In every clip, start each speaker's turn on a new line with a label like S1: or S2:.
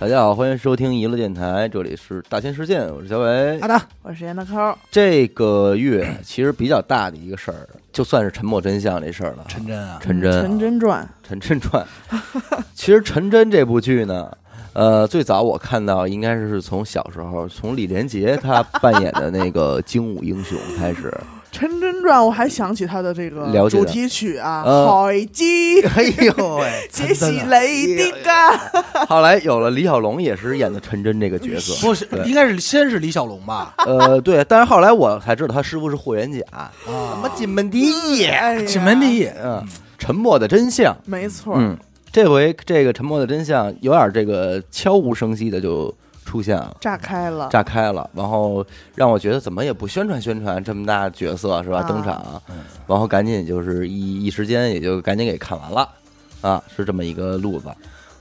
S1: 大家好，欢迎收听娱乐电台，这里是大千世界，我是小伟
S2: 阿。达，
S3: 我是闫德抠，
S1: 这个月其实比较大的一个事儿，就算是沉没真相这事儿了。
S2: 陈真啊，
S1: 陈真啊，
S3: 陈真传，
S1: 陈真传。其实《陈真》这部剧呢，呃，最早我看到应该是从小时候，从李连杰他扮演的那个精武英雄开始。
S3: 陈真传，我还想起他的这个
S1: 了解
S3: 主
S1: 的
S3: 题曲啊，
S1: 呃
S3: 海基
S1: 哎呦 喂！
S3: 杰西雷迪嘎，
S1: 后来有了李小龙，也是演的陈真这个角色。
S2: 不是
S1: 对
S2: 应该是先是李小龙吧？
S1: 呃，对，但是后来我才知道他师傅是霍元甲，什么
S2: 啊，
S1: 金门第一，啊
S3: 哎呀
S2: 请门第一，
S1: 嗯，沉默的真相。
S3: 没错，
S1: 嗯，这回这个沉默的真相有点这个悄无声息的就出现了。
S3: 炸开了，
S1: 炸开了，然后让我觉得怎么也不宣传宣传这么大角色是吧？
S3: 啊
S1: 登场，然后赶紧就是一一时间也就赶紧给看完了，啊，是这么一个路子。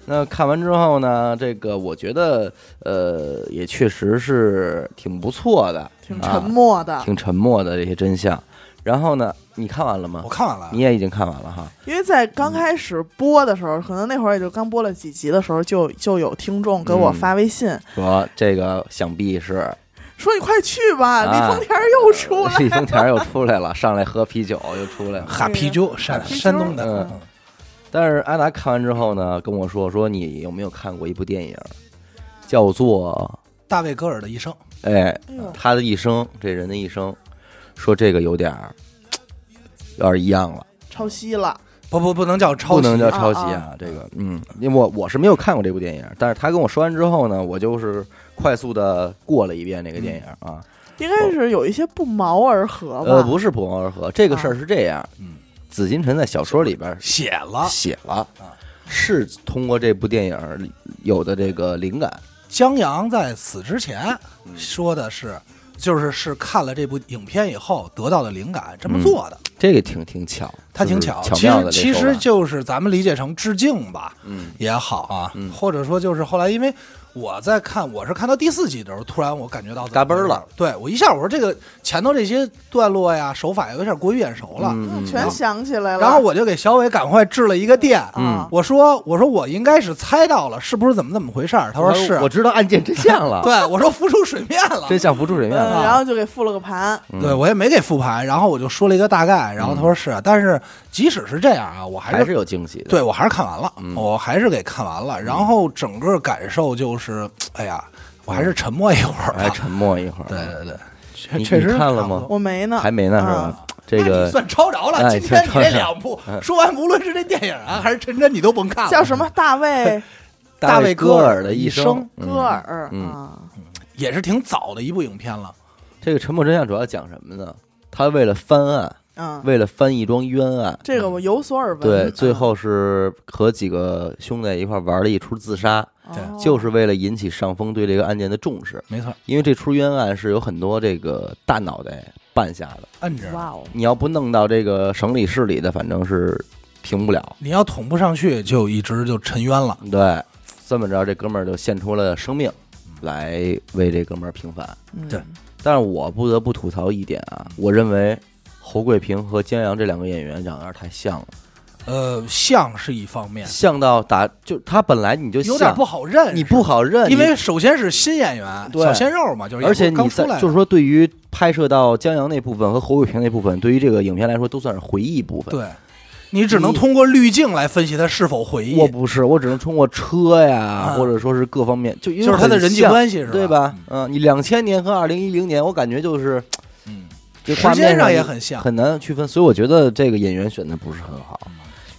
S1: 那看完之后呢，这个我觉得呃也确实是挺不错的，
S3: 挺
S1: 啊
S3: 沉默的，
S1: 挺沉默的这些真相。然后呢，你看完了吗
S2: 我？看完了
S3: 哎
S1: 你，也已经看完了哈。
S3: 因为在刚开始播的时候，可能那会儿也就刚播了几集的时候，就就有听众给我
S1: 嗯
S3: 发微信、
S1: 说这个想必是
S3: 说：“你快去吧，
S1: 啊
S3: 李丰田又出来。
S1: 李丰田又出来了，上来喝啤酒又出来了。
S2: 哈啤酒，山
S3: 啤酒
S2: 山东的，
S1: 嗯但是阿达看完之后呢，跟我说说你有没有看过一部电影，叫做
S2: 大卫戈尔的一生，
S1: 《哎
S3: 哎呦，
S1: 他的一生》，这人的一生，说这个有点儿，有点儿一样了，
S3: 抄袭了，
S2: 不不不能叫抄
S1: 不
S2: 袭
S1: 能，叫
S3: 啊
S1: 抄袭
S3: 啊
S1: 这个嗯，因为我我是没有看过这部电影，但是他跟我说完之后呢，我就是快速的过了一遍这个电影啊，
S3: 应该是有一些不谋而合吧？啊
S1: 呃，不是不谋而合，这个事儿是这样，
S2: 嗯，
S1: 紫金陈在小说里边儿
S2: 写了
S1: 写了
S2: 啊，
S1: 是通过这部电影儿有的这个灵感。
S2: 江阳在死之前
S1: 嗯
S2: 说的是，就是是看了这部影片以后得到的灵感，这么做的。
S1: 这个挺挺巧，
S2: 他挺
S1: 就是
S2: 巧，
S1: 巧
S2: 其
S1: 妙的
S2: 实
S1: 这
S2: 其
S1: 手
S2: 实
S1: 法
S2: 就是咱们理解成致敬吧，
S1: 嗯，
S2: 也好啊，
S1: 嗯
S2: 或者说就是后来因为我在看，我是看到第四集的时候，突然我感觉到
S1: 嘎嘣儿了，
S2: 对我一下我说这个前头这些段落呀手法有点过于眼熟了，
S1: 嗯
S3: 全想起来了。
S2: 然后我就给小伟赶快致了一个电。
S1: 嗯
S3: 啊，
S2: 我说，我说我应该是猜到了，是不是怎么怎么回事儿？他说是
S1: 我，知道案件真相了，
S2: 对我说浮出水面了，
S1: 真相浮出水面
S3: 嗯，
S1: 了。
S3: 然后就给复了个盘，
S1: 嗯
S2: 对，我也没给复盘，然后我就说了一个大概，然后他说是，但是即使是这样啊，我还
S1: 还
S2: 是
S1: 是有惊喜的。
S2: 对我还是看完了，
S1: 嗯
S2: 我还是给看完了，然后整个感受就是，哎呀，我还是沉默一会
S1: 还
S2: 儿吧。
S1: 嗯哎沉默一会儿。
S2: 对对对，确
S1: 你
S2: 确实
S1: 你看了
S2: 差不多
S1: 吗
S3: 我没呢，
S1: 还没呢是
S3: 啊
S1: 吧？这
S2: 那你
S1: 个
S2: 算抄着了。
S1: 哎
S2: 今天
S1: 算
S2: 你
S1: 抄着
S2: 这两部
S1: 嗯
S2: 说完，无论是这电影啊，还是陈真，你都甭
S1: 啊
S2: 看了。
S3: 叫什么？大卫
S1: 大
S2: 大
S1: 卫
S2: 卫
S1: 戈
S2: 戈
S1: 尔
S2: 尔
S1: 的
S2: 的
S1: 一
S2: 一
S1: 生
S2: 生，
S1: 嗯
S3: 戈尔
S1: 嗯
S3: 啊，
S2: 也是挺早的一部影片了。
S1: 这个《沉默真相》主要讲什么呢？他为了翻案，
S3: 嗯，
S1: 为了翻一桩冤案，
S3: 这个我有所耳闻。
S1: 对，
S3: 嗯
S1: 最后是和几个兄弟一块玩了一出自杀，
S3: 哦
S1: 就是为了引起上峰对这个案件的重视。
S2: 没错，
S1: 因为这出冤案是有很多这个大脑袋办下的，
S2: 摁着。
S3: 哇哦，
S1: 你要不弄到这个省里市里的，反正是停不了。
S2: 你要捅不上去，就一直就沉冤了。
S1: 对，这么着，这哥们儿就献出了生命，来为这哥们儿平反。
S3: 嗯
S2: 对
S1: 但是我不得不吐槽一点啊，我认为侯桂平和江阳这两个演员长得有点太像了，
S2: 呃，像是一方面，
S1: 像到打就他本来你就像
S2: 有点不好认识，
S1: 你不好认，
S2: 因为首先是新演员，
S1: 对
S2: 小鲜肉嘛，就
S1: 你
S2: 是
S1: 而且
S2: 刚
S1: 你
S2: 出来
S1: 在
S2: 的，
S1: 就是说，对于拍摄到江阳那部分和侯桂平那部分，对于这个影片来说都算是回忆部分。
S2: 对，你只能通过滤镜来分析他是否回忆。
S1: 我不是，我只能通过车呀，
S2: 啊
S1: 或者说是各方面，就因为
S2: 就是他的人
S1: 很
S2: 际
S1: 像
S2: 关系是吧？
S1: 对吧？嗯，你两千年和二零一零年，我感觉就是
S2: 嗯，
S1: 这画
S2: 时间
S1: 面
S2: 上也
S1: 很
S2: 很像。嗯
S1: 很难区分，所以我觉得这个演员选的不是很好。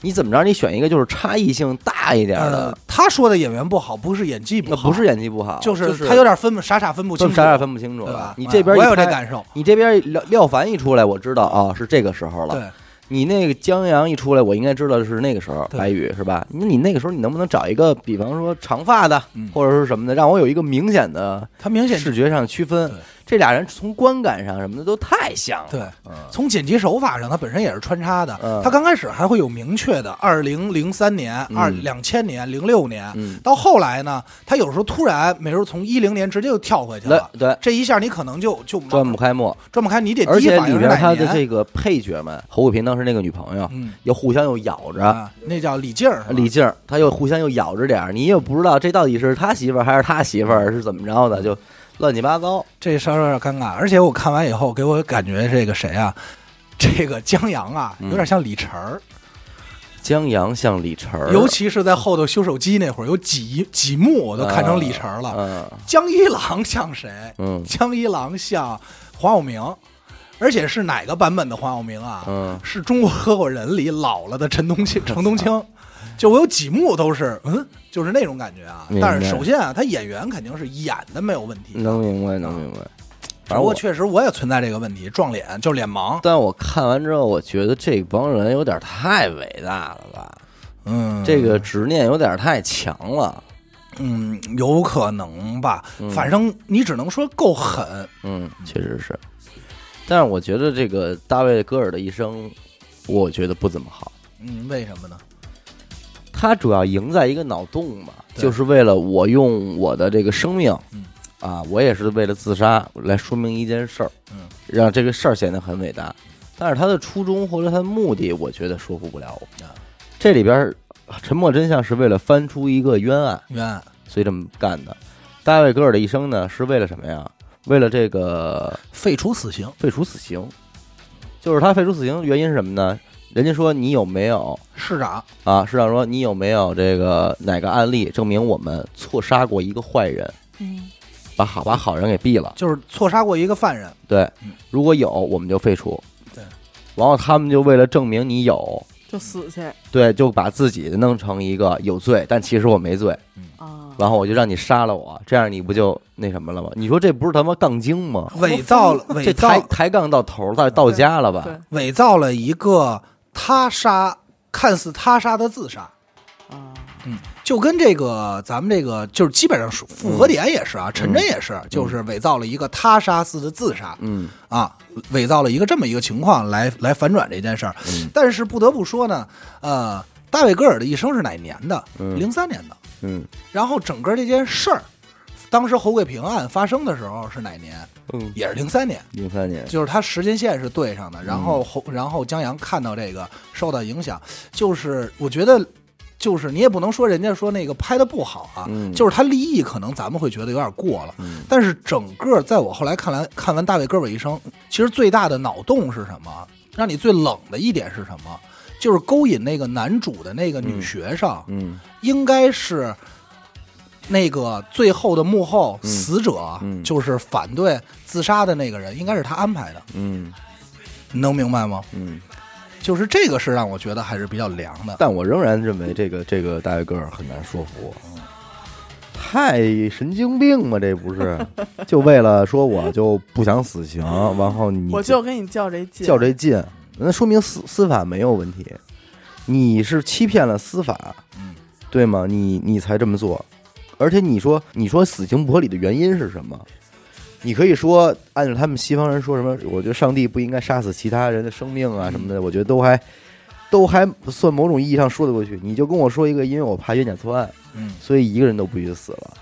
S1: 你怎么着？你选一个就是差异性大一点
S2: 呃
S1: 的，，
S2: 他说的演员不好，不是演技
S1: 那
S2: 不好，
S1: 不是演技不好，
S2: 就
S1: 就是
S2: 他有点分不傻傻分不
S1: 分
S2: 清
S1: 不
S2: 楚，
S1: 啥也分不清楚
S2: 对吧
S1: 了。？你这边
S2: 啊
S1: 一
S2: 我也有这
S1: 拍，
S2: 感受，
S1: 你这边廖廖凡一出来，我知道啊是这个时候了。
S2: 对，
S1: 你那个江阳一出来，我应该知道是那个时候，
S2: 对
S1: 白宇是吧？那你那个时候你能不能找一个，比方说长发的
S2: 嗯
S1: 或者是什么的，让我有一个明显的
S2: 他明显
S1: 视觉上的区分
S2: 对？
S1: 这俩人从观感上什么的都太像了。
S2: 对，
S1: 嗯
S2: 从剪辑手法上，它本身也是穿插的。
S1: 嗯
S2: 它刚开始还会有明确的，二零零三年、
S1: 嗯
S2: 二两千年、零六年，
S1: 嗯，
S2: 到后来呢，它有时候突然，比如说从一零年直接就跳回去
S1: 来
S2: 了，
S1: 对，
S2: 这一下你可能就就
S1: 转不开幕，
S2: 转不开，你得
S1: 而
S2: 第一
S1: 且
S2: 反
S1: 里
S2: 应是
S1: 边
S2: 哪
S1: 他的
S2: 年？
S1: 这个配角们，侯伟平当时那个女朋友
S2: 嗯
S1: 又互相又咬着。
S2: 啊，嗯那叫李静儿是吧，
S1: 李静儿，他又互相又咬着点儿，你也不知道这到底是他媳妇儿还是他媳妇儿是怎么着的，
S2: 嗯
S1: 就乱七八糟。
S2: 这稍微有点尴尬。而且我看完以后，给我感觉这个谁啊，这个江阳啊，
S1: 嗯
S2: 有点像李晨儿，
S1: 江阳像李晨儿，
S2: 尤其是在后头修手机那会儿，有几几幕我都看成李晨儿了。
S1: 了。
S2: 江一郎像谁？
S1: 嗯
S2: 江一郎像黄晓明，而且是哪个版本的黄晓明啊？
S1: 嗯，
S2: 是中国合伙人里老了的陈 冬青，程冬青。就我有几幕都是，嗯，就是那种感觉啊
S1: 明。白
S2: 但是首先啊，他演员肯定是演的没有问题，
S1: 能明白，能明白。
S2: 只
S1: 反
S2: 不
S1: 正
S2: 过
S1: 我，
S2: 确实我也存在这个问题，撞脸就是脸盲。
S1: 但我看完之后，我觉得这帮人有点太伟大了吧，
S2: 嗯，
S1: 这个执念有点太强了。
S2: 嗯有可能吧，反正你只能说够狠。
S1: 嗯，确实是。但是我觉得这个大卫戈尔的一生，我觉得不怎么好。
S2: 嗯，为什么呢？
S1: 他主要赢在一个脑洞吧，
S2: 对
S1: 就是为了我用我的这个生命
S2: 嗯，
S1: 啊，我也是为了自杀来说明一件事儿，
S2: 嗯，
S1: 让这个事儿显得很伟大。但是他的初衷或者他的目的，我觉得说服不了我
S2: 啊。
S1: 这里边儿啊沉默真相是为了翻出一个冤案，
S2: 冤案
S1: 所以这么干的。大卫戈尔的一生呢，是为了什么呀？为了这个
S2: 废除死刑
S1: 废除死刑，就是他废除死刑原因是什么呢？人家说你有没有
S2: 市长，
S1: 啊，市长说你有没有这个哪个案例证明我们错杀过一个坏人，
S3: 嗯，
S1: 把好把好人给毙了？
S2: 就是错杀过一个犯人。
S1: 对
S2: 嗯，
S1: 如果有我们就废除。
S2: 对，
S1: 然后他们就为了证明你有，
S3: 就死去
S1: 对，就把自己弄成一个有罪，但其实我没罪。
S3: 啊！
S1: 然后我就让你杀了我，这样你不就那什么了吗？你说这不是他妈杠精吗？
S2: 伪造了伪
S1: 哦这抬
S2: 造
S1: 抬杠到头儿，到到家了吧？
S3: 对
S2: 伪造了一个他杀，看似他杀的自杀，
S3: 啊，
S2: 就跟这个咱们这个就是基本上是复合点也是
S1: 嗯
S2: 啊，陈真也是，就是伪造了一个他杀似的自杀
S1: 嗯
S2: 啊，伪造了一个这么一个情况来来反转这件事儿。
S1: 嗯
S2: 但是不得不说呢，呃，大卫戈尔的一生是哪年的？
S1: 嗯
S2: 零三年的。
S1: 嗯
S2: 然后整个这件事儿，当时侯桂平案发生的时候是哪年？
S1: 嗯，
S2: 也是零三年。
S1: 零三年，
S2: 就是他时间线是对上的，
S1: 嗯
S2: 然后后然后江阳看到这个受到影响，就是我觉得，就是你也不能说人家说那个拍的不好啊，
S1: 嗯
S2: 就是他立意可能咱们会觉得有点过了，
S1: 嗯
S2: 但是整个在我后来看来看完《大卫戈尔一生》，其实最大的脑洞是什么？让你最冷的一点是什么？就是勾引那个男主的那个女学生，
S1: 嗯
S2: 应该是那个最后的幕后
S1: 嗯
S2: 死者，
S1: 嗯
S2: 就是反对自杀的那个人，应该是他安排的。
S1: 嗯
S2: 你能明白吗？
S1: 嗯。
S2: 就是这个是让我觉得还是比较凉的。
S1: 但我仍然认为这个这个大卫戈尔很难说服我，太神经病嘛，这不是？就为了说我就不想死刑，然后你
S3: 我就跟你较这劲，
S1: 较这劲，那说明司司法没有问题，你是欺骗了司法，
S2: 嗯
S1: 对吗？你你才这么做，而且你说你说死刑不合理的原因是什么？你可以说按照他们西方人说什么，我觉得上帝不应该杀死其他人的生命啊什么的，我觉得都还都还算某种意义上说得过去。你就跟我说一个，因为我怕冤假错案，
S2: 嗯，
S1: 所以一个人都不许死了。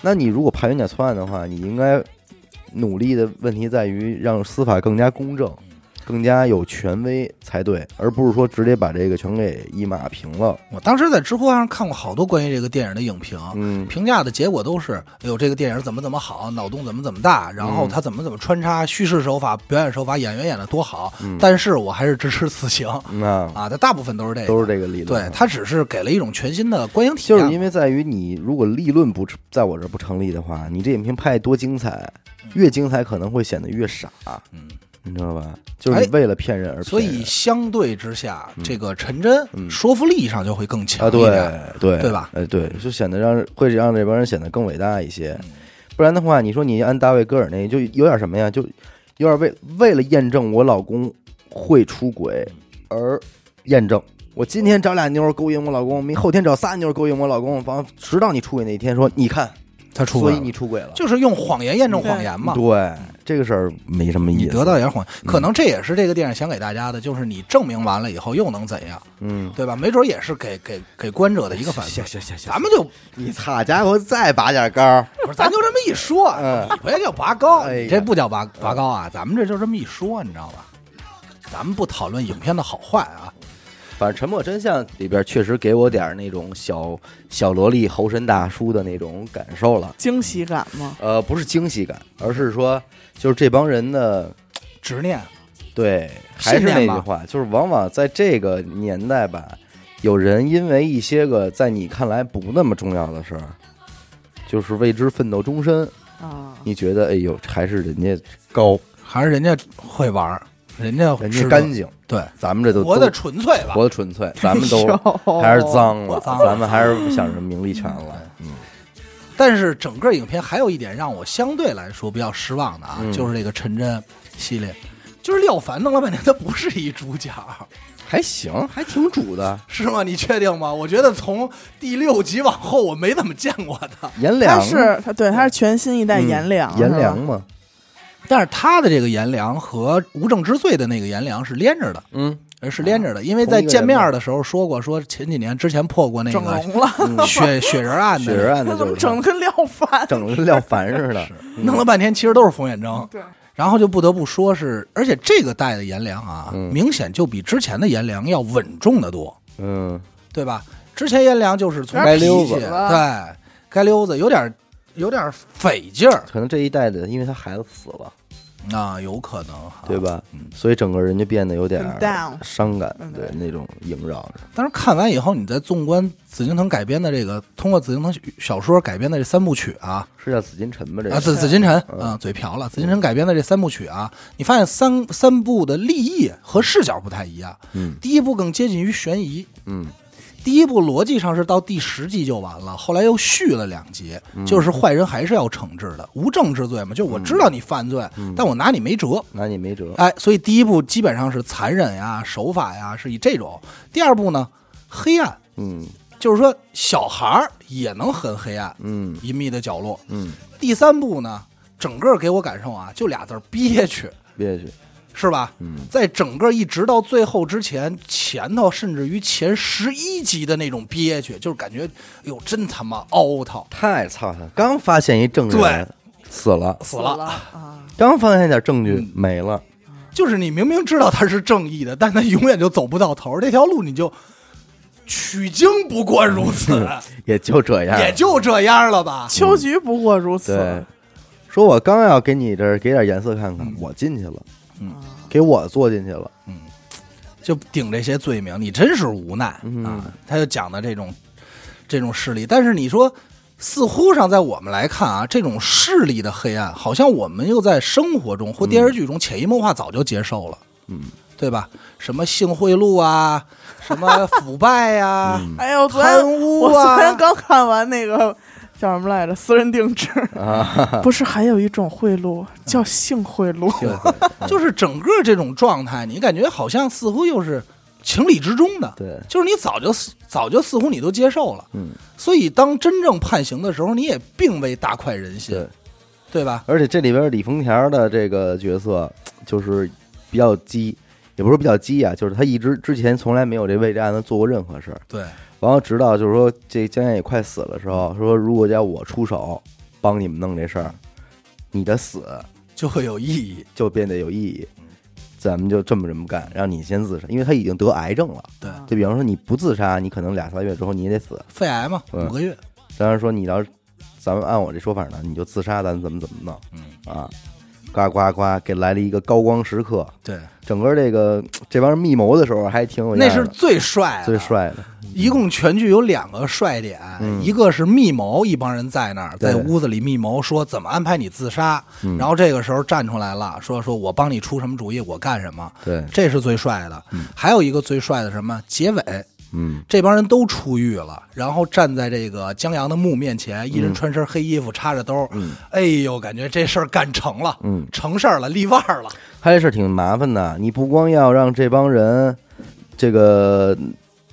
S1: 那你如果怕冤假错案的话，你应该努力的问题在于让司法更加公正、
S2: 嗯
S1: 更加有权威才对，而不是说直接把这个全给一马平了。
S2: 我当时在知乎上看过好多关于这个电影的影评，
S1: 嗯
S2: 评价的结果都是：哎呦，这个电影怎么怎么好，脑洞怎么怎么大，然
S1: 嗯
S2: 后他怎么怎么穿插叙事手法、表演手法，演员演的多好。
S1: 嗯
S2: 但是我还是支持死刑
S1: 那
S2: 啊，它大部分都是这
S1: 嗯都
S2: 个。
S1: 是这个理
S2: 对
S1: 论。，啊
S2: 它只是给了一种全新的观影体
S1: 就
S2: 验。
S1: 是因为在于你如果立论不成在我这儿不成立的话，你这影片拍得多精彩，越精彩可能会显得越傻，
S2: 嗯
S1: 你知道吧？就是你
S2: 哎
S1: 为了骗人而
S2: 所
S1: 骗人，
S2: 以相对之下，这个陈真
S1: 嗯
S2: 说服力上就会更强
S1: 啊，
S2: 一
S1: 对
S2: 点。
S1: 对
S2: 对吧？
S1: 哎，对，就显得让会让这帮人显得更伟大一些
S2: 嗯。
S1: 不然的话，你说你按大卫戈尔那，就有点什么呀？就有点为为了验证我老公会出轨而验证。我今天找俩妞儿勾引我老公，明后天找仨妞儿勾引我老公，反正直到你出轨那一天说，你看
S2: 他出
S1: 所
S2: 轨
S1: 以
S2: 了，
S1: 你出轨了，
S2: 就是用谎言验证谎言嘛。
S1: 对这个事儿没什么意
S2: 你
S1: 思。
S2: 得到也是谎言，
S1: 嗯
S2: 可能这也是这个电影想给大家的，就是你证明完了以后又能怎样，
S1: 嗯，
S2: 对吧？没准也是给给给观者的一个反思
S1: 行。行行行，
S2: 咱们就
S1: 你擦家伙再拔点杆儿，
S2: 不是，咱就这么一说，
S1: 嗯
S2: 你不也叫拔高？啊
S1: 哎呀
S2: 你这不叫拔拔高啊，咱们这就这么一说，你知道吧？咱们不讨论影片的好坏啊，
S1: 反正《沉默真相》里边确实给我点儿那种小小萝莉猴神大叔的那种感受了。
S3: 惊喜感吗？
S1: 呃，不是惊喜感，而是说，就是这帮人呢，
S2: 执念
S1: 对，还是
S2: 信
S1: 那
S2: 念
S1: 句
S2: 吧
S1: 话，就是往往在这个年代吧，有人因为一些个在你看来不那么重要的事儿，就是为之奋斗终身。
S3: 啊，
S1: 你觉得，哎呦，还是人家高，
S2: 还是人家会玩儿，人家
S1: 人
S2: 知
S1: 家
S2: 道
S1: 干净，
S2: 对，
S1: 咱们这都
S2: 活得
S1: 都
S2: 纯粹吧
S1: 活。得纯粹，咱 们都
S3: 都
S1: 还是脏了，
S2: 脏
S1: 咱们还是想着名利权了。嗯
S2: 但是整个影片还有一点让我相对来说比较失望的啊，
S1: 嗯
S2: 就是这个陈真系列，就是廖凡弄了半天他不是一主角，
S1: 还行，还挺主的，
S2: 是吗？你确定吗？我觉得从第六集往后我没怎么见过他。
S1: 颜良
S3: 他是他对他是全新一代
S1: 嗯
S3: 颜良，
S1: 颜
S3: 是吧
S1: 良嘛，
S2: 但是他的这个颜良和无证之罪的那个颜良是连着的，
S1: 嗯，
S2: 呃是连着的，因为在见面的时候说过，说前几年之前破过那
S3: 整
S2: 个
S3: 容了，
S2: 雪雪人案
S1: 雪人
S2: 的，
S1: 案
S3: 他
S1: 的就
S3: 怎么
S1: 嗯是
S3: 整的跟廖凡？
S1: 整的跟廖凡似的，
S2: 弄了半天其实都是冯远征。
S3: 对，
S2: 然后就不得不说是，而且这个代的颜良啊，
S1: 嗯
S2: 明显就比之前的颜良要稳重的多，
S1: 嗯，
S2: 对吧？之前颜良就是从
S3: 有
S1: 点
S2: 溜
S1: 痞
S2: 子，
S1: 子
S2: 对，该溜子有点有点匪劲儿
S1: 可能这一代的，因为他孩子死了，
S2: 啊，有可能哈
S1: 对？吧
S2: 嗯？
S1: 所以整个人就变得有点
S3: 很 down
S1: 伤感，
S3: 嗯
S1: 对那种萦绕着。
S2: 但是看完以后，你再纵观紫金藤改编的这个，通过紫金藤小说改编的这三部曲啊，
S1: 是叫紫金陈吗？这
S2: 啊，
S1: 个
S2: 紫紫金陈
S1: 嗯
S2: 啊，嘴瓢了。紫金陈改编的这三部曲啊，你发现三三部的立意和视角不太一样。
S1: 嗯
S2: 第一部更接近于悬疑，
S1: 嗯
S2: 第一部逻辑上是到第十集就完了，后来又续了两集，
S1: 嗯
S2: 就是坏人还是要惩治的，无证之罪嘛，就我知
S1: 嗯
S2: 道你犯罪，但我拿你没辙。
S1: 拿你没辙。
S2: 哎，所以第一部基本上是残忍呀、手法呀，是以这种。第二部呢，黑暗，
S1: 嗯
S2: 就是说小孩儿也能很黑暗，
S1: 嗯
S2: 隐秘的角落。
S1: 嗯，
S2: 第三部呢，整个给我感受啊，就俩字儿憋屈，
S1: 憋屈。
S2: 是吧？
S1: 嗯
S2: 在整个一直到最后之前，前头甚至于前十一集的那种憋屈，就是感觉，哎呦，真他妈凹他
S1: 太操了！刚发现一证人死了，
S2: 死
S3: 死
S2: 了。
S3: 啊！
S1: 刚发现点证据没了，
S2: 就是你明明知道他是正义的，但他永远就走不到头儿，这条路你就取经不过如 此，
S1: 也就这样。
S2: 也就这样了吧？
S3: 秋菊不过如此，
S1: 对，说我刚要给你这儿给点颜色看看，我进去了，
S2: 嗯
S1: 给我坐进去了。
S2: 就顶这些罪名，你真是无奈、
S1: 嗯
S2: 啊！他就讲的这种这种势力，但是你说，似乎上在我们来看啊，这种势力的黑暗，好像我们又在生活中或电视剧中潜移默化早就接受了，
S1: 嗯，
S2: 对吧？什么性贿赂 啊，什么腐败啊呀、
S1: 嗯
S3: 哎呦，昨天
S2: 贪污
S3: 我昨天
S2: 啊，
S3: 刚看完那个叫什么来着，《私人定制》
S1: 啊，
S3: 不是还有一种贿赂叫性贿 赂？
S1: 对对
S2: 就是整个这种状态，你感觉好像似乎又是情理之中的，
S1: 对，
S2: 就是你早就早就似乎你都接受了。
S1: 嗯，
S2: 所以，当真正判刑的时候，你也并未大快人心，
S1: 对
S2: 对吧？
S1: 而且这里边李丰田的这个角色就是比较鸡，也不是比较鸡啊，就是他一直之前从来没有这为这案子做过任何事儿，
S2: 对，
S1: 然后直到就是说这江燕也快死了时候，说如果要我出手帮你们弄这事儿，你的死
S2: 就会有意义。
S1: 就变得有意义，咱们就这么这么干，让你先自杀，因为他已经得癌症了。
S2: 对，
S1: 就比方说你不自杀，你可能俩仨月之后你也得死。
S2: 肺癌嘛，
S1: 嗯
S2: 五个月，
S1: 当然说你要是咱们按我这说法呢，你就自杀，咱怎么怎么弄？
S2: 嗯
S1: 啊，呱呱呱，给来了一个高光时刻。
S2: 对，
S1: 整个这个这帮人密谋的时候还挺有
S2: 那
S1: 样儿
S2: 是
S1: 的
S2: 最帅的，
S1: 最。帅的，
S2: 一共全剧有两个帅点，
S1: 嗯
S2: 一个是密谋，一帮人在那儿
S1: 对
S2: 在屋子里密谋，说怎么安排你自杀。
S1: 嗯
S2: 然后这个时候站出来了，说说我帮你出什么主意，我干什么，
S1: 对，
S2: 这是最帅的。还有一个最帅的是什么？结尾，
S1: 嗯，
S2: 这帮人都出狱了，然后站在这个江阳的墓面前，一人穿身黑衣服，插着兜，
S1: 嗯
S2: 哎呦，感觉这事儿干成了，
S1: 嗯
S2: 成事儿了，立腕儿了，
S1: 他这事儿挺麻烦的，你不光要让这帮人这个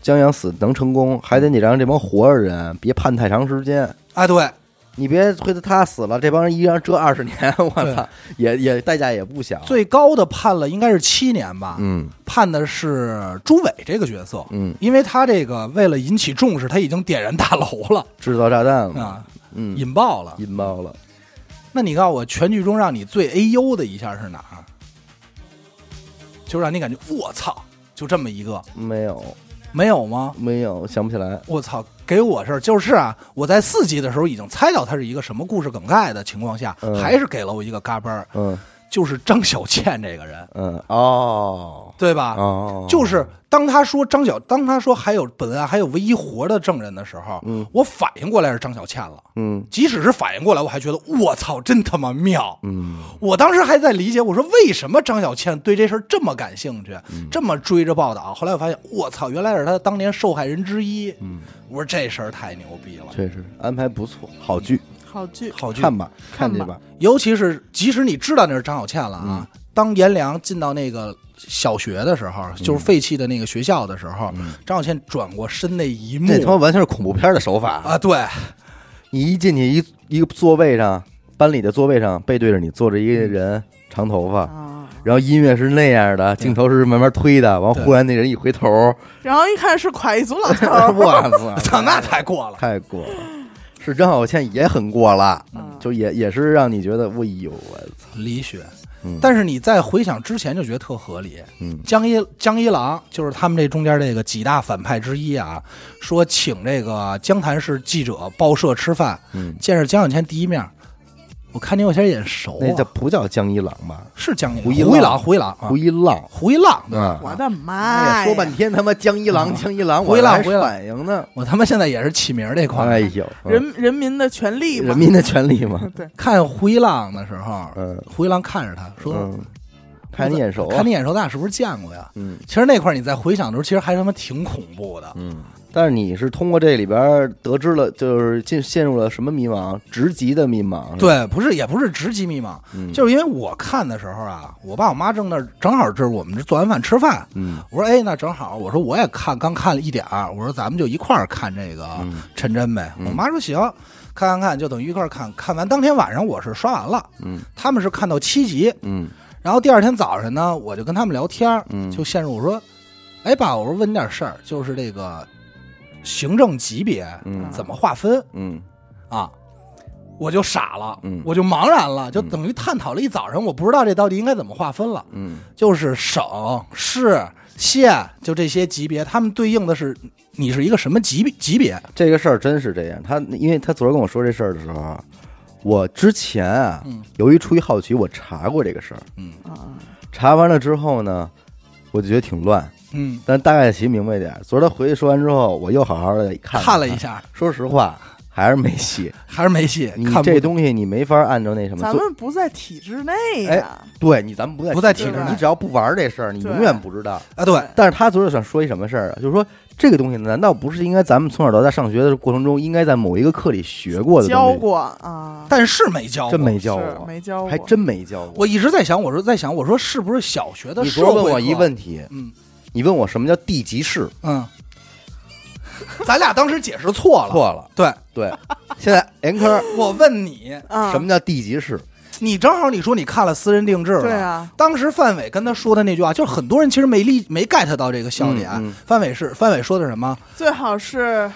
S1: 江阳死能成功，还得你让这帮活着人别盼太长时间，
S2: 哎，对，
S1: 你别推他他死了，这帮人一让这二十年， 我
S2: 对
S1: 操，也也代价也不小。
S2: 最高的判了应该是七年吧，
S1: 嗯
S2: 判的是朱伟这个角色，
S1: 嗯，
S2: 因为他这个为了引起重视，他已经点燃大楼了
S1: 制造炸弹嘛，
S2: 啊，
S1: 嗯，
S2: 引爆了。
S1: 引爆了。
S2: 那你告诉我，全剧中让你最 A U 的一下是哪儿？就让你感觉我操，就这么一个
S1: 没有，
S2: 没有吗？
S1: 没有，想不起来。
S2: 我操，给我是就是啊，我在四集的时候已经猜到它是一个什么故事梗概的情况下，
S1: 嗯
S2: 还是给了我一个嘎嘣儿，
S1: 嗯
S2: 就是张小倩这个人，
S1: 嗯，哦
S2: 对吧？
S1: 哦，
S2: 就是当他说张小，当他说还有本案还有唯一活的证人的时候，
S1: 嗯
S2: 我反应过来是张小倩了。
S1: 嗯
S2: 即使是反应过来，我还觉得我操，真他妈妙！
S1: 嗯
S2: 我当时还在理解，我说为什么张小倩对这事儿这么感兴趣，
S1: 嗯
S2: 这么追着报道。后来我发现，我操，原来是她当年受害人之一。
S1: 嗯，
S2: 我说这事儿太牛逼了，
S1: 确实安排不错，好剧，
S3: 好剧，
S2: 好剧。
S1: 看吧，
S3: 看
S1: 看去
S3: 吧
S1: 吧。
S2: 尤其是即使你知道那是张小倩了啊，
S1: 嗯
S2: 当颜良进到那个小学的时候，
S1: 嗯
S2: 就是废弃的那个学校的时候，张小倩转过身那一幕
S1: 这他妈完全是恐怖片的手法！
S2: 啊，对，
S1: 你一进去一一个座位上，班里的座位上背对着你坐着一个
S2: 嗯
S1: 人，长头发，
S3: 啊，
S1: 然后音乐是那样的，镜头是慢慢推的，完
S2: 对
S1: 忽然那人一回头，
S3: 然后一看是蒯一族老头儿，
S1: 我操，
S2: 操，那太过了。
S1: 太过了。是张小倩也很过了，
S3: 嗯
S1: 就也也是让你觉得，哎呦我操，
S2: 李雪
S1: 嗯，
S2: 但是你在回想之前就觉得特合理。
S1: 嗯
S2: 江一江一郎就是他们这中间这个几大反派之一啊，说请这个江潭市记者报社吃饭，
S1: 嗯，
S2: 见着江小倩第一面，我看你有些眼熟、啊，
S1: 那叫不叫江一郎吧？
S2: 是江一
S1: 胡一
S2: 郎，胡一
S1: 浪
S2: 郎，胡一郎，啊
S1: 胡一浪，
S2: 胡一浪，对 吧
S1: 啊
S3: 我的
S1: 哎
S3: 妈
S1: 呀，
S3: 呀！
S1: 说半天他妈江一郎，
S2: 嗯
S1: 江一郎，
S2: 回来
S1: 我还
S2: 回来
S1: 反应呢。
S2: 我他妈现在也是起名儿这块儿。
S1: 哎呦，嗯
S3: 人人民的权利嘛，
S1: 人民的权利嘛，
S3: 对，
S2: 看胡一浪的时候，
S1: 嗯
S2: 胡一浪看着他说：“
S1: 嗯，看你眼熟啊
S2: 看你，眼熟，咱俩是不是见过呀
S1: 嗯？”
S2: 其实那块儿你在回想的时候，其实还他妈挺恐怖的。
S1: 嗯。但是你是通过这里边儿得知了，就是进陷入了什么迷茫，职级的迷茫。是吧，
S2: 对，不是也不是直击迷茫，
S1: 嗯
S2: 就是因为我看的时候啊，我爸我妈正那儿正好这是我们这做完饭吃饭，
S1: 嗯
S2: 我说哎，那正好，我说我也看刚看了一点儿，我说咱们就一块儿看这个
S1: 嗯
S2: 陈真呗。我妈说行，看看看，就等于一块儿看看完。当天晚上我是刷完了，
S1: 嗯
S2: 他们是看到七集，
S1: 嗯
S2: 然后第二天早上呢，我就跟他们聊天儿，
S1: 嗯
S2: 就陷入我说，哎爸，我说问你点事儿，就是这个行政级别
S1: 嗯
S2: 怎么划分
S1: 嗯
S2: 啊？我就傻了，
S1: 嗯
S2: 我就茫然了，就等于探讨了一早上，我不知道这到底应该怎么划分了。
S1: 嗯
S2: 就是省、市、县，就这些级别，他们对应的是你是一个什么级别级别？
S1: 这个事儿真是这样。他因为他昨儿跟我说这事儿的时候啊，我之前啊，
S2: 嗯
S1: 由于出于好奇，我查过这个事儿。
S3: 啊，
S1: 查完了之后呢，我就觉得挺乱，
S2: 嗯，
S1: 但大概其明白点儿。昨儿他回去说完之后，我又好好的看
S2: 看
S1: 了啊
S2: 了一，下，
S1: 说实话还是没戏。
S2: 还是没戏，
S1: 你
S2: 哎看不
S1: 这东西你没法按照那什么
S3: 咱
S1: 做，哎
S3: 们不在体制内呀，
S1: 对你咱们不在
S2: 不在
S3: 体制内
S1: 你只要不玩这事儿，你
S3: 对
S1: 永远不知道。
S2: 啊，对，
S1: 但是他昨儿想说一什么事儿啊？就是说这个东西难道不是应该咱们从小到大上学的过程中，应该在某一个课里学过的
S3: 教
S1: 东西？
S3: 过啊，
S2: 但是没教过，
S1: 真没教
S3: 是
S1: 过，
S3: 没教过，
S1: 还真没教过。
S2: 我一直在想，我说在想，我说是不是小学的
S1: 你
S2: 社
S1: 昨儿
S2: 会
S1: 问我
S2: 课
S1: 一，问题，
S2: 嗯
S1: 你问我什么叫地级市？
S2: 嗯， 咱俩当时解释错了，
S1: 错了，
S2: 对，
S1: 对。现在严科，
S2: 我问你，
S3: 啊，
S1: 什么叫地级市？
S2: 你正好你说你看了私人定制了，
S3: 对啊，
S2: 当时范伟跟他说的那句话，就是很多人其实没理没 get 到这个笑点。
S1: 嗯嗯
S2: 范伟是范伟说的什么？
S3: 最好是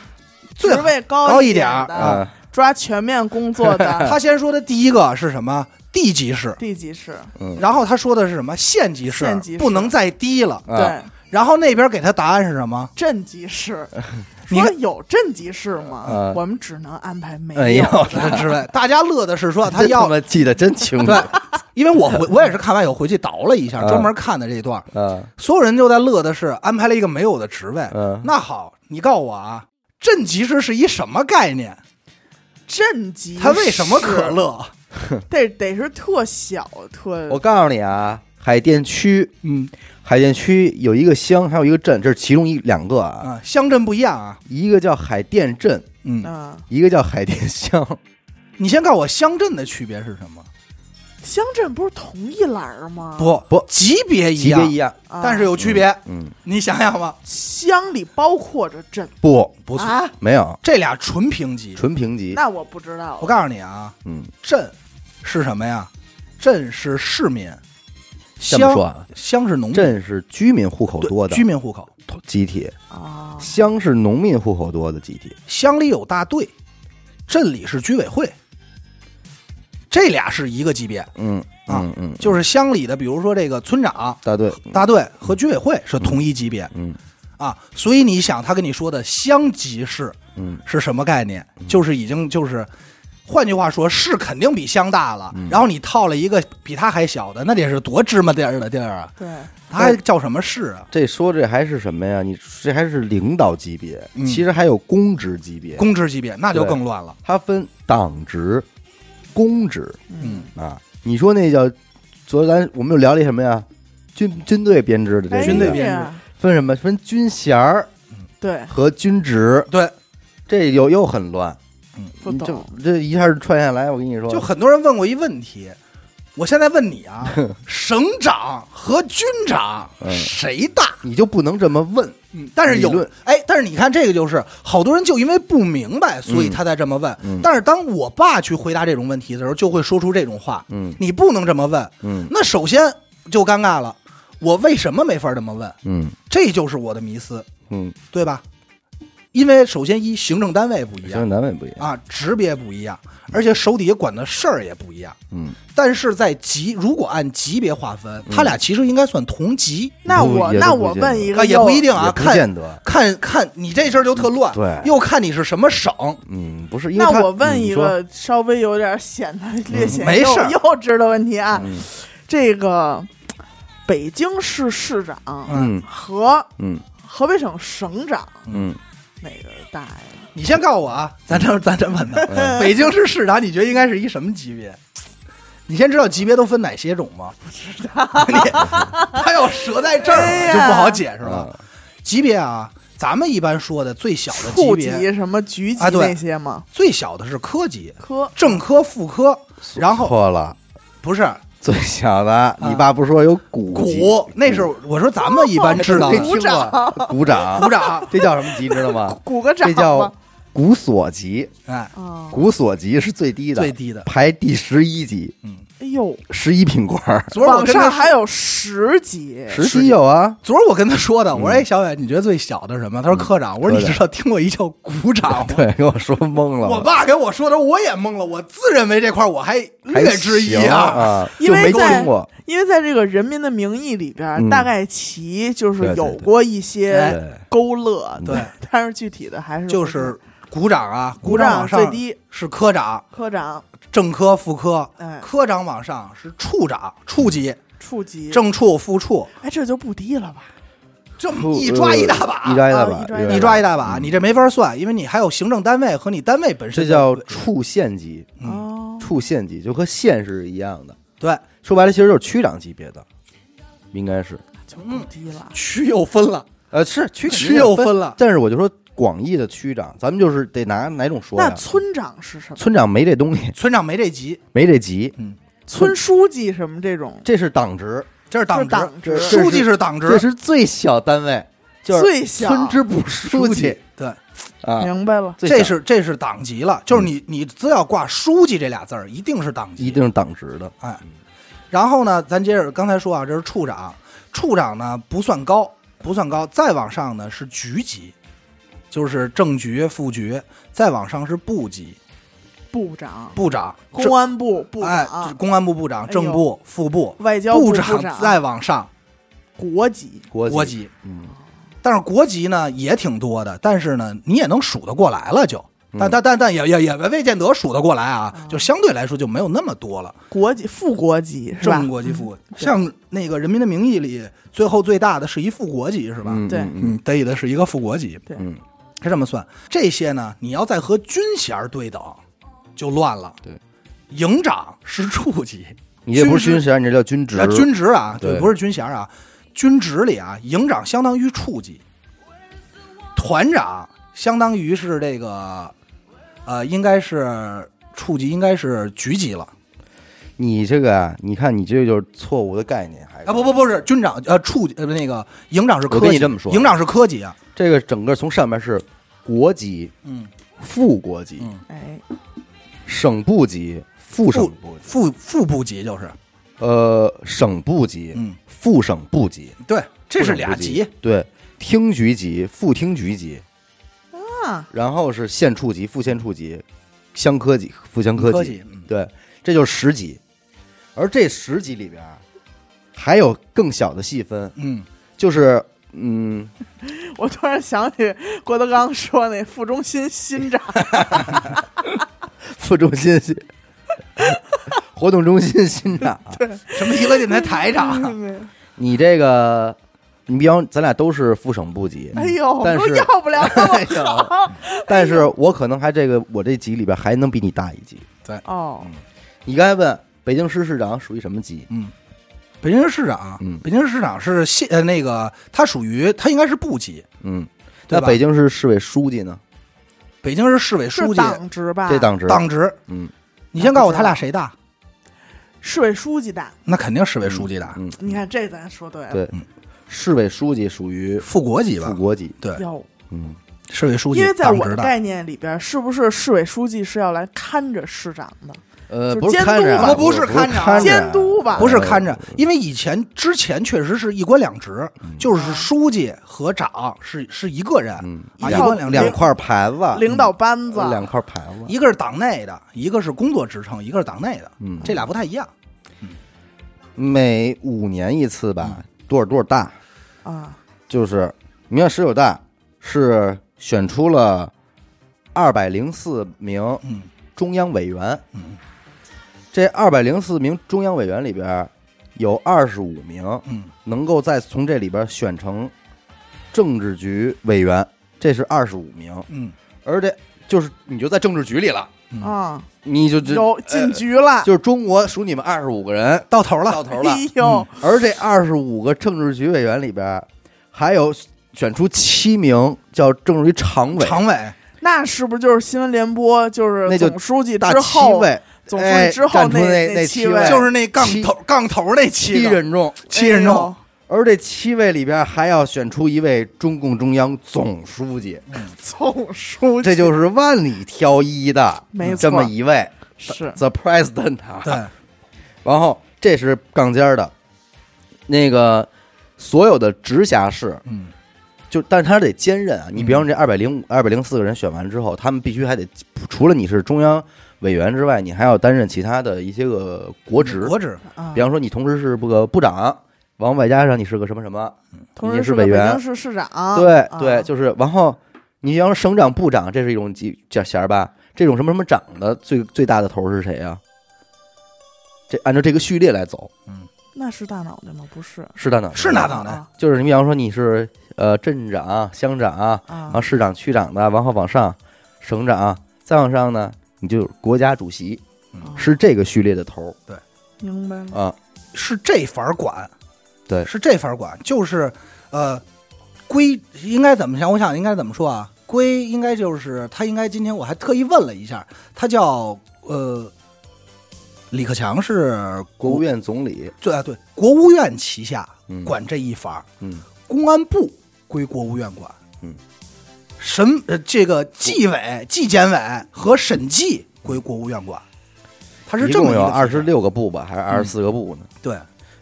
S3: 职
S2: 最好
S3: 位
S2: 高
S3: 高
S2: 一点儿
S3: 点
S1: 啊
S3: 的，抓全面工 作的
S1: 哎
S2: 他先说的第一个是什么？地级市。
S3: 地级市，
S1: 嗯，
S2: 然后他说的是什么？县级市，
S3: 县级市
S2: 不能再低了。
S1: 啊
S3: 对，
S2: 然后那边给他答案是什么？
S3: 镇级 市，
S2: 你
S3: 说有镇级市吗
S1: 啊？
S3: 我们只能安排没
S1: 哎
S3: 有
S1: 呦，
S2: 什么之类。大家乐的是 说他
S1: 真他
S2: 要
S1: 妈记得真 清楚。
S2: 对，因为我回我也是看完以后回去倒了一下，
S1: 啊
S2: 专门看的这一段，
S1: 嗯
S2: 所有人就在乐的是安排了一个没有的职位。
S1: 嗯，
S2: 那好，你告诉我啊，镇级市是一什么概念？
S3: 镇级市，
S2: 它为什么可乐？
S3: 得得是特小特，
S1: 我告诉你啊，海淀区，
S2: 嗯
S1: 海淀区有一个乡，还有一个镇，这是其中一两个啊，
S2: 啊，乡镇不一样啊。
S1: 一个叫海淀镇，
S2: 嗯，
S3: 嗯，
S1: 一个叫海淀乡。
S2: 你先告诉我乡镇的区别是什么？
S3: 乡镇不是同一栏儿吗？，
S2: 不
S1: 不
S2: 级别 一
S1: 级
S2: 样，
S1: 别一样，
S2: 但是有区别。
S1: 嗯，
S2: 你想想吧，
S3: 乡里包括着镇
S1: 不，
S2: 不错，
S3: 啊，
S1: 没有
S2: 这俩纯评级。
S1: 纯评级，
S3: 那我不知道了。
S2: 我告诉你啊，
S1: 嗯，
S2: 镇是什么呀？镇是市民，
S1: 这么
S2: 乡
S1: 说啊，
S2: 乡是农民
S1: 镇是居民户口
S2: 嗯对
S1: 多的
S2: 居民户口，
S1: 集体，
S3: 啊，
S1: 乡是农民户口多的集体，
S2: 乡里有大队，镇里是居委会，这俩是一个级别，
S1: 嗯
S2: 啊
S1: 嗯嗯，
S2: 就是乡里的，比如说这个村长、
S1: 大队，
S2: 大队和居委会是同一级别
S1: 嗯
S2: 啊。所以你想，他跟你说的乡级市
S1: 嗯
S2: 是什么概念？就是已经就是。换句话说，市肯定比乡大了，
S1: 嗯
S2: 然后你套了一个比它还小的，那得是多芝麻地儿的地儿啊！
S3: 对，
S2: 它还叫什么市啊？
S1: 这说这还是什么呀？你这还是领导级别，
S2: 嗯
S1: 其实还有公职级别，
S2: 公职级别，那就更乱了。
S1: 它分党职、公职
S2: 嗯，
S1: 啊。你说那叫昨儿咱我们又聊了一什么呀？军军队编制的这
S3: 哎
S1: 个
S2: 军队编制
S3: 呀
S1: 分什么？分军衔儿
S3: 对，
S1: 和军职，
S2: 对，
S1: 这又又很乱。
S3: 不
S1: 你
S3: 懂，
S1: 这这一下串下来，我跟你说，
S2: 就很多人问过一问题，我现在问你 啊，省长和军长
S1: 嗯
S2: 谁大？
S1: 你就不能这么问。
S2: 嗯，但是
S1: 理
S2: 有
S1: 论
S2: 哎，但是你看这个就是好多人就因为不明白，所以他才这么问。
S1: 嗯
S2: 但是当我爸去回答这种问题的时候，就会说出这种话：
S1: 嗯
S2: 你不能这么问。
S1: 嗯
S2: 那首先就尴尬了，我为什么没法这么问？
S1: 嗯
S2: 这就是我的迷思，
S1: 嗯，
S2: 对吧？因为首先一行政单位不一
S1: 行
S2: 样
S1: 政单位不一样。
S2: 啊，职别不一样，而且手底下管的事儿也不一样。
S1: 嗯，
S2: 但是在级，如果按级别划分，他俩其实应该算同级
S3: 那
S1: 不
S3: 我
S1: 也
S3: 那
S1: 都不
S3: 我
S1: 见
S3: 问
S1: 得
S3: 一
S2: 啊，
S3: 个，
S2: 也不一。定啊，
S1: 也不
S2: 看
S1: 见得。
S2: 看看你这事儿就特乱，
S1: 嗯对
S2: 又看你是什么省，
S1: 嗯，不是，因为
S3: 那
S1: 它
S3: 我问
S1: 你
S3: 一
S1: 说
S3: 个稍微有点显得略显
S2: 没
S3: 幼
S2: 事儿
S3: 幼稚的问题啊，
S1: 嗯
S3: 这个北京市市长
S1: 嗯
S3: 和
S1: 嗯
S3: 河北省省长
S1: 嗯，
S3: 哪个大呀？
S2: 你先告诉我啊，咱这咱这问 的，
S1: 嗯
S2: 北京市市长，你觉得应该是一什么级别？你先知道级别都分哪些种吗？不 知道，他要折在这
S3: 哎
S2: 儿
S3: 呀
S2: 就不好解释了。
S1: 啊
S3: 嗯
S2: 级别啊，咱们一般说的最小的级
S3: 处
S2: 别，
S3: 级什么局级
S2: 啊对
S3: 那些吗？
S2: 最小的是科级，
S3: 科
S2: 正科、副科，然后
S1: 错了，
S2: 不是
S1: 最小的，你爸不是说有股
S2: 股，那是我说咱们一般知道
S1: 没听
S3: 嗯
S2: 的
S1: 过 鼓掌，
S2: 鼓掌，
S1: 这叫什么级你知道吗？
S3: 鼓个掌
S1: 这
S3: 吧
S1: 叫。股所级，
S2: 哎，
S3: 啊，
S1: 股所级是最低的，
S2: 最低的。嗯
S1: 排第十一级，
S3: 哎呦，
S1: 十一品官 儿，
S2: 昨儿我
S3: 网
S2: 跟他
S3: 上
S2: 说
S3: 还有十级，
S1: 十级有啊，
S2: 昨儿我跟他说的，我说
S3: 嗯
S2: 哎，小远，你觉得最小的是什么？他说科长。我说你知道听过一叫鼓掌吗？
S1: 对，给我说懵了，
S2: 我爸跟我说的，我也懵了。我自认为这块儿我还
S1: 还
S2: 略知一
S1: 行
S2: 二，
S1: 啊，
S3: 因
S1: 就
S3: 为
S1: 没
S3: 在
S1: 听过，
S3: 因为在这个《人民的名义》里边，
S1: 嗯
S3: 大概其就是
S1: 对对
S3: 有
S1: 对
S3: 过一
S2: 哎
S3: 些
S1: 对，
S3: 勾勒，
S1: 嗯
S2: 对，
S3: 但是具体的还是
S2: 就
S3: 不知
S2: 是鼓掌啊，
S3: 鼓
S2: 掌往
S3: 掌最
S2: 上
S3: 低，
S2: 是科长、
S3: 科长、
S2: 正科、副科，
S3: 哎
S2: 科长往上是处长、处级、
S3: 处级，
S1: 嗯
S2: 正处、副处，
S3: 哎，这就不低了吧？
S2: 这么一抓一大
S1: 呃
S2: 把，
S1: 一抓一大
S3: 啊
S1: 把
S3: 一
S1: 嗯
S3: 抓一大，把
S2: 你抓一大把，你这没法算，因为你还有行政单位和你单位本
S1: 这
S2: 身的。
S1: 叫处县级，
S2: 嗯
S3: 哦，
S1: 处县级就和县是一样的，
S2: 对，
S1: 说白了其实就是区长级别的，应该是，
S3: 就不低了。
S2: 区又分了，
S1: 呃，是区肯定
S2: 区
S1: 要
S2: 又分了。
S1: 但是我就说广义的区长，咱们就是得拿哪种说
S3: 那
S1: 呀？
S3: 村长是什么？
S1: 村长没这东西，
S2: 村长没这级，
S1: 没这级，
S3: 村书记什么这种？
S1: 这是党职，
S2: 这是党
S3: 这是
S2: 职
S3: 党，
S1: 这
S3: 职
S2: 书记是党职
S1: 这，是最小单位，就是
S3: 最小
S1: 村支部书记
S2: 对，
S1: 啊，
S3: 明白了，
S1: 最小
S2: 哎这是这是党级了，就是你你只要挂书记这俩字儿，一定是党级。
S1: 一定是党职的，
S2: 哎，然后呢，咱接着刚才说啊，这是处长，处长呢不算高，不算高，再往上呢是局级，就是正局、副局，再往上是部级，
S3: 部长、
S2: 部长、
S3: 公安部部
S2: 正哎，就是
S3: 长、
S2: 公安部部长、正部、副部、
S3: 外交部
S2: 长，再往上
S3: 国级，
S1: 国
S2: 国
S1: 级，
S2: 级。
S1: 嗯，
S2: 但是国籍呢也挺多的，但是呢你也能数得过来了就，但但但但也也也未见得数得过来啊，就相对来说就没有那么多了。
S3: 国级副国级是吧
S2: 正？国级
S1: 嗯
S2: 副国，像那个《人民的名义》里最后最大的是一副国级是吧？
S1: 嗯
S3: 对
S1: 嗯
S2: 嗯，得以的是一个副国级，
S3: 对
S1: 嗯，
S2: 是这么算。这些呢，你要再和军衔儿对等，就乱了。
S1: 对，
S2: 营长是处级，
S1: 你这不是
S2: 军
S1: 军衔，你这叫军职
S2: 啊，，军职啊，
S1: 对
S2: 不是军衔啊，军职里啊，营长相当于处级，团长相当于是这个，呃，应该是处级，应该是局级了。
S1: 你这个啊，你看你这就是错误的概念，还是
S2: 啊，不不不是，军长呃处呃那个营长是科
S1: 我跟
S2: 级，
S1: 你这么说
S2: 营长是科级啊，
S1: 这个整个从上面是国级、
S2: 嗯，
S1: 副国级、
S2: 嗯
S3: 哎，
S1: 省部级、副省部级，
S2: 副副部级就是，
S1: 呃，省部级、
S2: 嗯，
S1: 副省部级，
S2: 对，这
S1: 副
S2: 是
S1: 省
S2: 俩
S1: 部
S2: 级，，
S1: 对，厅局级、副厅局级，
S3: 啊，
S1: 然后是县处级、副县处级、乡科级、副乡科级，
S2: 科级，嗯，
S1: 对，这就是十级。而这十级里边儿还有更小的细分，
S2: 嗯，
S1: 就是嗯，
S3: 我突然想起郭德纲说那副中心新长，
S1: 副中心、 活动中心新 长。
S2: 什么娱乐电台 台长，
S1: 你这个，你比方咱俩都是副省部级，
S3: 哎呦，
S1: 但
S3: 都
S1: 是
S3: 要不了那么好
S1: 但是我可能还这个我这级里边还能比你大一级。
S3: 哦，
S1: 你刚才问北京市市长属于什么级？
S2: 嗯，北京市市长，啊
S1: 嗯
S2: 北京市市长是县呃那个，他属于他应该是部级，
S1: 嗯，
S2: 对
S1: 那
S2: 吧
S1: 北京市市委书记呢？
S2: 北京市市委书
S3: 是
S2: 记
S3: 党职吧？
S1: 这党职，
S2: 党职，
S1: 嗯，
S2: 你先告诉我他俩谁大？
S3: 市委书记大。
S2: 那肯定市委书记大，
S1: 嗯，
S3: 你看这咱说对了，
S1: 对，市委书记属于
S2: 副国级吧
S1: 副？国级，
S2: 对，
S3: 要
S1: 嗯，
S2: 市委书记，
S3: 因为在
S2: 党
S3: 我
S2: 职
S3: 的
S2: 大，
S3: 概念里边，是不是市委书记是要来看着市长的，
S1: 呃，
S3: 就
S1: 不是
S3: 监
S1: 看
S3: 督
S1: 着啊，
S3: 吧
S1: 不
S2: 不是
S1: 看
S2: 看着啊
S1: 啊
S3: 监督吧
S2: 不是看着，因为以前之前确实是一官两职，就是书记和长是是一个人
S1: 嗯
S2: 啊，一
S3: 两
S2: 官两
S1: 两
S2: 职，
S1: 块牌子，
S3: 领导班子？
S1: 啊嗯呃两块牌子，
S2: 一个是党内的，一个是工作职称，一个是党内的，
S1: 嗯
S2: 这俩不太一样。
S1: 每五年一次吧，多少多少大，
S3: 啊，
S1: 就是你看十九大是选出了二百零四名
S2: 嗯
S1: 中央委员，
S2: 嗯
S1: 这二百零四名中央委员里边有二十五名
S2: 嗯
S1: 能够再从这里边选成政治局委员，这是二十五名，
S2: 嗯
S1: 而这就是你就在政治局里了，
S2: 嗯
S3: 啊，
S1: 你就这呃
S3: 有进局了，
S1: 就是中国数你们二十五个人
S2: 到头了，
S1: 到头 了嗯
S3: 哎，呦，
S1: 而这二十五个政治局委员里边，还有选出七名叫政治局常委，
S2: 常委
S3: 那是不是就是新闻联播就是
S1: 那就
S3: 总书记
S1: 大
S3: 之
S1: 七
S3: 后，
S1: 位，
S3: 总书记之后
S1: 哎站出那
S3: 那
S1: 七
S3: 七
S1: 位对
S2: 就是那杠
S1: 七
S2: 头杠头那
S1: 七
S2: 个
S1: 人众。
S2: 七人
S3: 哎
S2: 众
S3: 呦，
S1: 而这七位里边还要选出一位中共中央总书记，
S3: 总书记
S1: 这就是万里挑一的，
S3: 没错
S1: 这么一位
S3: 是
S1: the president 啊。
S2: 对，
S1: 然后这是杠尖儿的，那个所有的直辖市，
S2: 嗯
S1: 就但是他得兼任啊。你比方这二百零五、二百零四个人选完之后，他们必须还得除了你是中央委员之外，你还要担任其他的一些个国职。
S2: 国职，
S3: 啊
S1: 比，方说，你同时是部个部长，然后外加上你是个什么什么，
S3: 同
S1: 你
S3: 时
S1: 是
S3: 是
S1: 委
S3: 个北
S1: 员
S3: 京市市长，
S1: 对
S3: 啊
S1: 对，就是然后你要是省长、部长，这是一种级叫衔儿吧？这种什么什么长的最最大的头是谁啊？这按照这个序列来走，
S3: 那是大脑袋吗？不是，
S1: 是大脑
S2: 是
S1: 大
S2: 大
S1: 脑。
S2: 脑袋，
S3: 啊
S1: 就是你比方说你是呃镇长、乡长，
S3: 啊
S1: 然后市长、区长的，然后往上，省长，再往上呢，你就国家主席，
S2: 嗯
S3: 啊
S1: 是这个序列的头
S3: 明白了，
S1: 啊。
S2: 是这法儿管，
S1: 对
S2: 是这法儿管，就是呃，归应该怎么想？我想应该怎么说啊？归应该就是他应该今天我还特意问了一下，他叫呃，李克强是
S1: 国务院总理，
S2: 对啊对，国务院旗下
S1: 嗯，
S2: 管这一法儿，
S1: 嗯，
S2: 公安部归国务院管，
S1: 嗯，
S2: 审呃这个纪委、纪检委和审计归国务院管，他啊是
S1: 一
S2: 这么
S1: 共
S2: 一
S1: 有
S2: 个
S1: 二
S2: 体
S1: 十
S2: 制，
S1: 六个部吧，还是二十四个部呢？
S2: 对，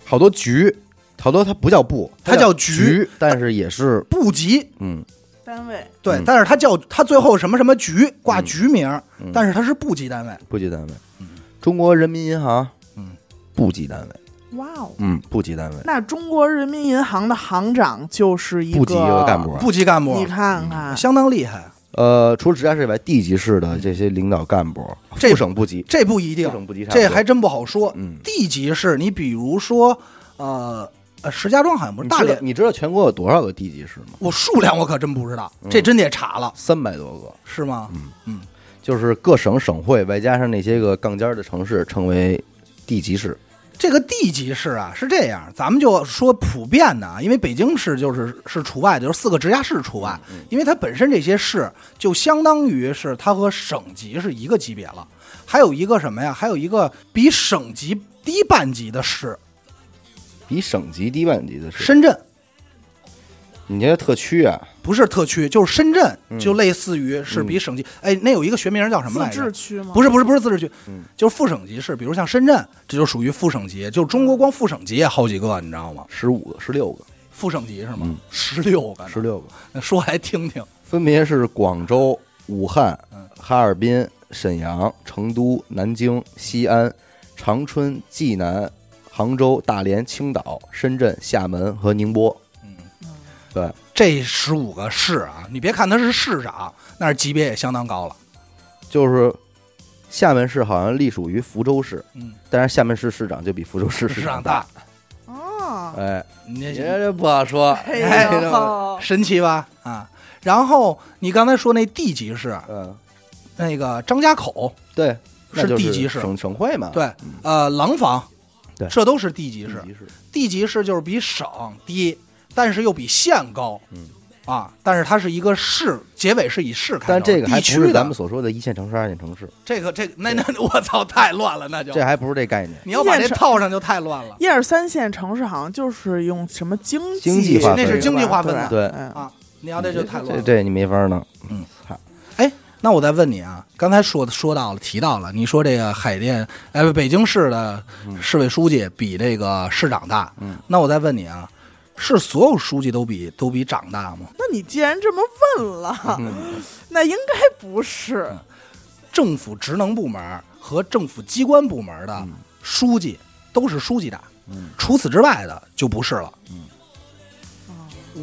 S1: 好多局，好多它不叫部，
S2: 它
S1: 叫
S2: 叫局，
S1: 但是也是
S2: 部级
S1: 嗯，
S3: 单位
S2: 对，
S1: 嗯
S2: 但是他叫他最后什么什么局挂
S1: 嗯
S2: 局名，
S1: 嗯
S2: 但是他是部级单位，
S1: 部级单位，嗯中国人民银行，
S2: 嗯，
S1: 部级单位，
S3: 哇哦。
S1: 嗯，部级单位，
S3: 那中国人民银行的行长就是一个
S1: 部级一个干部，啊。嗯
S2: 部级干部
S3: 你看看，
S2: 相当厉害，
S1: 呃，除了直辖市以外，地级市的这些领导干部，
S2: 这
S1: 副省部级，
S2: 这不一定
S1: 副，省部级差不多，
S2: 这还真不好说。
S1: 嗯，
S2: 地级市，你比如说，呃呃，石家庄好像不是
S1: 你
S2: 大
S1: 知道
S2: 连，
S1: 你知道全国有多少个地级市吗？
S2: 我数量我可真不知道，
S1: 嗯
S2: 这真得查了，
S1: 三百多个，
S2: 是吗？嗯
S1: 就是各省省会外加上那些个杠尖儿的城市称为地级市。
S2: 这个地级市啊是这样，咱们就说普遍的啊，因为北京市就是是除外，就是四个直辖市除
S1: 嗯
S2: 外，因为它本身这些市就相当于是它和省级是一个级别了。还有一个什么呀？还有一个比省级低半级的市，
S1: 比省级低半级的是，
S2: 深圳
S1: 你这特区啊，
S2: 不是特区，就是深圳，
S1: 嗯
S2: 就类似于是比省级。哎，那有一个学名叫什么来
S3: 自治
S2: 着？
S3: 区吗？
S2: 不是不是不是自治区，
S1: 嗯
S2: 就是副省级市，比如像深圳，这就属于副省级，就是中国光副省级也好几个，你知道吗？
S1: 十五个、十六个、
S2: 副省级是吗
S1: 嗯？
S2: 十六个呢，
S1: 十六个，
S2: 说来听听。
S1: 分别是广州、武汉
S2: 嗯、
S1: 哈尔滨、沈阳、成都、南京、西安、长春、济南、杭州、大连、青岛、深圳、厦门和宁波。
S3: 嗯
S1: 对，
S2: 嗯这十五个市啊，你别看它是市长，那是级别也相当高了。
S1: 就是厦门市好像隶属于福州市，
S2: 嗯，
S1: 但是厦门市市长就比福州市
S2: 市
S1: 长
S2: 长大。，
S3: 啊，
S1: 哎，
S2: 你
S1: 你
S2: 这
S1: 这不好说，
S3: 哎
S1: 哎这不
S3: 呦，
S2: 神奇吧？啊，然后你刚才说那地级市，
S1: 嗯，
S2: 那个张家口，
S1: 对，那就是
S2: 地级市
S1: 省省会嘛，
S2: 对，呃，廊坊，
S1: 啊嗯对
S2: 这都是地级
S1: 地
S2: 市。
S1: 级市，
S2: 地级市就是比省低，但是又比县高。
S1: 嗯。
S2: 啊，但是它是一个市，结尾是以市开头，
S1: 但这个还不
S2: 地区
S1: 是
S2: 的
S1: 咱们所说的一线城市、二线城市，
S2: 这个这个那那我操，太乱了，那就
S1: 这还不是这概念。
S2: 你要把这套上就太乱了。
S3: 一二三线城市好像就是用什么经济
S1: 经济划分
S2: 那是经济划分的
S1: 对
S3: 嗯
S2: 啊你要这就太乱
S1: 这
S2: 了。
S1: 这你没法弄。
S2: 嗯，
S1: 操，
S2: 那我再问你啊，刚才说说到了，提到了，你说这个海淀，哎，不北京市的市委书记比这个市长大，
S1: 嗯，
S2: 那我再问你啊，是所有书记都比都比长大吗？
S3: 那你既然这么问了，
S1: 嗯
S3: 那应该不
S2: 嗯
S3: 是。
S2: 政府职能部门和政府机关部门的
S1: 嗯
S2: 书记都是书记大，
S1: 嗯
S2: 除此之外的就不是了。
S1: 嗯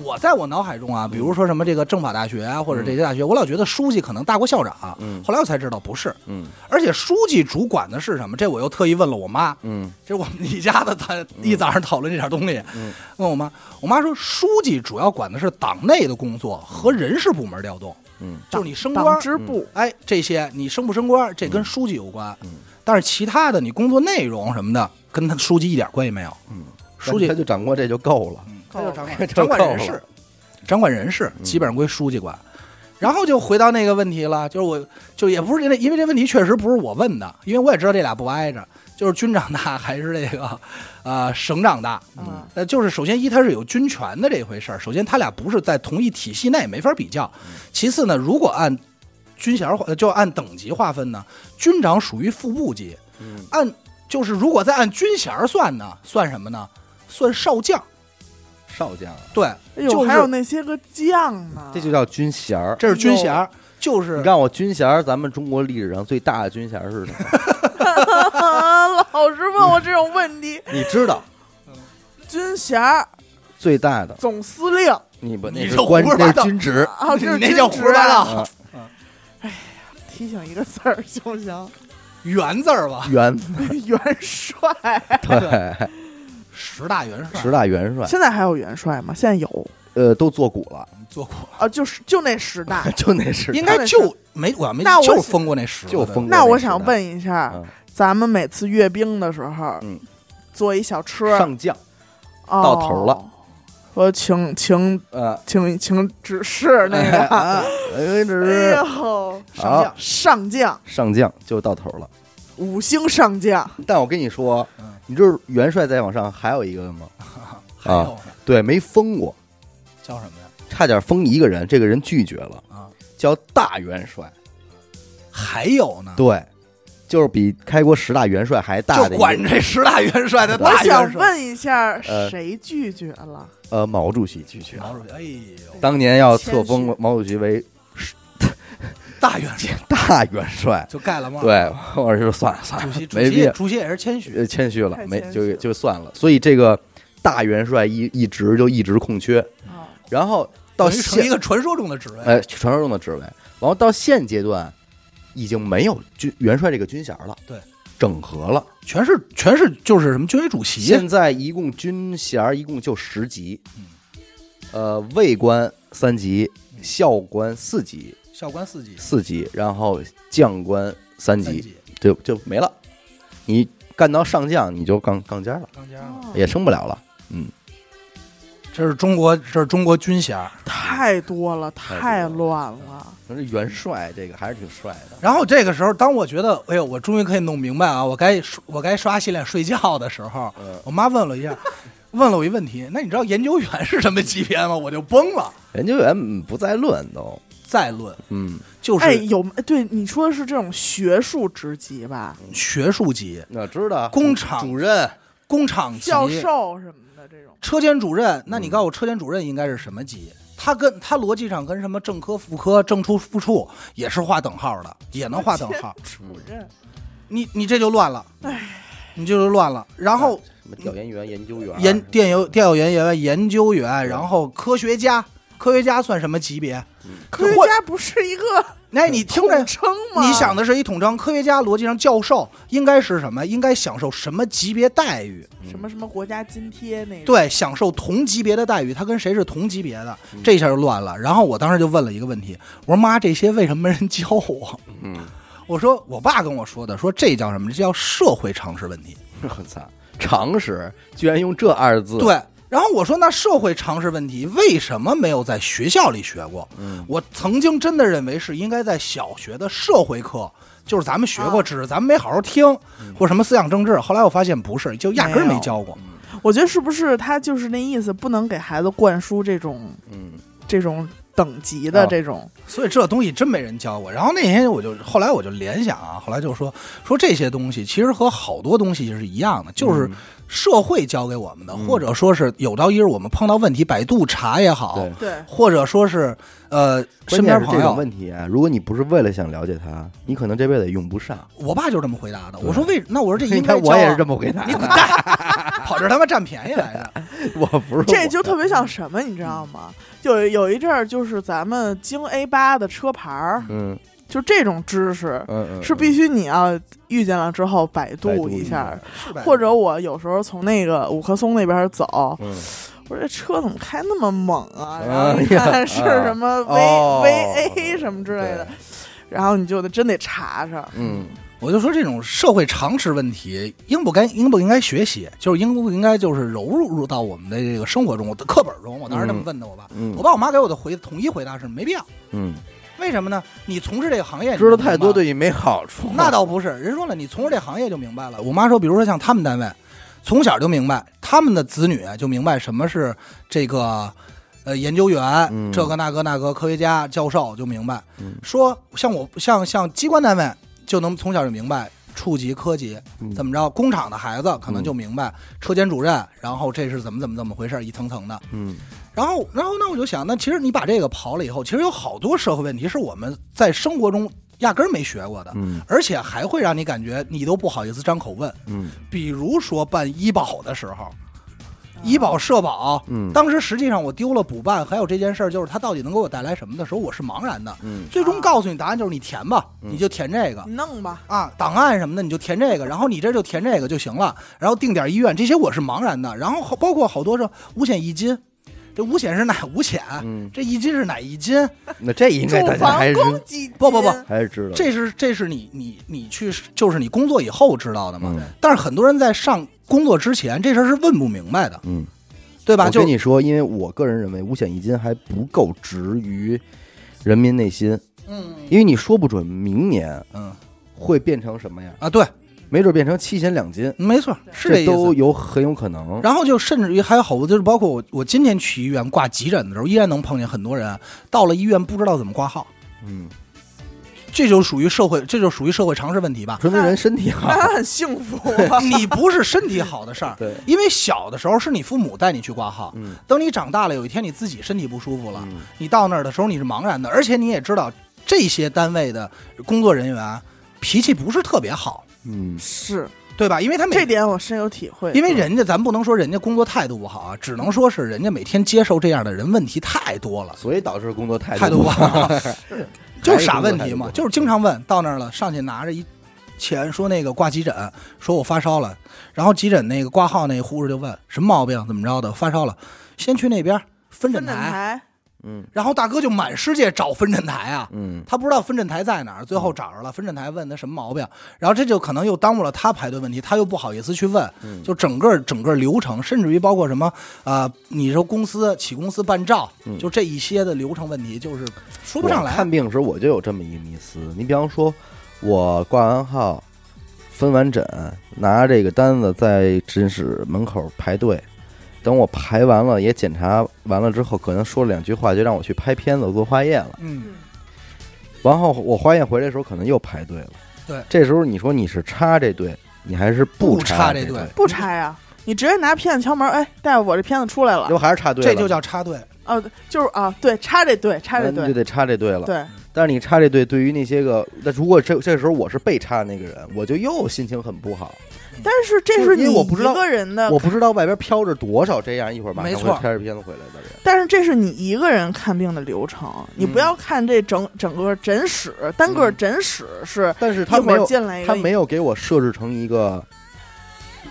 S2: 我在我脑海中啊，比如说什么这个政法大学啊，或者这些大学，我老觉得书记可能大过校长，
S1: 嗯
S2: 后来我才知道不是，
S1: 嗯
S2: 而且书记主管的是什么？这我又特意问了我妈，
S1: 嗯
S2: 这是我们一家子他一早上讨论这点东西，
S1: 嗯
S2: 问我妈，我妈说书记主要管的是党内的工作和人事部门调动，
S1: 嗯
S2: 就是你升官
S3: 党，支部
S2: 哎，这些你升不升官，这跟书记有关，
S1: 嗯
S2: 但是其他的你工作内容什么的，跟他书记一点关系没有，
S1: 嗯，
S2: 书记
S1: 他就掌握这就够了。
S2: 嗯他就
S3: 哦
S2: 掌
S1: 够
S2: 管
S1: 了
S2: 掌管人
S1: 够
S2: 事
S1: 了，
S2: 掌管人事
S1: 嗯
S2: 基本上归书记管。然后就回到那个问题了，就是我就也不是因为因为这问题确实不是我问的，因为我也知道这俩不挨着，就是军长大还是这个呃省长大。
S3: 嗯
S2: 呃，就是首先一，它是有军权的这回事儿。首先，他俩不是在同一体系内，没法比较。其次呢，如果按军衔划，呃就按等级划分呢，军长属于副部级，
S1: 嗯
S2: 按就是如果再按军衔儿算呢，算什么呢？算少将。
S1: 少将啊，
S2: 对，
S3: 哎
S2: 就
S3: 呦，
S2: 是
S3: 还有那些个将呢，
S1: 这就叫军衔儿。
S2: 这是军衔儿，就是
S1: 你让我军衔儿，咱们中国历史上最大的军衔儿是 什么？
S3: 老是问我这种问题。
S1: 你知道
S3: 军衔儿、
S1: 最大的，
S3: 总司令
S1: 你不
S2: 你
S1: 那是
S2: 这胡
S1: 官
S2: 说八
S1: 那是
S2: 道
S1: 军 职。
S3: 啊，这是
S2: 你那叫胡
S3: 军
S2: 说
S3: 职
S2: 八
S3: 啊
S2: 道。
S1: 啊，
S3: 提醒一个字儿行不行？
S2: 元字儿吧，
S1: 元
S3: 元帅，
S1: 对
S2: 十大元帅
S1: 十大元帅，
S3: 现在还有元帅吗？现在有
S1: 呃，都做古了，。
S2: 做过，
S3: 啊，就是就那时代
S1: 就那是
S2: 应该就没我没
S3: 那我
S2: 就封过那十个，
S1: 就封过
S3: 那
S1: 那
S3: 我
S1: 时
S3: 想
S1: 代
S3: 问一下，
S1: 嗯
S3: 咱们每次阅兵的时候，
S1: 嗯
S3: 做一小车
S1: 上将，
S3: 哦
S1: 到头了，
S3: 说请请
S1: 呃，
S3: 请请指 示那个，
S1: 啊，哎，这
S3: 哎
S1: 是
S3: 呦，
S2: 上
S1: 好
S2: 将。
S3: 上将，
S1: 上将就到头了。
S3: 五星上将，
S1: 但我跟你说
S2: 嗯，
S1: 你知道元帅再往上还有一个吗？
S2: 还有呢
S1: 对，没封过，
S2: 叫什么呀？
S1: 差点封一个人，这个人拒绝了，
S2: 啊，
S1: 叫大元帅。
S2: 还有呢，
S1: 对，就是比开国十大元帅还大的
S2: 就
S1: 一
S2: 管
S1: 个，
S2: 这十大元帅的
S3: 我
S2: 大
S3: 想
S2: 元帅。
S3: 问一下，
S1: 呃
S3: 谁拒绝了？
S1: 呃，毛主席拒绝了。
S2: 毛主席，哎呦，
S1: 当年要册封
S3: 谦虚
S1: 毛主席为
S2: 大元帅
S1: 大元帅，
S2: 就盖了帽。，
S1: 对，我说算了算
S2: 主
S1: 了
S2: 席，主
S1: 哎没必
S2: 席
S1: 要，
S2: 主席也是谦虚，
S1: 呃谦虚了
S3: 太，
S1: 没
S3: 谦虚
S1: 就
S3: 了
S1: 就算了。所以这个大元帅一一直就一直空缺，
S3: 啊，
S1: 然后到
S2: 等于成
S1: 现
S2: 一个传说中的职位。
S1: 呃，传说中的职位。然后到现阶段，已经没有军元帅这个军衔了，
S2: 对，
S1: 整合了。
S2: 全是全是就是什么军委主席
S1: 现在一共军衔儿一共就十级
S2: 嗯，
S1: 呃，尉官三级，
S2: 嗯
S1: 校官四级，
S2: 校官四级，
S1: 四级，然后将官三
S2: 三
S1: 级，
S2: 级
S1: 就就没了。你
S3: 哦
S2: 嗯
S1: 干到上将，你就杠杠尖儿了，
S2: 钢尖儿了。
S1: 也升不了了。
S2: 这是中国，这是中国军衔。
S3: 太多了，
S1: 太
S3: 太
S1: 多
S3: 乱了。
S1: 可是元帅这个还是挺帅的。
S2: 然后这个时候，当我觉得，哎呦，我终于可以弄明白啊，我该我该刷洗脸睡觉的时候，
S1: 嗯，
S2: 我妈问了一下， 问了我一问题，那你知道研究员是什么级别吗？我就崩了。
S1: 研究员嗯不在论都，
S2: 再论
S1: 嗯，
S2: 就是
S3: 哎，有对你说的是这种学术职级吧，
S1: 嗯
S2: 学术级、
S1: 那知道
S2: 工厂
S1: 主任，
S2: 工厂级、
S3: 教授什么的这种。
S2: 车间主任。那
S3: 嗯
S2: 你告诉我，车间主任应该是什么级？他跟他逻辑上跟什么正科、副科、正处、副处也是划等号的，也能划等号。
S3: 主任，
S2: 你你这就乱了，你这就乱了。然后
S1: 啊
S3: 哎
S1: 什么调研员、研究员、
S2: 研电邮调研员、研究员，
S3: 嗯
S2: 然后科学家，科学家算什么级别？
S3: 嗯科学家不是一个
S2: 那哎你听着
S3: 统，称吗？
S2: 你想的是一统称，科学家逻辑上教授应该是什么？应该享受什么级别待遇？
S3: 什么什么国家津贴那种？
S2: 对，享受同级别的待遇，他跟谁是同级别的，这下就乱了。然后我当时就问了一个问题，我说妈，这些为什么没人教我？
S1: 嗯，
S2: 我说我爸跟我说的，说这叫什么？这叫社会常识问题。
S1: 我操，常识居然用这二字，，
S2: 对。然后我说，那社会常识问题为什么没有在学校里学过？
S1: 嗯
S2: 我曾经真的认为是应该在小学的社会课，就是咱们学过，
S3: 啊
S2: 只是咱们没好好听，或什么思想政治。后来我发现不是，就压根儿
S3: 没
S2: 没
S3: 有
S2: 教过。
S3: 我觉得是不是他就是那意思，不能给孩子灌输这种
S1: 嗯，
S3: 这种等级的
S1: 啊
S3: 这种。
S2: 所以这东西真没人教我。然后那天我就后来我就联想啊，后来就说说这些东西其实和好多东西是一样的，
S1: 嗯
S2: 就是社会教给我们的，或者说是有朝一日我们碰到问题，百度查也好
S1: 对，。
S3: 对，
S2: 或者说是呃
S1: 关
S2: 身
S1: 键
S2: 边
S1: 是
S2: 朋
S1: 这种
S2: 友，
S1: 问题啊，如果你不是为了想了解它，你可能这辈子也用不上。
S2: 我爸就这么回答的。
S1: 对
S2: 我说为那我 说这应
S1: 你
S2: 该
S1: 看
S2: 教
S1: 我
S2: 啊
S1: 也是这么回答
S2: 你滚
S1: 的，
S2: 蛋，跑这儿他妈占便宜来的。
S1: 我不是
S3: 这嗯
S1: 我
S3: 就特别像什么，你知道吗？有有一阵儿就是咱们京 A 八的车牌儿，
S1: 嗯
S3: 就这种知识
S1: 嗯嗯，
S3: 是必须你要遇见了之后百度一下儿，
S2: 是吧
S3: 或者我有时候从那个五棵松那边儿走，
S1: 嗯
S3: 我说这车怎么开那么猛啊？
S1: 哎呀
S3: 然后你看是什么 V、
S1: 哦
S3: V A 什么之类的，然后你就得真得查查。
S1: 嗯
S2: 我就说这种社会常识问题，应不该应不应该学习，就是应不应该就是融入到我们的这个生活中，我的课本中。我当时这么问的我爸，
S1: 嗯
S2: 我爸我妈给我的回统一回答是没必要。
S1: 嗯，
S2: 为什么呢？你从事这个行业，你
S1: 知
S2: 就
S1: 道太多
S2: 明白了
S1: 对你没好处。
S2: 那倒不是，人说了，你从事这行业就明白了。我妈说，比如说像他们单位，从小就明白，他们的子女就明白什么是这个。呃，研究员、
S1: 嗯
S2: 这个那个那个科学家、教授就明白，
S1: 嗯
S2: 说像我像像机关单位就能从小就明白处级科级，
S1: 嗯
S2: 怎么着？工厂的孩子可能
S1: 嗯
S2: 就明白、车间主任，然后这是怎么怎么怎么回事，一层层的。
S1: 嗯
S2: 然后，然后那我就想，那其实你把这个刨了以后，其实有好多社会问题是我们在生活中压根儿没学过的，
S1: 嗯
S2: 而且还会让你感觉你都不好意思张口问。
S1: 嗯
S2: 比如说办医保的时候，医保社保，
S1: 嗯
S2: 当时实际上我丢了补办，还有这件事儿，就是它到底能给我带来什么的时候，我是茫然的。
S1: 嗯
S2: 最终告诉你答案就是你填吧，
S1: 嗯
S2: 你就填这个
S3: 你弄吧，
S2: 啊，档案什么的你就填这个，然后你这就填这个就行了，然后定点医院这些我是茫然的，然后好包括好多这五险一金，这五险是哪五险？
S1: 嗯，
S2: 这一金是哪一金？
S1: 那这应
S3: 住
S1: 该大家还
S3: 房
S1: 是
S3: 公积金
S2: 不不不
S1: 还是知道
S2: 这是这是你你你去就是你工作以后知道的嘛？
S1: 嗯
S2: 但是很多人在上工作之前，这事儿是问不明白的，
S1: 嗯。
S2: 对吧？
S1: 我
S2: 就
S1: 跟你说，因为我个人认为五险一金还不够值于人民内心，
S2: 嗯
S1: 因为你说不准明年
S2: 嗯
S1: 会变成什么样，
S2: 啊，对，
S1: 没准变成七险两金，
S2: 没错，是
S1: 这
S2: 意思
S1: 都。有很有可能。
S2: 然后就甚至于还有好多，就是包括我，我今天去医院挂急诊的时候，依然能碰见很多人到了医院不知道怎么挂号，
S1: 嗯，
S2: 这就属于社会，这就属于社会常识问
S1: 。
S2: 题吧
S1: 说明人身体好。
S3: 他很幸福啊。
S2: 你不是身体好的事儿，
S1: 对，
S2: 因为小的时候是你父母带你去挂号，
S1: 嗯
S2: 等你长大了，有一天你自己身体不舒服了，
S1: 嗯
S2: 你到那儿的时候你是茫然的，而且你也知道这些单位的工作人员脾气不是特别好，
S1: 嗯
S3: 是
S2: 对吧？因为他
S3: 这
S2: 每
S3: 点我深有体
S1: 哎
S3: 会，
S2: 因为人家咱不能说人家工作态度不好啊，只能说是人家每天接受这样的人问题太多了。
S1: 所以导致工作态
S2: 态度
S1: 不
S2: 不
S1: 好。
S2: 好， 就是傻问
S1: 还是工作
S2: 题嘛
S1: 态度不好，
S2: 就是经常问到那儿了，上去拿着一钱说那个挂急诊，说我发烧了，然后急诊那个挂号那护士就问什么毛病，怎么着的，发烧了，先去那边分诊
S3: 分诊
S2: 台
S3: 台
S1: 嗯
S2: 然后大哥就满世界找分振台啊，
S1: 嗯
S2: 他不知道分振台在哪儿，最后找着了。分振台问他什么毛病，然后这就可能又耽误了他排队问题，他又不好意思去问，
S1: 嗯
S2: 就整个整个流程，甚至于包括什么啊、呃你说公司起公司办照，就这一些的流程问题，就是说不上
S1: 嗯我
S2: 来
S1: 看。病时我就有这么一迷思，你比方说，我挂完号，分完诊，拿这个单子在诊室门口排队，等我排完了也检查完了之后，可能说了两句话就让我去拍片子我做化验了。
S2: 嗯，
S1: 然后我化验回来的时候，可能又排队了。
S2: 对
S1: 这时候你说你是插这队，你还是
S2: 不
S1: 插
S2: 插这
S1: 队
S2: 队？，
S3: 不拆呀、你直接拿片子敲门，哎，大夫，我这片子出来了
S1: 这，不还是插队了
S2: 这
S1: 吗？
S2: 就叫插队。
S3: 哦，就是啊，对，插这队，插这
S1: 那你就
S3: 队，
S1: 得插这队了。
S3: 对，
S1: 但是你插这队，对于那些个，那如果这这时候我是被插的那个人，我就又心情很不好。
S3: 但是这
S1: 就是
S3: 你
S1: 因为我不知道
S3: 一个人的，
S1: 我不知道外边飘着多少这样一会儿马上
S2: 没错
S1: 会开着片子回来的人。
S3: 但是这是你一个人看病的流程，你不要看这整整个诊室，单个诊室是
S1: 但是
S3: 一
S1: 他
S3: 会
S1: 没
S3: 儿
S1: 有，
S3: 进来一个，
S1: 他没有给我设置成一个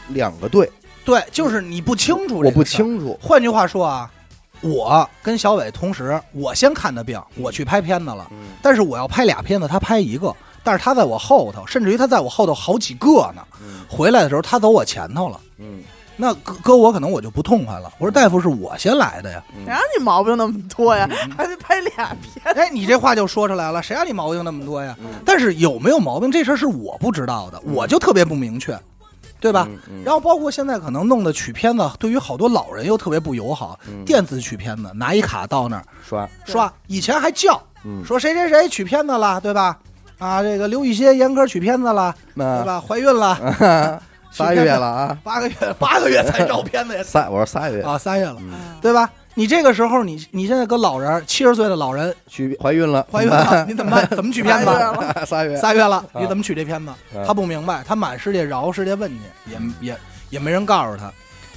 S1: 两个队，
S2: 对，就是你不清楚，
S1: 我不。清楚。
S2: 换句话说啊，我跟小伟同时，我先看的病，我去拍片子了。
S1: 嗯，
S2: 但是我要拍俩片子，他拍一个，但是他在我后头，甚至于他在我后头好几个呢。
S1: 嗯
S2: 回来的时候，他走我前头了，
S1: 嗯
S2: 那搁搁我可能我就不痛快了。我说大夫是我先来的呀，
S1: 嗯
S3: 谁让你毛病那么多呀？还得拍俩片，
S2: 哎，你这话就说出来了，谁让你毛病那么多呀
S1: 嗯？
S2: 但是有没有毛病这事儿是我不知道的，我就特别不明确，对吧？
S1: 嗯嗯
S2: 然后包括现在可能弄的取片子，对于好多老人又特别不友好，
S1: 嗯
S2: 电子取片子拿一卡到那儿
S1: 刷，
S2: 刷，啊以前还叫
S1: 嗯
S2: 说谁谁谁取片子了，对吧？啊，这个刘雨欣、严歌取片子了，对
S1: 那
S2: 吧？怀 孕了，
S1: 仨
S2: 取片
S1: 啊月
S2: 子
S1: 了，啊，
S2: 八个月，八个月才照片 子也
S1: 仨我说仨月，
S2: 啊，三月了，
S3: 嗯
S2: 对吧？你这个时候，你你现在跟老人七十岁的老人
S1: 去怀孕了，
S2: 怀孕了，你怎么办？怎么 取片
S3: 拍
S2: 子？
S3: 了
S1: 了，仨月，
S2: 仨月了，
S1: 啊
S2: 你怎么取这片子
S1: 啊？
S2: 他不明白，他满世界绕，世界问去，也也也没人告诉他。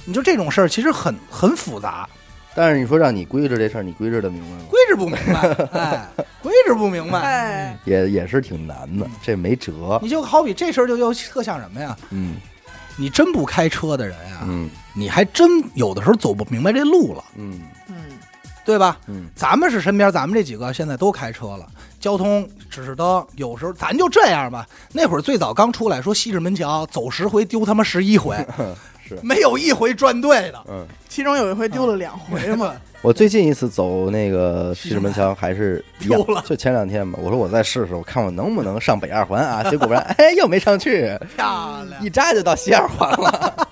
S2: 你就这种事儿，其实很很复杂，
S1: 但是你说让你规制这事儿，你规制的明白吗？
S2: 规制不明白， 哎，规制不明白。
S3: 哎，
S1: 也也是挺难的，这没辙。
S2: 嗯你就好比这事儿，就又特像什么呀？
S1: 嗯
S2: 你真不开车的人呀，
S1: 嗯
S2: 你还真有的时候走不明白这路了，
S1: 嗯
S3: 嗯，
S2: 对吧？
S1: 嗯
S2: 咱们是身边，咱们这几个现在都开车了，交通指示灯有时候咱就这样吧。那会儿最早刚出来说西直门桥走十回丢他妈十一回，
S1: 是
S2: 没有一回转对的，哎
S1: 嗯。
S3: 其中有一回丢了两回嘛，
S2: 嘛，
S1: 我最近一次走那个西直门桥还是一样
S2: 丢了
S1: 就前两天吧。我说我再试试，我看我能不能上北二环啊？结果不然，哎，又没上去，
S2: 漂亮。
S1: 一扎就到西二环
S2: 哎
S1: 了，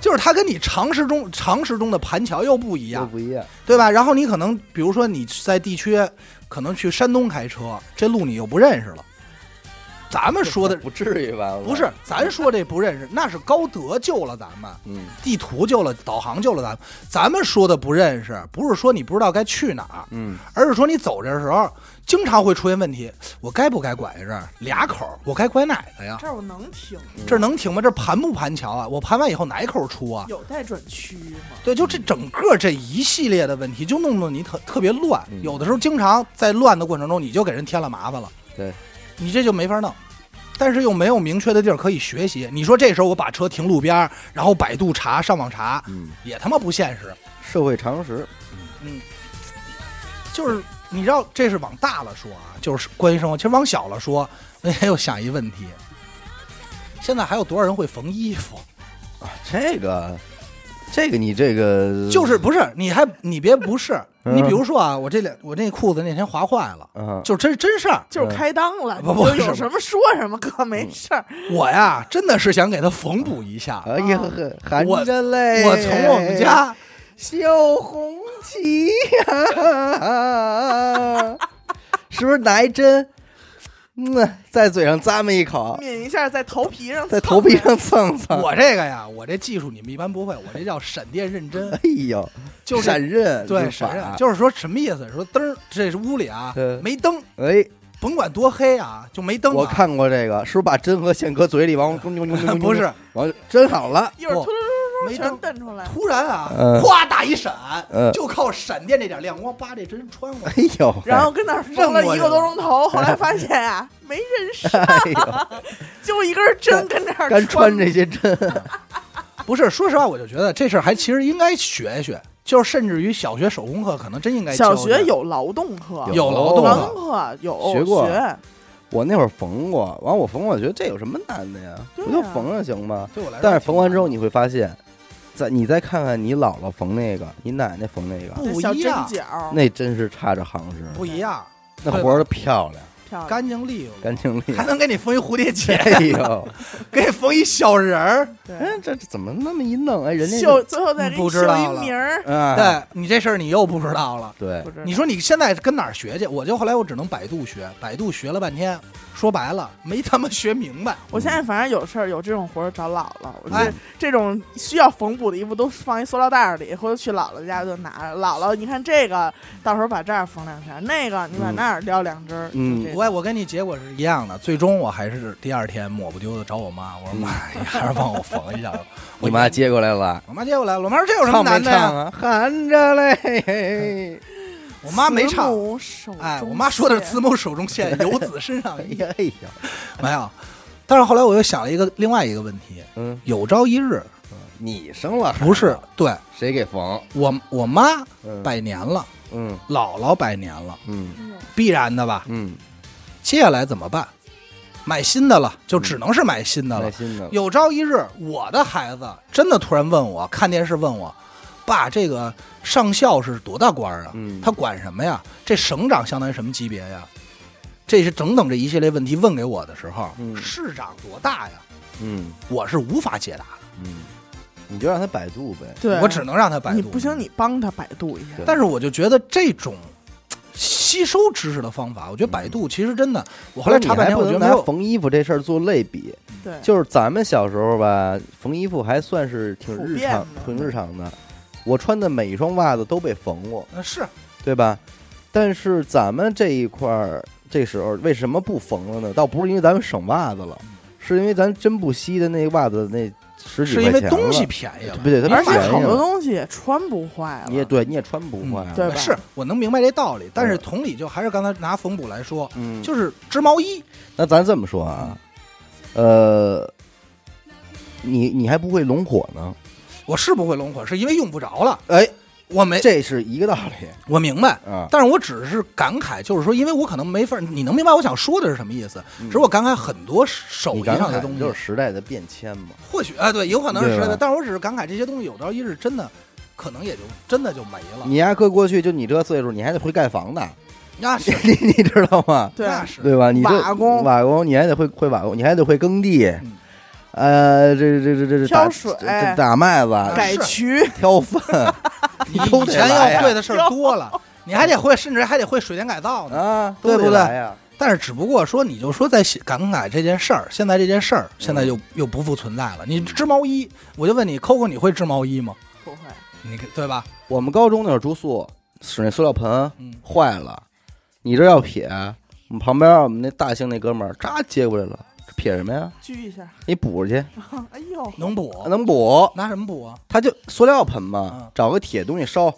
S2: 就是它跟你常识中常识中的盘桥又不一
S1: 又
S2: 样，
S1: 不一样。
S2: 对吧？然后你可能比如说你在地区，可能去山东开车，这路你又不认识了。咱们说的
S1: 不至于吧？
S2: 不是，咱说这不认识，那是高德救了咱们。
S1: 嗯，
S2: 地图救了，导航救了咱们。咱们说的不认识，不是说你不知道该去哪儿，
S1: 嗯，
S2: 而是说你走这时候经常会出现问题。我该不该拐这儿？俩口儿，我该拐哪个呀？
S3: 这儿我能停吗，
S2: 这儿能停吗？这儿盘不盘桥啊？我盘完以后哪一口出啊？
S3: 有待转区吗？
S2: 对，就这整个这一系列的问题，就弄得你特特别乱。
S1: 嗯
S2: 有的时候经常在乱的过程中，你就给人添了麻烦了。
S1: 对，
S2: 你这就没法弄。但是又没有明确的地儿可以学习。你说这时候我把车停路边儿，然后百度查、上网查，
S1: 嗯，
S2: 也他妈不现实。
S1: 社会常识。
S2: 就是你知道，这是往大了说啊，就是关于生活。其实往小了说，那天又想一问题：现在还有多少人会缝衣服？
S1: 啊这个，这个你这个
S2: 就是不是？你还你别不是？
S1: 嗯
S2: 你比如说啊，我这两我那裤子那天划坏了，
S1: 啊，
S2: 就真真事儿。
S3: 就是开裆了，
S2: 不不
S3: 你就是有什么说什么，哥没事儿。
S2: 我呀，真的是想给它缝补一下。
S1: 哎呀
S3: 啊，
S1: 含
S2: 我
S1: 着泪，
S2: 我从我们
S1: 哎
S2: 家
S1: 绣红旗呀， 是不是拿一针，嗯，在嘴上咂摸一口，
S3: 抿一下，在头皮上，
S1: 在头皮，上蹭蹭，
S2: 我这个呀，我这技术你们一般不会，我这叫闪电认真
S1: 哎，呦，
S2: 就是
S1: 闪刃，
S2: 对
S1: 就啊
S2: 闪电，
S1: 法
S2: 就是说什么意思？说灯儿，这是屋里啊
S1: 嗯
S2: 没灯，
S1: 哎，
S2: 甭管多黑啊，就没灯啊。
S1: 我看过这个，是不是把针和线搁嘴里， 往咚咚咚咚咚
S2: 不是，
S1: 往针好了，
S3: 一会儿
S2: 不
S3: 突突突
S2: 没
S3: 突
S2: 灯
S3: 全瞪出来。
S2: 突然啊
S1: 嗯，
S2: 哗打一闪，
S1: 嗯
S2: 就靠闪电这点亮光，叭这针穿 过去。
S1: 哎呦，
S3: 然后跟那儿缝了一个多钟头，后来发现啊，没认识，
S1: 哎
S2: 啊
S1: 呦，
S3: 就一根针跟那儿
S1: 哎干穿
S3: 穿
S1: 这些针，
S2: 不是，说实话，我就觉得这事儿还其实应该学一学，就是甚至于小学手工课可能真应该教
S3: 小
S2: 的
S3: 学有劳动课，
S2: 有劳动
S3: 劳
S2: 课
S1: 啊。
S3: 动课有
S1: 学过啊我那会儿缝过，完我缝过，我觉得这有什么难的呀？
S3: 对
S1: 不就
S3: 啊
S1: 缝了行吗？
S2: 对我来说，
S1: 但是缝完之后，你会发现，在你再看看你姥姥缝那个，你奶奶缝那个，
S2: 不
S3: 小
S2: 一
S3: 针
S2: 样
S3: 脚，
S1: 那真是差着行市。
S2: 不一样，
S1: 那活儿漂亮，
S3: 漂亮，
S2: 干净利落，
S1: 干净利
S2: 还
S1: 落。
S2: 能给你缝一蝴蝶结，
S1: 哎呦，
S2: 给你缝一小 人儿。
S3: 对
S1: 哎，这这怎么那么一弄？哎，人家
S3: 绣最后再给
S2: 不
S3: 你
S2: 知
S3: 绣
S2: 道
S3: 一
S2: 了
S3: 名儿，
S1: 啊，
S2: 对你这事儿你又不知道了。
S1: 对
S3: 不知道
S2: 你说你现在跟哪儿学去？我就后来我只能百度学，百度学了半天，说白了没他妈学明白。
S3: 我现在反正有事儿有这种活儿找姥姥，我这、
S2: 哎
S3: 这种需要缝补的衣服都放一塑料袋儿里，回头去姥姥家就拿。姥姥，你看这个，到时候把这儿缝两下，那个你把
S1: 嗯
S3: 那儿撩两针儿。就
S1: 嗯
S3: 这种
S2: 我我跟你结果是一样的，最终我还是第二天抹不丢的找我妈，我说妈，你还是帮我缝 一下吧。
S1: 嗯你妈接过来了，
S2: 我妈接过来了，我妈说这有什么
S1: 唱没
S2: 难的
S1: 唱
S2: 呀？
S1: 啊？含着 嘞，
S2: 我妈没唱
S3: 慈。母手中线
S2: 哎，我妈说的是慈母手 中线，游子身上
S1: 哎
S2: 衣，
S1: 呀哎呀，
S2: 没有。但是后来我又想了一个另外一个问题，
S1: 嗯，
S2: 有朝一日
S1: 你生了孩子
S2: 不是对
S1: 谁给缝？
S2: 我我妈
S1: 嗯
S2: 百年了，
S1: 嗯
S2: 姥姥百年了，
S1: 嗯
S3: 哎呦
S2: 必然的吧？
S1: 嗯，
S2: 接下来怎么办？买新的了，就只能是嗯买新的了
S1: 耐。心的，
S2: 有朝一日，我的孩子真的突然问我，看电视问我，爸，这个上校是多大官儿啊？
S1: 嗯
S2: 他管什么呀？这省长相当于什么级别呀？这是等等这一系列问题问给我的时候，
S1: 嗯
S2: 市长多大呀？
S1: 嗯
S2: 我是无法解答
S1: 嗯，你就让他百度呗。
S3: 对
S2: 的，我只能让他百度。
S3: 你不行，你帮他百度一下
S1: 对。
S2: 但是我就觉得这种嘖吸收知识的方法，我觉得百度其实真的，我后来查半
S1: 嗯
S2: 天，
S1: 不
S2: 我觉
S1: 能
S2: 得没
S1: 拿
S2: 有。
S1: 缝衣服这事儿做类比，
S3: 对，
S1: 就是咱们小时候吧，缝衣服还算是挺
S3: 普
S1: 日
S3: 遍
S1: 常
S3: 的、
S1: 挺日常的。我穿的每一双袜子都被缝过，
S2: 呃是
S1: 对吧？但是咱们这一块儿，这时候为什么不缝了呢？倒不是因为咱们省袜子
S2: 嗯
S1: 了，是因为咱真不惜的那袜子那十几
S2: 是
S1: 块
S2: 因为
S1: 钱
S2: 东西
S1: 了
S2: 便宜了
S1: 不，对，它
S3: 而且
S1: 便宜
S3: 好多
S1: 了
S3: 东西也穿不坏
S1: 啊
S3: 了。
S1: 你也对，你也穿不
S2: 嗯
S1: 坏、啊
S3: 对吧
S2: 是我能明白这道理，但是同理，就还是刚才拿缝补来说，
S1: 嗯，
S2: 就是织毛衣，
S1: 那咱这么说啊，
S2: 嗯
S1: 呃，你你还不会龙火呢？
S2: 我是不会龙火，是因为用不着了，
S1: 哎，
S2: 我没，
S1: 这是一个道理
S2: 我明白。
S1: 啊。
S2: 但是我只是感慨，就是说，因为我可能没法，你能明白我想说的是什么意思？只是我感慨很多手
S1: 嗯你
S2: 艺
S1: 刚
S2: 上的
S1: 才
S2: 东西，
S1: 就是时代的变迁嘛。
S2: 或许哎，对，有可能是
S1: 对吧
S2: 是的，但是我只是感慨这些东西有朝一日真的，可能也就真的就没了。
S1: 你丫搁过去就你这岁数，你还得会盖房呢，
S2: 那是
S1: 你你知道吗？
S3: 对，
S2: 那 是
S1: 对吧？啊你这
S3: 瓦工
S1: 瓦工，你还得会会瓦工，你还得会耕地
S2: 嗯，
S1: 呃，这这这这这
S3: 挑
S1: 打
S3: 水哎
S1: 这这打麦
S2: 啊
S1: 子、
S3: 改
S2: 是
S3: 渠
S1: 挑粪
S2: 你
S1: 都
S2: 以
S1: 得
S2: 前
S1: 来呀
S2: 要会的事儿多了，你还得会，甚至还得会水电改造呢。
S1: 啊，
S2: 对
S1: 都得
S2: 不对
S1: 来呀？
S2: 但是只不过说，你就说在写感慨这件事儿，现在这件事儿现
S1: 嗯
S2: 在又又不复存在了。你织毛衣，我就问你，Coco，你会织毛衣吗？
S3: 不会，
S2: 你对吧？
S1: 我们高中那会儿住宿，使那塑料盆
S2: 嗯
S1: 坏了，你这要撇，我们旁边我们那大兴那哥们儿扎接过来了，这撇什么呀？
S3: 锯一下。
S1: 你补去，
S3: 哎呦，
S2: 能补？啊
S1: 能补？
S2: 拿什么补啊？
S1: 他就塑料盆嘛
S2: 嗯，
S1: 找个铁东西烧，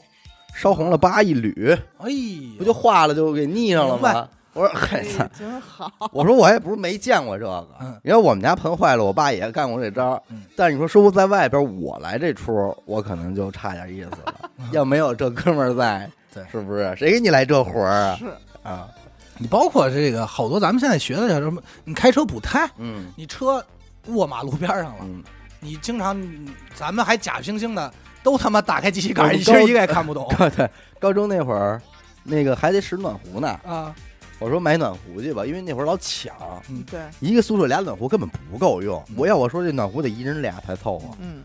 S1: 烧红了叭一捋，
S2: 哎呦，
S1: 不就化了就给腻上了
S2: 明
S1: 吗？我说
S3: 哎
S1: 嘿，操
S3: 真好。
S1: 我说我也不是没见过这个
S2: 嗯，
S1: 因为我们家盆坏了，我爸也干过这招
S2: 嗯。
S1: 但是你说师傅在外边，我来这出，我可能就差点意思 了。要没有这哥们儿在
S2: 对，
S1: 是不是？谁给你来这活儿啊？
S3: 是
S1: 啊，
S2: 你包括这个好多咱们现在学的叫什么？你开车补胎，
S1: 嗯
S2: 你车卧马路边上了，
S1: 嗯，
S2: 你经常咱们还假惺惺的，都他妈打开机器
S1: 我
S2: 杆，
S1: 们
S2: 一个一个也看 不懂
S1: 高对高中那会儿，那个还得使暖壶呢。
S2: 啊。
S1: 我说买暖壶去吧，因为那会儿老抢。
S3: 嗯对，
S1: 一个宿舍俩暖壶根本不够用
S2: 嗯，
S1: 我要我说这暖壶得一人俩才凑合。
S3: 嗯，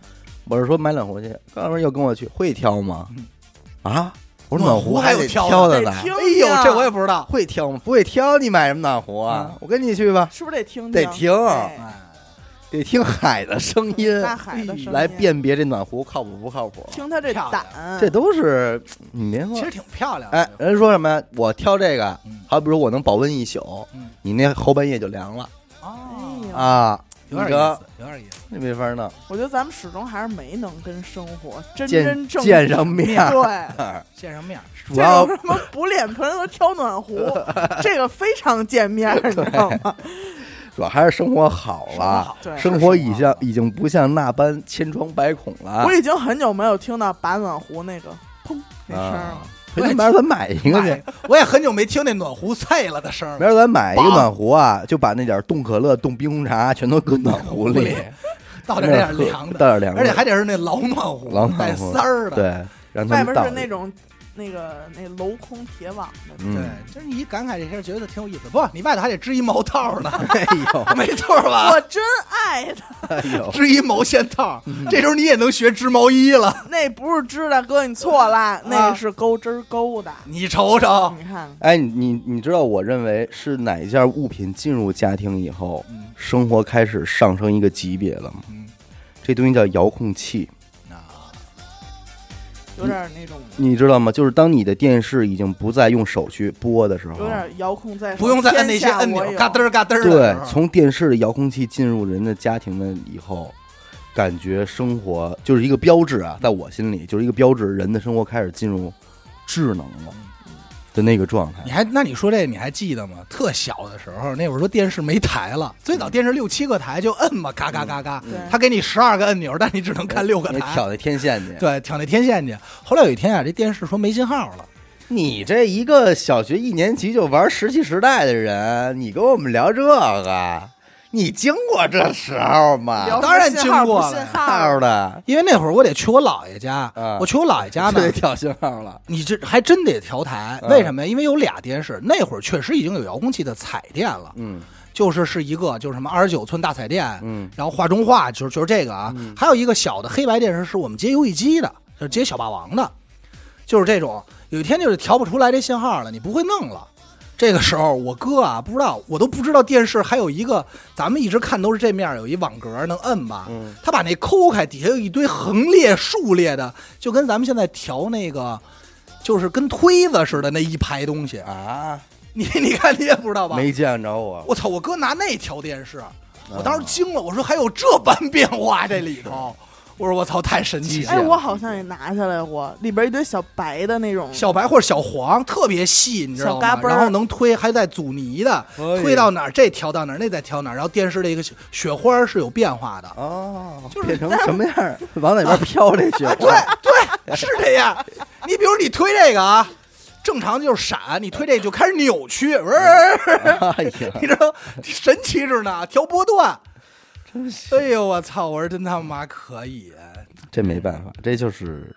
S1: 我是说买暖壶去，哥们儿又跟我去，会挑吗
S2: 嗯？
S1: 啊，我说
S2: 暖
S1: 暖
S2: 壶
S1: 壶
S2: 还有
S1: 得
S2: 挑的
S1: 挑的
S3: 得
S1: 呢。
S3: 听
S2: 哎呦，
S3: 呀
S2: 这我也不知道。
S1: 会挑吗？不会挑，你买什么暖壶啊
S2: 嗯？
S1: 我跟你去吧，
S3: 是不是得听
S1: 得听啊
S3: 哎
S1: 得听海的声音
S3: 大海的声音
S1: 来辨别这暖壶靠谱不靠谱。啊
S3: 听他这
S2: 漂亮
S3: 胆，
S1: 这都是你别说
S2: 其，实挺漂亮的。
S1: 哎，人说什么呀？我挑这个
S2: 嗯，
S1: 好比如我能保温一宿
S2: 嗯，
S1: 你那后半夜就凉了
S2: 哦
S3: 哎呦
S1: 啊，
S2: 有点意思，有点意思。
S1: 那没法弄，
S3: 我觉得咱们始终还是没能跟生活真
S1: 见
S3: 真正
S1: 见上面 哦儿，
S3: 对。
S2: 见上面儿，
S1: 主
S3: 这
S1: 要
S3: 种什么补脸盆和挑 暖壶，这个非常见面儿，你知道吗？
S1: 主要还是生活好了，
S3: 对
S1: 生活已像已经不像那般千疮百孔了
S3: 我。已经很久没有听到拔暖壶那个砰那声儿
S1: 啊
S3: 嘛。，
S1: 回去明儿咱买一个去
S2: 买。哎我也很久没听那暖壶碎了的声儿
S1: 明
S2: 了。
S1: 儿咱买一个暖壶啊，就把那点儿冻可乐、冻冰红茶全都搁暖壶里，
S2: 倒点那点凉的，
S1: 倒点凉的
S2: 而且还得是那老暖壶，
S1: 老暖壶
S2: 带丝儿的。
S1: 对，让他
S3: 外
S1: 们
S3: 边
S1: 倒
S3: 是。那种那个那镂空铁网的，
S1: 嗯
S2: 对，就是你一感慨这事儿，觉得挺有意思。不，你外头还得织一毛套呢，
S1: 哎呦，
S2: 没错吧？
S3: 我真爱它。
S1: 哎呦，
S2: 织一毛线套，
S1: 嗯
S2: 这时候你也能学织毛衣了。
S3: 那不是织的，哥你错
S2: 啊
S3: 了，那是钩针儿钩的。
S2: 你瞅瞅，
S3: 你看，
S1: 哎，你你你知道，我认为是哪一件物品进入家庭以后，
S2: 嗯
S1: 生活开始上升一个级别了吗？
S2: 嗯
S1: 这东西叫遥控器，
S2: 啊，
S3: 有点儿那种，
S1: 你知道吗？就是当你的电视已经不再用手去播的时候
S3: 有，点儿遥控在手，
S2: 不用再按那
S3: 天
S2: 些
S3: 下
S2: 按
S3: 我
S2: 钮，
S3: 有
S2: 嘎噔儿嘎噔儿的嗯
S1: 对
S2: 时，候。
S1: 从电视的遥控器进入人的家庭的以后，感觉生活就是一个标志啊，在我心里就是一个标志，人的生活开始进入智能了的那个状态
S2: 你。还那你说这你还记得吗？特小的时候，那会儿说电视没台了，最早电视六七个台就摁吧，嘎嘎嘎嘎
S3: 嗯对，
S2: 他给你十二个按钮，但你只能看六个
S1: 你
S2: 台。
S1: 挑那天线去，
S2: 对，挑那天线去。后来有一天啊，这电视说没信号了，
S1: 你这一个小学一年级就玩《石器时代》的人，你跟我们聊这个，啊你经过这时候吗？
S3: 聊
S2: 当然
S3: 信号
S2: 经过
S3: 不信
S2: 了
S3: 号，
S1: 的，
S2: 因为那会儿我得去我姥爷家，
S1: 嗯
S2: 我去我姥爷 家
S1: 就
S2: 呢
S1: 得，挑信号了。
S2: 你这还真得调台，
S1: 嗯
S2: 为什么呀？因为有俩电视，那会儿确实已经有遥控器的彩电了，
S1: 嗯
S2: 就是是一个就是什么二十九寸大彩电，
S1: 嗯，
S2: 然后画中画就是就是这个啊，还有一个小的黑白电视是我们接游戏机的，就是接小霸王的，就是这种。有一天就是调不出来这信号了，你不会弄了。这个时候我哥啊，不知道我都不知道电视还有一个，咱们一直看都是这面儿有一网格能摁吧，
S1: 嗯
S2: 他把那抠开，底下有一堆横列、竖列的，就跟咱们现在调那个。就是跟推子似的那一排东西，
S1: 啊，
S2: 你你看你也不知道吧？
S1: 没见着我，
S2: 我操！我哥拿那调电
S1: 啊
S2: 视，我当时惊了，我说还有这般变化这 里头，我说我操，太神奇
S1: 机械
S3: 哎，
S2: 了！
S3: 我好像也拿下来过，里边一堆小白的那种，
S2: 小白或者小黄特别细，你知道
S3: 小嘎
S2: 吗？
S3: 嘣儿
S2: 然后能推，还带阻尼的，
S1: 哎
S2: 推到哪儿这调到哪儿，那再调哪儿。然后电视的一个雪雪花是有变化的，
S1: 哦，
S2: 就是
S1: 变成什么样儿？往哪边飘这雪
S2: 对
S1: 花？
S2: 对，是这样。你比如你推这个啊，正常就是闪，你推这就开始扭曲，
S1: 哎呀，
S2: 你知道神奇着呢，调波段。
S1: 真是
S2: 哎呦我操！我说真他妈可以，啊
S1: 这没办法，这就是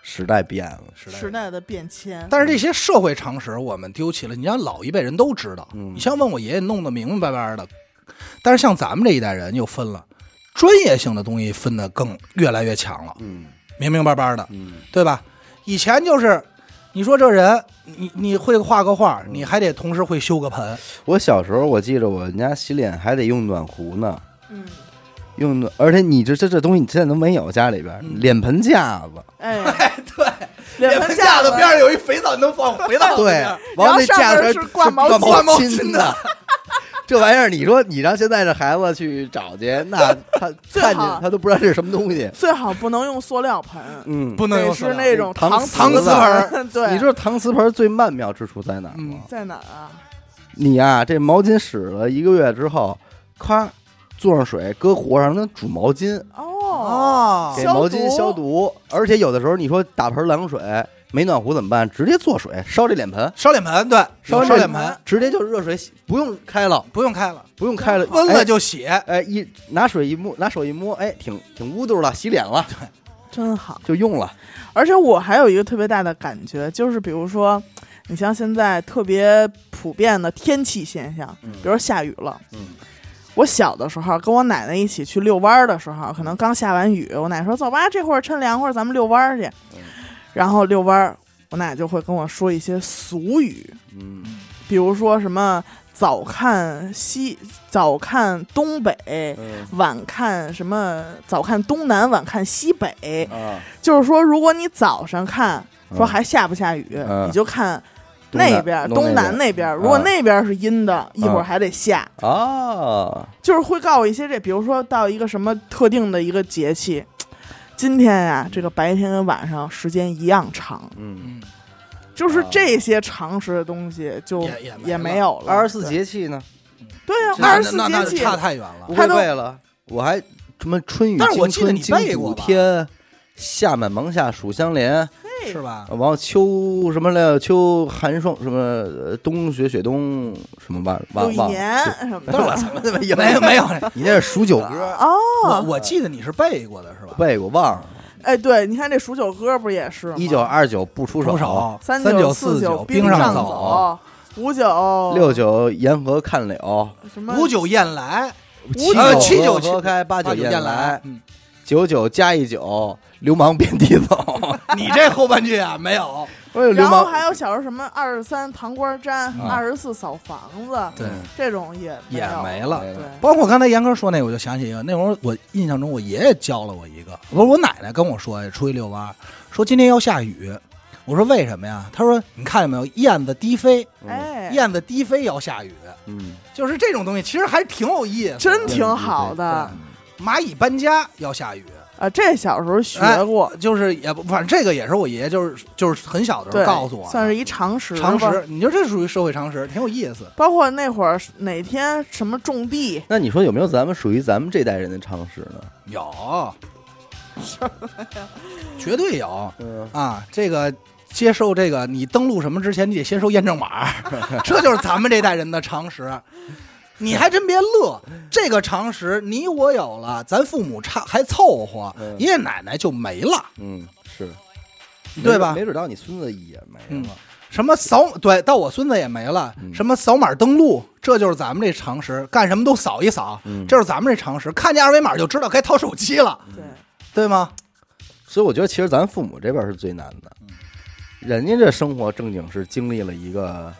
S1: 时代变了。
S3: 时代的变迁，
S2: 但是这些社会常识我们丢弃了，你像老一辈人都知道，你像问我爷爷弄得明明白白的，但是像咱们这一代人又分了，专业性的东西分的更越来越强了，
S1: 嗯
S2: 明明白白的，
S1: 嗯，
S2: 对吧？以前就是你说这人，你你会画个画，你还得同时会修个盆，
S1: 我小时候我记着我们家洗脸还得用暖壶呢。
S3: 嗯，
S1: 用暖，而且你这这这东西你现在都没有家里边儿，脸盆架子，
S3: 哎，
S2: 对，
S3: 脸盆架子
S2: 上有一肥皂，能放肥皂
S1: 对，
S3: 然
S1: 往
S3: 后
S1: 那
S3: 上
S1: 架
S3: 面
S1: 子
S3: 是
S1: 挂
S3: 挂毛
S1: 毛
S2: 巾挂毛
S1: 巾
S2: 巾
S1: 的
S2: 的，
S1: 这玩意儿，你说你让现在这孩子去找去，那他
S3: 最
S1: 看见
S3: 好
S1: 他都不知道这是什么东西。
S3: 最好不能用塑料盆，
S1: 嗯，
S2: 不能
S3: 得
S2: 有
S3: 是那种
S1: 搪
S3: 搪
S1: 搪
S2: 瓷
S3: 瓷
S2: 盆
S1: 儿
S3: 盆，对，
S1: 你知道搪瓷盆最曼妙之处在哪儿吗？
S2: 嗯
S3: 在哪儿啊？
S1: 你呀、这毛巾使了一个月之后，咔，做上水，搁火上让它煮毛巾，
S3: 哦，
S2: 哦
S1: 给
S3: 消
S1: 毛巾
S3: 毒
S1: 消毒。而且有的时候你说打盆凉水没暖壶怎么办？直接做水烧这脸盆，
S2: 烧脸盆，对，烧
S1: 烧
S2: 脸盆，
S1: 直接就是热水洗，不用开了，
S2: 不用开了，
S1: 不用开了，
S2: 温
S1: 哎
S2: 了就洗。
S1: 哎，一拿水一摸，拿手一摸，哎，挺挺乌嘟了，洗脸了，
S3: 真好。
S1: 就用了。
S3: 而且我还有一个特别大的感觉，就是比如说，你像现在特别普遍的天气现象，比如下雨了。
S1: 嗯
S3: 我小的时候跟我奶奶一起去遛弯儿的时候，可能刚下完雨，
S1: 嗯
S3: 我奶说：“走吧，这会儿趁凉快儿咱们遛弯儿去。”然后遛弯儿，我奶就会跟我说一些俗语，
S1: 嗯
S3: 比如说什么“早看西，早看东北”。
S1: 嗯
S3: 晚看什么？早看东南，晚看西北。
S1: 啊，
S3: 就是说，如果你早上看
S1: 嗯
S3: 说还下不下雨，
S1: 嗯
S3: 你就看
S1: 东南
S3: 那边
S1: 东南
S3: 东南那边。如果
S1: 嗯
S3: 那边是阴的，一会儿
S1: 嗯
S3: 还得下，
S2: 啊
S1: 哦，
S3: 就是会告我一些这，比如说到一个什么特定的一个节气，今天呀、这个白天跟晚上时间一样长，
S1: 嗯，
S2: 嗯，
S3: 就是
S1: 啊
S3: 这些常识的东西就
S2: 也也没
S3: 没有了。
S1: 二十四节气呢，
S3: 对呀、
S1: 这
S3: 二
S2: 那
S3: 十四
S2: 那那
S3: 节
S2: 那
S3: 气
S2: 差太远了
S1: 不。会
S3: 他都
S1: 背了，我还什么春雨
S2: 但是我
S1: 惊
S2: 记得
S1: 春
S2: 你
S1: 惊
S2: 背
S1: 补
S2: 过吧
S1: 天，夏满芒夏暑相连，
S2: 是吧？
S1: 然后秋什么来着？秋寒霜什么？呃冬雪雪冬什么吧？
S3: 有
S1: 忘
S3: 一
S1: 忘了。
S3: 年什么
S1: 但是我
S3: 的
S1: 操，那没有
S2: 没有 没有，
S1: 你那是数九歌，
S2: 我
S3: 哦，
S2: 我记得你是背过的是吧？
S1: 背过忘了。
S3: 哎，对，你看这数九歌不也是吗
S1: 一九二九不出
S2: 出
S1: 手，
S2: 手
S3: 三
S2: 九
S3: 四
S2: 九
S3: 冰
S2: 上
S1: 走
S2: 走，
S3: 走，五九
S1: 六九沿河看柳，
S3: 什么
S2: 五九雁来，
S3: 五
S2: 呃
S3: 九
S2: 七九
S1: 九河开，八
S2: 八九
S1: 雁
S2: 雁
S1: 来，
S2: 嗯
S1: 九九加一九，流氓遍地走。
S2: 你这后半句啊没有，
S1: 我有流
S3: 然后
S1: 氓
S3: 还有小时候什么二十三糖瓜粘、二十四扫房子，
S2: 啊对
S3: 这种也
S2: 也
S3: 嗯有
S2: 没了。嗯
S1: 没
S3: 对
S1: 了，
S2: 包括刚才严哥说那，我就想起一个，那会儿我印象中我爷爷教了我一个，不是我奶奶跟我说，出去遛弯儿，说今天要下雨，我说为什么呀？他说你看见没有，燕子低飞，
S3: 哎，
S2: 燕子低飞要下雨，
S1: 嗯，
S2: 就是这种东西，其实还挺有意思。
S3: 真挺好的
S2: 蚂蚁搬家要下雨，
S3: 啊！这小时候学
S2: 哎
S3: 过，
S2: 就是也不，反正这个也是我爷爷就是就是很小的时
S3: 对，
S2: 候告诉我的，
S3: 算是一常识吧。
S2: 常识，你就这属于社会常识，挺有意思。
S3: 包括那会儿哪天什么种地，
S1: 那你说有没有咱们属于咱们这代人的常识呢？
S2: 有绝对有
S1: 嗯，
S2: 啊！这个接受这个，你登录什么之前，你得先收验证码， 这就是咱们这代人的常识。你还真别乐，这个常识你我有了，咱父母差还凑合
S1: 嗯，
S2: 爷爷奶奶就没了。
S1: 嗯，是，
S2: 对吧
S1: 没准没准到你孙子也没
S3: 嗯
S1: 了。
S2: 什么扫对，到我孙子也没了。
S1: 嗯
S2: 什么扫码登录，这就是咱们这常识，干什么都扫一扫，
S1: 嗯
S2: 这是咱们这常识。看见二维码就知道该掏手机了，
S3: 对，
S2: 对吗？
S1: 所以我觉得其实咱父母这边是最难的，人家这生活正经是经历了一个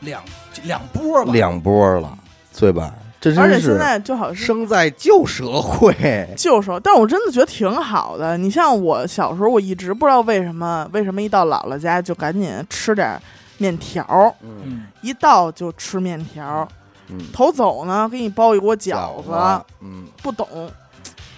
S2: 两两波吧，
S1: 两波了，对吧？这
S3: 而
S1: 真
S3: 且现
S1: 是
S3: 在就好像是
S1: 生在旧社会，
S3: 旧时候，但我真的觉得挺好的。你像我小时候，我一直不知道为什么，为什么一到姥姥家就赶紧吃点面条儿，
S1: 嗯
S2: 嗯，
S3: 一到就吃面条儿，
S1: 嗯，
S3: 头走呢给你包一锅饺子，
S1: 子，嗯，
S3: 不懂，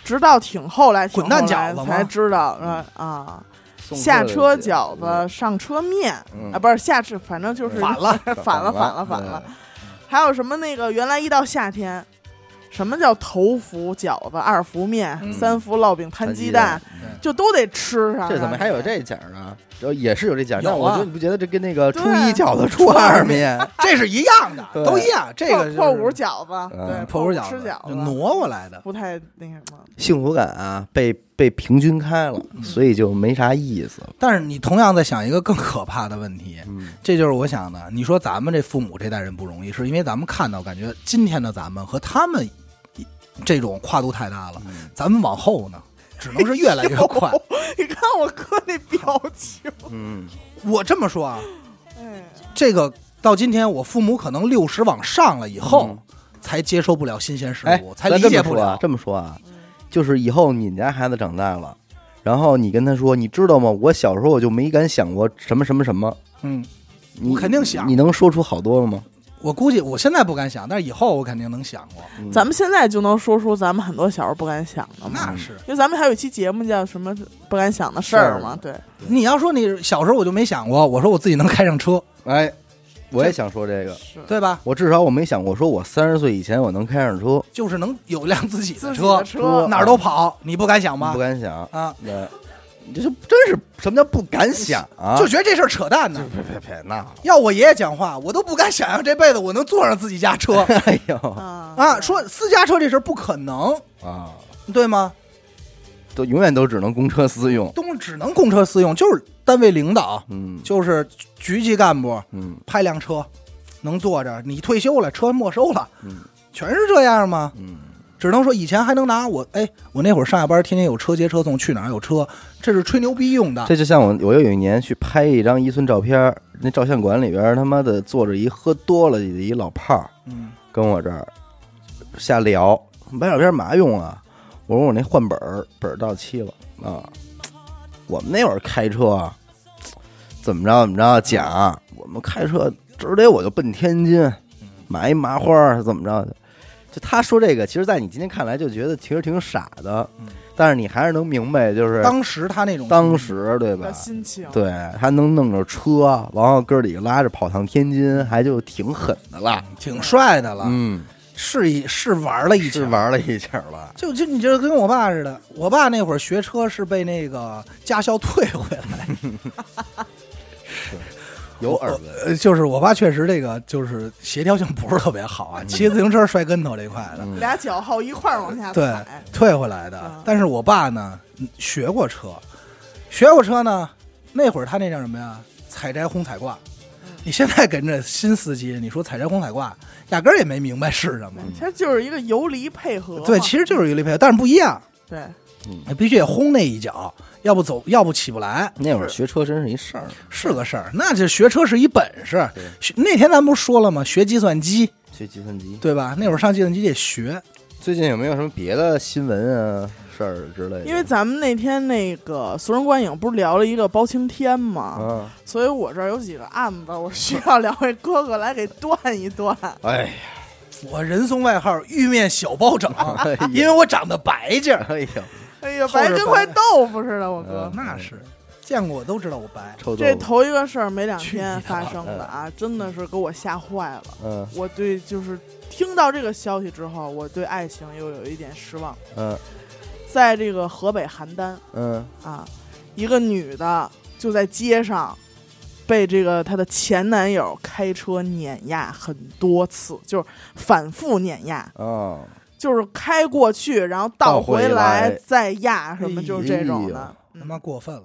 S3: 直到挺后来挺
S2: 滚蛋
S3: 后来
S2: 饺子吗
S3: 才知道
S1: 嗯
S3: 啊啊，
S1: 送
S3: 下
S1: 客
S3: 车
S1: 的
S3: 饺子，上车面
S1: 嗯
S3: 啊，不是下车，反正就是
S2: 反了
S3: 反了反了反了。
S1: 嗯
S3: 还有什么那个原来一到夏天。什么叫头伏饺子、二伏面、
S2: 嗯
S3: 三伏烙饼、摊鸡蛋，，就都得吃上。
S1: 这怎么还有这讲呢？这也是有这讲，
S2: 有啊
S1: 但我觉得你不觉得这跟那个初
S3: 对啊
S1: 一饺子初二面，
S2: 这是一样的，
S1: 对
S2: 都一样。这
S3: 破
S2: 个
S3: 破
S2: 五
S3: 五饺子，
S1: 嗯
S3: 对，
S2: 破
S3: 五
S2: 五
S3: 饺吃
S2: 子
S3: 饺
S2: 就
S3: 子，
S2: 挪过来的，
S3: 不太那什么。
S1: 幸福感啊被被平均开了，所以就没啥意思了。
S2: 但是你同样在想一个更可怕的问题，
S1: 嗯
S2: 这就是我想的。你说咱们这父母这代人不容易，是因为咱们看到感觉今天的咱们和他们一这种跨度太大了，
S1: 嗯
S2: 咱们往后呢，只能是越来越 快。
S3: 你看我哥那表情，
S1: 嗯，
S2: 我这么说啊，
S3: 哎，
S2: 这个到今天我父母可能六十往上了以后，才接受不了新鲜事
S1: 嗯哎
S2: 物，，才
S1: 咱
S2: 理
S1: 这
S2: 解
S1: 么
S2: 不
S1: 说啊
S2: 了，。
S1: 这么说啊，就是以后你们家孩子长大了，然后你跟他说，你知道吗？我小时候我就没敢想过什么什么什么，
S2: 嗯，
S1: 你
S2: 我肯定想
S1: 你能说出好多了吗？
S2: 我估计我现在不敢想，但是以后我肯定能想过。
S1: 嗯
S3: 咱们现在就能说出咱们很多小时候不敢想的嘛，
S2: 那是，
S3: 因为咱们还有一期节目叫什么不敢想的事儿嘛，对，
S2: 你要说你小时候我就没想过，我说我自己能开上车，
S1: 哎，我也想说这个，
S3: 是
S2: 对吧？
S1: 我至少我没想过，说我三十岁以前我能开上车，
S2: 就是能有辆自己的
S3: 自己
S2: 车
S3: 的，车
S2: 哪儿都跑，你不敢想
S1: 嗯
S2: 吗
S1: 不？敢想。
S2: 啊，
S1: 那你这就真是什么叫不敢想啊？
S2: 就觉得这事儿扯淡呢。
S1: 别别别那，
S2: 要我爷爷讲话，我都不敢想象这辈子我能坐上自己家车
S1: 哎呦
S3: 啊
S2: 啊！说私家车这事儿不可能，
S1: 啊，
S2: 对吗？
S1: 都永远都只能公车私用。
S2: 东西只能公车私用，就是单位领导，
S1: 嗯
S2: 就是局级干部
S1: 嗯
S2: 派辆车，能坐着。你退休了，车没收了，
S1: 嗯
S2: 全是这样吗？
S1: 嗯，
S2: 只能说以前还能拿我，哎，我那会儿上下班天天有车接车送，去哪儿有车，这是吹牛逼用的。
S1: 这就像我，我又有一年去拍一张一寸照片儿，那照相馆里边儿他妈的坐着一喝多了的一老炮儿，
S2: 嗯，
S1: 跟我这儿瞎聊，拍照片儿嘛用啊？我说我那换本儿本儿到期了啊，我们那会儿开车啊，怎么着怎么着讲啊，我们开车直接我就奔天津，买一麻花儿怎么着的。就他说这个，其实，在你今天看来就觉得其实挺傻的
S2: 嗯，
S1: 但是你还是能明白，就是
S2: 当时他那种
S1: 当时对吧
S3: 的？心情，
S1: 对他能弄着车，然后哥儿几个拉着跑趟天津，还就挺狠的了。啊
S2: 挺帅的了，
S1: 嗯，
S2: 是一是玩了一
S1: 是
S2: 圈，
S1: 玩了一下了，
S2: 就就你就是跟我爸似的，我爸那会儿学车是被那个驾校退回 来，
S1: 有耳闻。
S2: 呃，就是我爸确实这个就是协调性不是特别好啊，骑自行车摔跟头这一块的，
S1: 嗯
S3: 俩脚后一块儿往下
S2: 对
S3: 踩，，
S2: 退回来的
S3: 啊。
S2: 但是我爸呢，嗯学过车，学过车呢，那会儿他那叫什么呀？采摘红彩挂。
S3: 嗯
S2: 你现在跟着新司机，你说采摘红彩挂，压根儿也没明白是什么。
S3: 其实就是一个游离配嗯合嘛。
S2: 嗯对，其实就是一类配合，但是不一样，
S3: 对，
S2: 你必须得轰那一脚，要不走，要不起不来，
S1: 那会儿学车真是一事儿，
S2: 是个事儿。那这学车是一本事
S1: 对。
S2: 学那天咱不是说了吗？学计算机，
S1: 学计算机。
S2: 对吧？那会儿上计算机得学，
S1: 最近有没有什么别的新闻啊、事儿之类的？
S3: 因为咱们那天那个《俗人观影》不是聊了一个包青天吗？
S1: 啊，
S3: 所以我这儿有几个案子，我需要两位哥哥来给断一断。
S1: 哎呀，
S2: 我人送外号“玉面小包 拯
S1: 哎呀”，
S2: 啊因为我长得白净儿。
S1: 哎呀，
S3: 哎呀，
S2: 后边
S3: 白跟块豆腐似的，我哥
S1: 嗯。
S2: 那是见过我都知道我白。
S1: 臭豆
S3: 这
S1: 腐，
S3: 头一个事儿没两
S2: 去你
S3: 天
S2: 的
S3: 发
S2: 吧哎
S3: 生的啊，真的是给我吓坏了。
S1: 嗯
S3: 我对就是听到这个消息之后，我对爱情又有一点失望。
S1: 嗯
S3: 在这个河北邯郸
S1: 嗯，
S3: 啊，一个女的就在街上被这个她的前男友开车碾压很多次，就是反复碾压，
S1: 哦，
S3: 就是开过去然后
S1: 倒
S3: 倒
S1: 回
S3: 回
S1: 来
S3: 再压什么，就是这种
S1: 哎
S3: 的
S1: 呀。
S2: 他
S3: 嗯
S2: 妈过分了，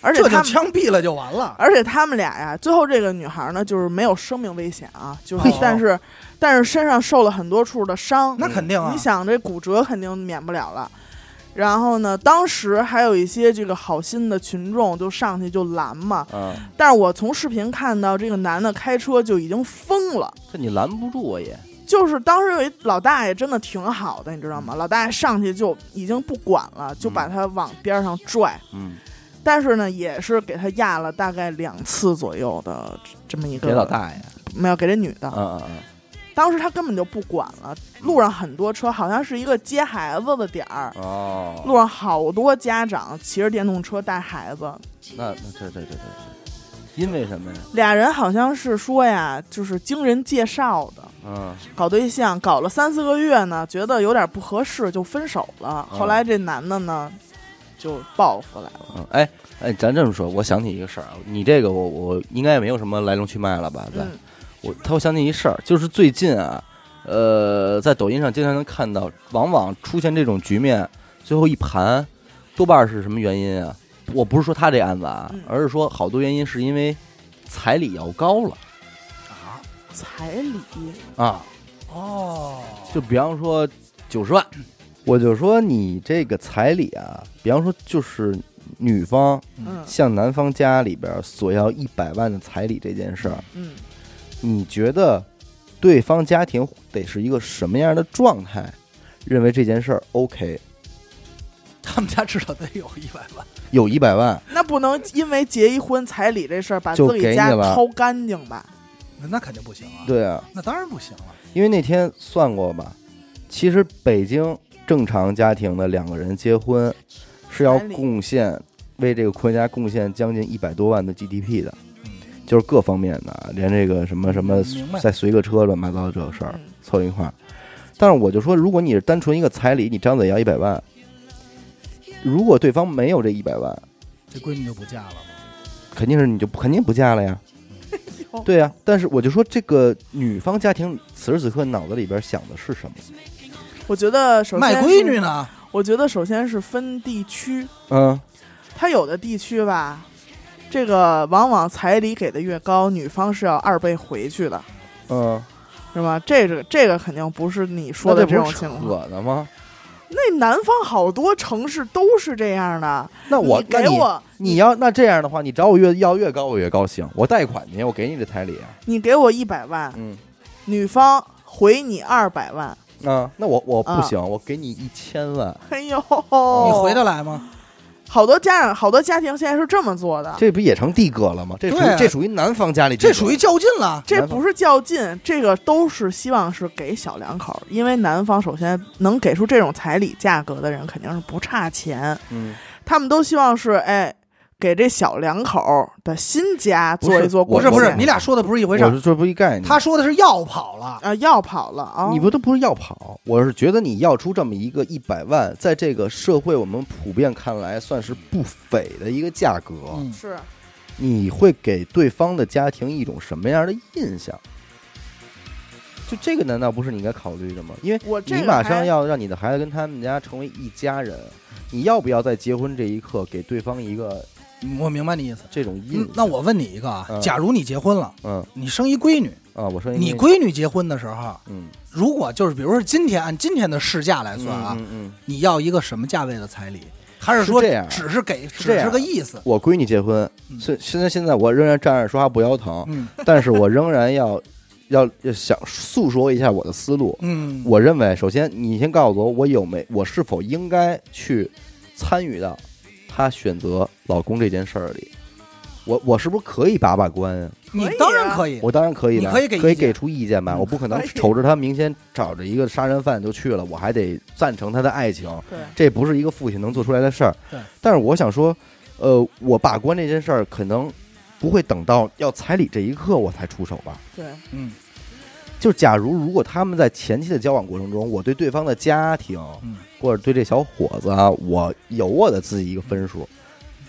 S3: 而且
S2: 这
S3: 他
S2: 就
S3: 们
S2: 枪毙了就完了。
S3: 而且他们俩呀，最后这个女孩呢，就是没有生命危险啊，就是
S2: 嘿
S3: 但是但是身上受了很多处的伤，
S2: 哦
S3: 嗯
S2: 那肯定啊
S3: 你，想这骨折肯定免不了了。然后呢，当时还有一些这个好心的群众就上去就拦嘛，
S1: 啊，
S3: 但是我从视频看到这个男的开车就已经疯了。
S1: 这你拦不住啊也，
S3: 就是当时有一老大爷真的挺好的，你知道
S2: 嗯
S3: 吗？老大爷上去就已经不管了，就把他往边上拽，
S1: 嗯，
S3: 但是呢，也是给他压了大概两次左右的这么一个
S1: 别老大爷，
S3: 没有给这女的。
S1: 嗯嗯嗯，
S3: 当时他根本就不管了，路上很多车，好像是一个接孩子的点儿，
S1: 哦，
S3: 路上好多家长骑着电动车带孩子，
S1: 那那这这这这，因为什么呀？
S3: 俩人好像是说呀，就是经人介绍的。
S1: 嗯
S3: 搞对象搞了三四个月呢，觉得有点不合适，就分手了。
S1: 嗯
S3: 后来这男的呢，就报复来了。
S1: 嗯，哎哎，咱这么说，我想起一个事儿啊，你这个我我应该也没有什么来龙去脉了吧？咱
S3: 嗯，
S1: 我他我想起一事儿，就是最近啊，呃，在抖音上经常能看到，往往出现这种局面，最后一盘，多半是什么原因啊？我不是说他这案子啊
S3: 嗯，
S1: 而是说好多原因是因为彩礼要高了
S2: 啊
S3: 彩礼
S1: 啊，
S2: 哦，
S1: 就比方说九十万，嗯我就说你这个彩礼啊，比方说就是女方
S3: 嗯
S1: 向男方家里边索要一百万的彩礼这件事儿，
S3: 嗯，
S1: 你觉得对方家庭得是一个什么样的状态，认为这件事儿 OK？
S2: 他们家至少得有一百万。
S1: 有一百万，
S3: 那不能因为结一婚彩礼这事儿把
S1: 就
S3: 自己
S1: 给
S3: 家
S1: 你了
S3: 掏干净吧？
S2: 那肯定不行啊！，
S1: 对啊，
S2: 那当然不行了。
S1: 因为那天算过吧，其实北京正常家庭的两个人结婚是要
S3: 彩礼
S1: 贡献为这个国家贡献将近一百多万的 GDP 的，
S2: 嗯，
S1: 就是各方面的，连这个什么什么
S2: 明白
S1: 再随个车乱七八糟这个事儿
S3: 嗯
S1: 凑一块儿。但是我就说，如果你是单纯一个彩礼，你张嘴要一百万，如果对方没有这一百万，
S2: 这闺女就不嫁了吗？
S1: 肯定是你就不肯定不嫁了 呀
S3: 呦。
S1: 对呀、但是我就说这个女方家庭此时此刻脑子里边想的是什么？
S3: 我觉得首先
S2: 卖
S3: 是
S2: 闺女，呢？
S3: 我觉得首先是分地区，
S1: 嗯，
S3: 它有的地区吧，这个往往彩礼给的越高，女方是要二倍回去的，
S1: 嗯，
S3: 是吧？这个这个肯定不是你说
S1: 那
S3: 的
S1: 这
S3: 这种
S1: 不是
S3: 情况。
S1: 扯呢吗？
S3: 那南方好多城市都是这样的。
S1: 那我
S3: 你
S1: 那
S3: 给
S1: 你
S3: 我，
S1: 你要那这样的话，你找我越要越高，我越高兴，我贷款你，我给你这彩礼啊。
S3: 你给我一百万，
S1: 嗯，
S3: 女方回你二百万。
S1: 啊，那我我
S3: 啊
S1: 不行，我给你一千万，
S3: 哎呦，
S2: 你
S3: 你
S2: 回得来吗？
S3: 好多家长，好多家庭现在是这么做的。
S1: 这不也成地格了吗？这属
S2: 对啊
S1: 于这属于男方家里地格，
S2: 这属于较劲了。
S3: 这不是较劲，这个都是希望是给小两口儿，因为男方首先能给出这种彩礼价格的人肯定是不差钱，
S1: 嗯
S3: 他们都希望是哎给这小两口的新家
S1: 不是
S3: 做一做贡
S2: 不
S1: 我
S2: 是
S3: 献。
S2: 不是
S1: 我，
S2: 你俩说的不是一回事
S1: 我
S2: 儿。
S1: 是这不一概念。
S2: 他说的是要跑了，
S3: 啊，要跑了啊！
S1: 你不都不是要跑，我是觉得你要出这么一个一百万，在这个社会我们普遍看来算是不菲的一个价格，
S2: 嗯，
S3: 是
S1: 你会给对方的家庭一种什么样的印象？就这个难道不是你应该考虑的吗？因为
S3: 我这
S1: 你
S3: 个
S1: 马上
S3: 还
S1: 要让你的孩子跟他们家成为一家人，你要不要在结婚这一刻给对方一个
S2: 嗯我明白你意思。
S1: 这种印
S2: 嗯
S1: 象？
S2: 那我问你一个啊
S1: 嗯，
S2: 假如你结婚了，
S1: 嗯
S2: 你生一闺女，
S1: 啊，我说
S2: 你
S1: 闺
S2: 闺女结婚的时候，
S1: 嗯
S2: 如果就是比如说今天按今天的市价来算啊，
S1: 嗯嗯嗯
S2: 你要一个什么价位的彩礼？还是说
S1: 是这样啊
S2: 只是给
S1: 是这
S2: 只
S1: 样啊哦
S2: 是个意思？
S1: 我闺女结婚，
S2: 嗯
S1: 虽现在现在我仍然站着说话不腰疼，
S2: 嗯
S1: 但是我仍然要要要想诉说一下我的思路。
S2: 嗯，
S1: 我认为，首先你先告诉我，我有没我是否应该去参与到她选择老公这件事儿里？我我是不是可以把把关啊？
S2: 你
S3: 可以
S2: 当然
S3: 啊
S2: 可以。
S1: 我当然可以的，
S2: 你可以给意见
S1: 出意见吧？
S2: 嗯
S1: 我不可能
S3: 可以
S1: 瞅着他明天找着一个杀人犯就去了，我还得赞成他的爱情，
S3: 对
S1: 这不是一个父亲能做出来的事儿
S2: 对。
S1: 但是我想说，呃，我把关这件事儿可能不会等到要彩礼这一刻我才出手吧。
S3: 对，
S2: 嗯
S1: 就假如如果他们在前期的交往过程中，我对对方的家庭
S2: 嗯
S1: 或者对这小伙子啊，我有我的自己一个分数，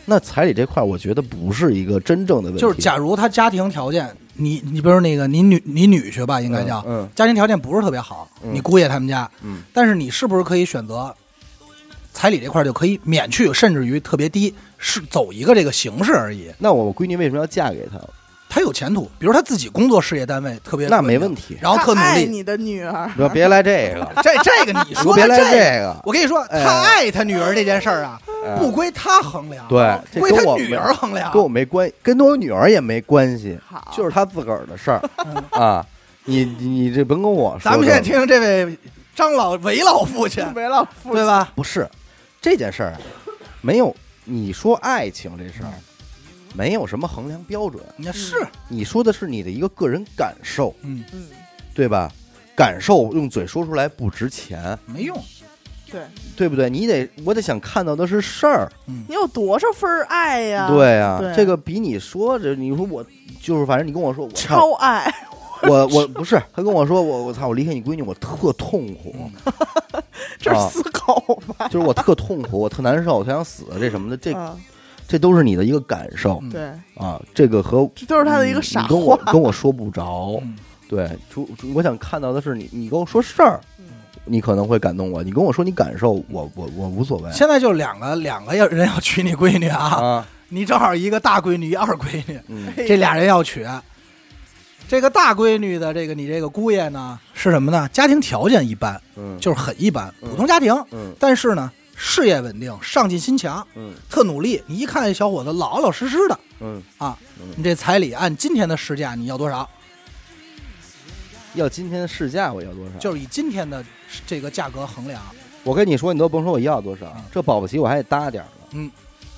S1: 那彩礼这块儿我觉得不是一个真正的问题，
S2: 就是假如他家庭条件，你你比如那个你女你女婿吧，应该叫、
S1: 嗯
S2: 家庭条件不是特别好，
S1: 嗯
S2: 你姑爷他们家，
S1: 嗯
S2: 但是你是不是可以选择彩礼这块儿就可以免去，甚至于特别低，是走一个这个形式而已。
S1: 那我闺女为什么要嫁给他？
S2: 啊他有前途，比如他自己工作事业单位特别
S1: 那没
S2: 稳
S1: 问
S2: 定，
S1: 题，
S2: 然后特
S3: 他
S2: 努
S3: 爱
S2: 力。
S3: 你的女儿，
S1: 不要别来这个，
S2: 这这个你
S1: 你
S2: 说
S1: 别
S2: 的
S1: 来
S2: 这个，
S1: 这个，
S2: 我跟你说，
S1: 哎
S2: 他爱他女儿这件事儿啊，
S1: 哎
S2: 不归他衡量，
S1: 对，这
S2: 归
S1: 跟
S2: 他
S1: 我
S2: 女
S1: 没
S2: 儿衡量。
S1: 跟我没关，跟我女儿也没关系，
S3: 好，
S1: 就是他自个儿的事儿
S2: 啊嗯
S1: 啊。你你你这甭跟我说，
S2: 咱们现在听听这位张老韦老父亲，
S3: 为了父
S2: 对
S3: 亲，
S2: 吧？
S1: 不是这件事儿啊，没有你说爱情这事儿，
S2: 嗯
S1: 没有什么衡量标准。
S2: 你是，
S1: 你说的是你的一个个人感受，
S2: 嗯，
S3: 嗯，
S1: 对吧？感受用嘴说出来不值钱，
S2: 没用，
S3: 对
S1: 对不对？你得我得想看到的是事儿，
S2: 嗯
S3: 你有多少份儿爱呀？，
S1: 对呀、
S3: 啊对
S1: 这个比你说这，你说我就是，反正你跟 我说我操，
S3: 超爱，
S1: 我我不是，他跟我说我我操，我离开你闺女我特痛苦，
S3: 嗯这
S1: 啊
S3: 是死狗 吧？
S1: 就是我特痛苦，我特难受，我特想死，这什么的，这
S3: 嗯，
S1: 这都是你的一个感受
S2: 嗯
S3: 对，
S1: 啊，这个和
S3: 这都是他的一个傻
S1: 嗯你跟我
S3: 话。
S1: 跟我说不着，
S2: 嗯
S1: 对，主主我想看到的是你，你跟我说事儿，你可能会感动我，你跟我说你感受，我我我无所谓
S2: 现在就两个两个要人要娶你闺女啊，
S1: 哎 啊，
S2: 你正好一个大闺女，一个二闺女，
S1: 嗯，
S2: 这俩人要娶。这个大闺女的这个你这个姑爷呢是什么呢？家庭条件一般，
S1: 嗯
S2: 就是很一般，
S1: 嗯
S2: 普通家庭。
S1: 嗯
S2: 但是呢，事业稳定，上进心强，
S1: 嗯
S2: 特努力。你一看这小伙子老老实实的
S1: 嗯，
S2: 啊
S1: 嗯，
S2: 你这彩礼按今天的市价你要多少？
S1: 要今天的市价我要多少？
S2: 就是以今天的这个价格衡量，
S1: 我跟你说，你都甭说我要多少
S2: 嗯，
S1: 这保不齐我还得搭点儿呢，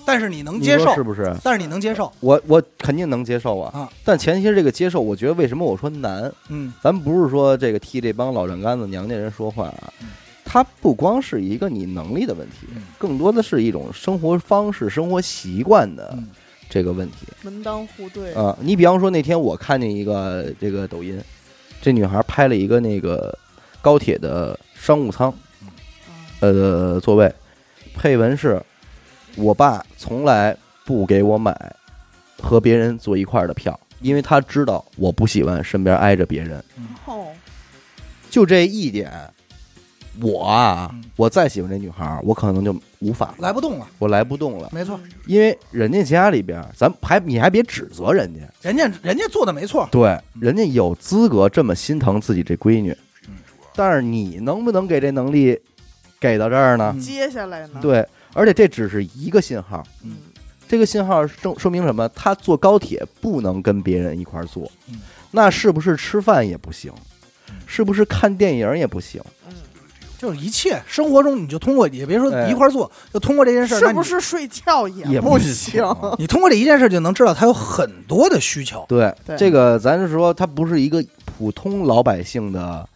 S2: 但是你能
S1: 你
S2: 接
S1: 说
S2: 受
S1: 是，不是？
S2: 但是你能接受，
S1: 我我肯定能接受啊，
S2: 啊
S1: 但前提是这个接受，我觉得为什么我说难，
S2: 嗯
S1: 咱不是说这个替这帮老丈杆子娘家人说话啊
S2: 嗯，
S1: 它不光是一个你能力的问题
S2: 嗯，
S1: 更多的是一种生活方式、生活习惯的
S2: 嗯
S1: 这个问题
S3: 门当户对，
S1: 啊。你比方说那天我看见一个这个抖音，这女孩拍了一个那个高铁的商务舱
S3: 啊
S1: 呃座位，配文是：我爸从来不给我买和别人坐一块儿的票，因为他知道我不喜欢身边挨着别人。
S3: 哦，
S1: 就这一点，我啊
S2: 嗯，
S1: 我再喜欢这女孩儿，我可能就无法了
S2: 来不动了，
S1: 我来不动了，
S2: 没错，
S1: 因为人家家里边儿，咱还你还别指责人家，
S2: 人家人家做的没错，
S1: 对，人家有资格这么心疼自己这闺女
S2: 嗯，
S1: 但是你能不能给这能力给到这儿呢？
S2: 嗯
S3: 接下来呢？，
S1: 对，而且这只是一个信号，
S3: 嗯，
S1: 这个信号证说明什么？他坐高铁不能跟别人一块儿坐
S2: 嗯，
S1: 那是不是吃饭也不行
S2: 嗯？
S1: 是不是看电影也不行？
S3: 嗯，
S2: 就是一切生活中你就通过，也别说
S1: 哎
S2: 一块儿做，就通过这件事儿，
S3: 是
S2: 那
S3: 不
S2: 你
S3: 是睡觉也
S1: 也
S3: 不
S1: 行
S3: 行？
S2: 你通过这一件事就能知道他有很多的需求，
S1: 对，
S3: 对
S1: 这个咱是说，它不是一个普通老百姓的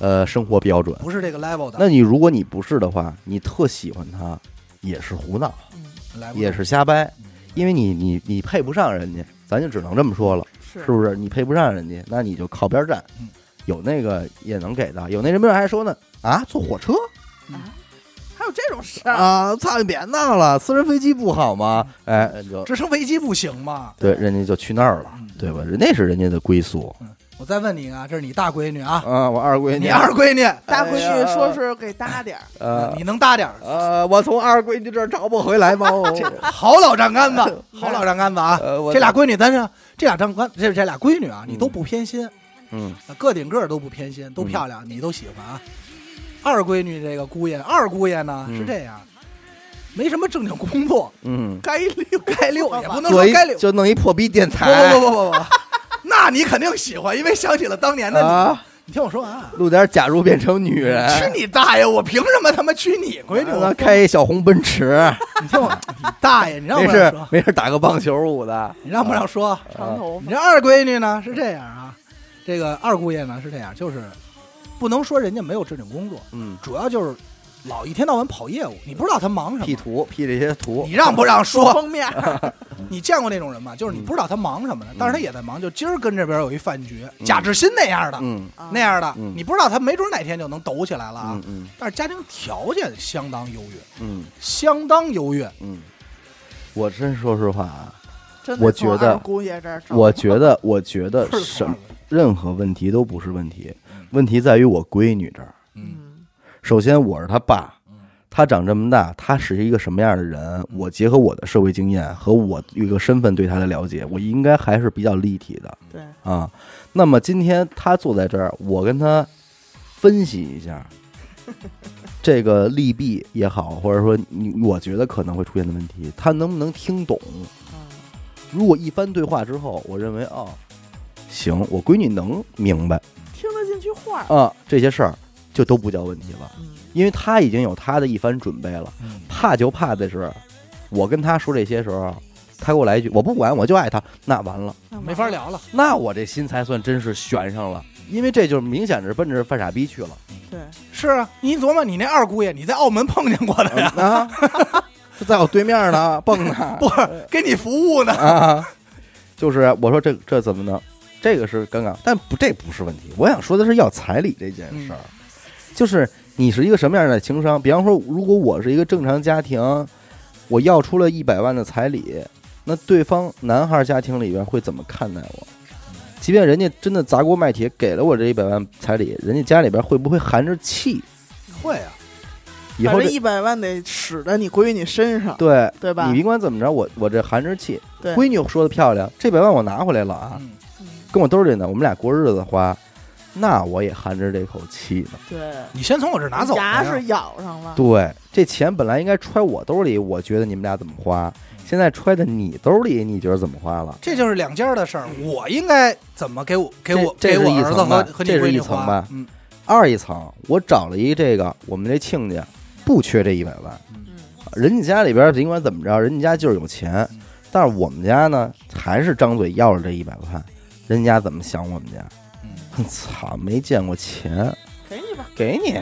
S1: 呃生活标准。
S2: 不是这个 level 的，
S1: 那你如果你不是的话，你特喜欢他，也是胡闹，
S3: 嗯
S2: 来不动
S1: 也是瞎掰，
S2: 嗯
S1: 因为你你你配不上人家，咱就只能这么说了，
S3: 是
S1: 是不是？你配不上人家，那你就靠边站
S2: 嗯。
S1: 有那个也能给的，有那人民还说呢啊，坐火车
S3: 还有这种事
S2: 哎
S3: 儿？
S1: 啊，操你别闹了，私人飞机不好吗？哎，就
S2: 直升飞机不行吗？
S1: 对，人家就去那儿了，对吧？那是人家的归宿
S2: 我再问你啊，这是你大闺女啊，
S1: 啊。我二闺女，
S2: 你二嗯闺女，
S3: 大闺
S1: 哎
S3: 女
S1: 呀
S3: 说是给搭点儿，
S1: 呃
S2: 你能搭点儿？
S1: 呃，我从二闺女这儿找不回来 吗？
S2: 好老丈 杆子，好老丈杆子啊！
S1: 嗯呃，我
S2: 这俩闺女，咱是这俩丈杆，这这俩闺女啊，你
S1: 嗯
S2: 都不偏心，
S1: 嗯，
S2: 个顶个儿都不偏心，都漂亮，你都喜欢啊。二闺女这个姑爷，二姑爷呢
S1: 嗯
S2: 是这样，没什么正经工 作，
S1: 嗯，
S3: 该溜
S2: 该溜也不
S1: 做
S2: 能说
S1: 一
S2: 该溜，
S1: 就弄一破逼电
S2: 不
S1: 台，
S2: 不不不不 不，那你肯定喜欢，因为想起了当年的你。
S1: 啊，
S2: 你听我说完啊，
S1: 录点假如变成女人，
S2: 去你大爷！我凭什么他妈去你 闺女？
S1: 啊
S2: 我
S1: 开一小红奔驰，
S2: 你听我， 你大爷！你让
S1: 没
S2: 不让
S1: 事
S2: 说？
S1: 没事打个棒球舞的，
S2: 你让不让说？
S3: 长头发，
S2: 你这二闺女呢是这样啊，这个二姑爷呢是这样，就是不能说人家没有正经工作，
S1: 嗯
S2: 主要就是老一天到晚跑业务，你不知道他忙什
S1: ，P
S2: 么。
S1: 图 P 这些图，
S2: 你让不让说？
S3: 封面，
S2: 你见过那种人吗？就是你不知道他忙什么呢，
S1: 嗯
S2: 但是他也在忙。就今儿跟这边有一饭局，
S1: 嗯
S2: 贾志新那样的，
S1: 嗯
S3: 啊
S2: 那样的，
S1: 嗯
S2: 你不知道他没准哪天就能抖起来了啊
S1: 嗯。嗯
S2: 但是家庭条件相当优越，
S1: 嗯
S2: 相当优越。
S1: 嗯，我真说实话啊，
S3: 真
S1: 我
S3: 的从
S1: 觉得
S3: 二姑爷这儿找
S1: 我觉得我觉 得
S2: 倍儿
S1: 什
S2: 爽
S1: 么任何问题都不是问题
S2: 嗯，
S1: 问题在于我闺女这儿。
S2: 嗯，
S3: 嗯，
S1: 首先我是他爸，他长这么大，他是一个什么样的人？我结合我的社会经验和我一个身份对他的了解，我应该还是比较立体的
S3: 对，
S1: 啊。那么今天他坐在这儿，我跟他分析一下这个利弊也好，或者说你我觉得可能会出现的问题，他能不能听懂？
S3: 嗯，
S1: 如果一番对话之后，我认为哦，行，我闺女能明白
S3: 听得进去话儿，
S1: 啊，这些事儿就都不叫问题了，
S3: 嗯，
S1: 因为他已经有他的一番准备了。
S2: 嗯
S1: 怕就怕的是，我跟他说这些时候，他给我来一句“我不管，我就爱他”，那完了，
S3: 那
S2: 没
S3: 完
S2: 法
S3: 了，
S2: 聊了。
S1: 那我这心才算真是悬上了，因为这就是明显是奔着犯傻逼去了
S3: 对，
S2: 是啊，你琢磨，你那二姑爷，你在澳门碰见过他呀？
S1: 啊！就在我对面呢，蹦呢
S2: 不是给你服务呢。
S1: 啊！ 就是我说这这怎么呢？这个是尴尬，但不这不是问题。我想说的是要彩礼这件事儿，
S3: 嗯
S1: 就是你是一个什么样的情商？比方说，如果我是一个正常家庭，我要出了一百万的彩礼，那对方男孩家庭里边会怎么看待我？即便人家真的砸锅卖铁给了我这一百万彩礼，人家家里边会不会含着气？
S2: 会啊，
S1: 以
S3: 反
S1: 后
S3: 正
S1: 这
S3: 一百万得使在你闺女身上，
S1: 对
S3: 对吧
S1: 你甭管怎么着，我我这含着气。
S3: 对
S1: 闺女说的漂亮，这百万我拿回来了啊，
S2: 嗯，
S3: 嗯
S1: 跟我兜里呢，我们俩过日子花，那我也含着这口气呢。
S3: 对，
S2: 你先从我这儿拿走
S3: 牙
S2: 呗
S3: 是咬上了，
S1: 对，这钱本来应该揣我兜里，我觉得你们俩怎么花，现在揣在你兜里，你觉得怎么花了？
S2: 这就是两家的事儿，
S3: 嗯
S2: 我应该怎么给我给我
S1: 这
S2: 给
S1: 这是
S2: 我
S1: 一
S2: 儿子
S1: 层
S2: 和
S1: 吧
S2: 和你
S1: 这是
S2: 闺女
S1: 一层
S2: 花
S1: 吧
S2: 嗯，
S1: 二一层，我找了一这个我们这亲家，不缺这一百万，
S3: 嗯，
S1: 人家家里边尽管怎么着，人家家就是有钱
S2: 嗯，
S1: 但是我们家呢还是张嘴要了这一百万，人家怎么想我们家？哼操，没见过钱，
S3: 给你吧，
S1: 给你，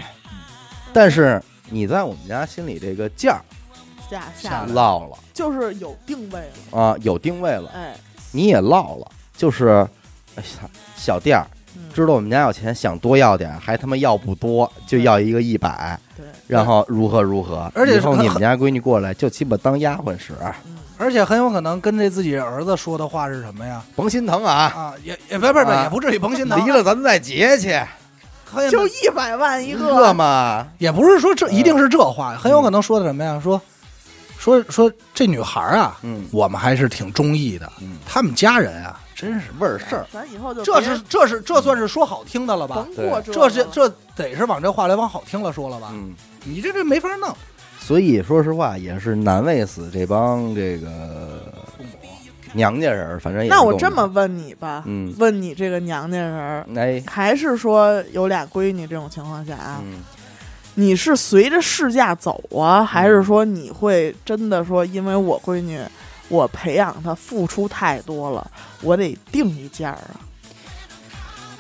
S1: 但是你在我们家心里这个价
S3: 下
S2: 下
S3: 下
S1: 儿
S2: 来
S3: 了，
S1: 落了
S3: 就是有定位了，
S1: 啊，有定位了，
S3: 哎，
S1: 你也落了，就是，哎呀，小店儿。
S3: 嗯
S1: 知道我们家有钱，想多要点，还他妈要不多，就要一个一百，
S3: 对，
S1: 然后如何如何？
S2: 而且是
S1: 以后
S2: 很
S1: 你们家闺女过来就鸡巴当丫鬟使，
S3: 嗯，
S2: 而且很有可能跟这自己儿子说的话是什么呀？
S1: 甭心疼啊！
S2: 啊，也也不不不，
S1: 啊
S2: 也不至于甭心疼，
S1: 离了咱们再结去，
S2: 很有
S3: 就一百万一
S1: 饿
S3: 个，
S1: 嘛，
S2: 也不是说这一定是这
S1: 嗯
S2: 话，很有可能说的什么呀？说说说这女孩儿啊，
S1: 嗯，
S2: 我们还是挺中意的
S1: 嗯，
S2: 他们家人啊，真是
S1: 味儿事儿，
S3: 咱以后就
S2: 这
S3: 别
S2: 是这是这算是说好听的了吧？
S3: 甭过
S1: 对
S2: 这
S3: 这
S2: 是
S3: 个了
S2: 这得是往这话来往好听了说了吧？
S1: 嗯。
S2: 你这这没法弄，
S1: 所以说实话，也是难为死这帮这个
S2: 父母
S1: 娘家人儿，反正也是
S3: 那我
S1: 够
S3: 这
S1: 的
S3: 么，问你吧，
S1: 嗯
S3: 问你这个娘家人儿，
S1: 哎，
S3: 还是说有俩闺女这种情况下啊，
S1: 嗯，
S3: 你是随着市价走啊，
S1: 嗯
S3: 还是说你会真的说，因为我闺女，我培养她付出太多了，我得定一价儿啊？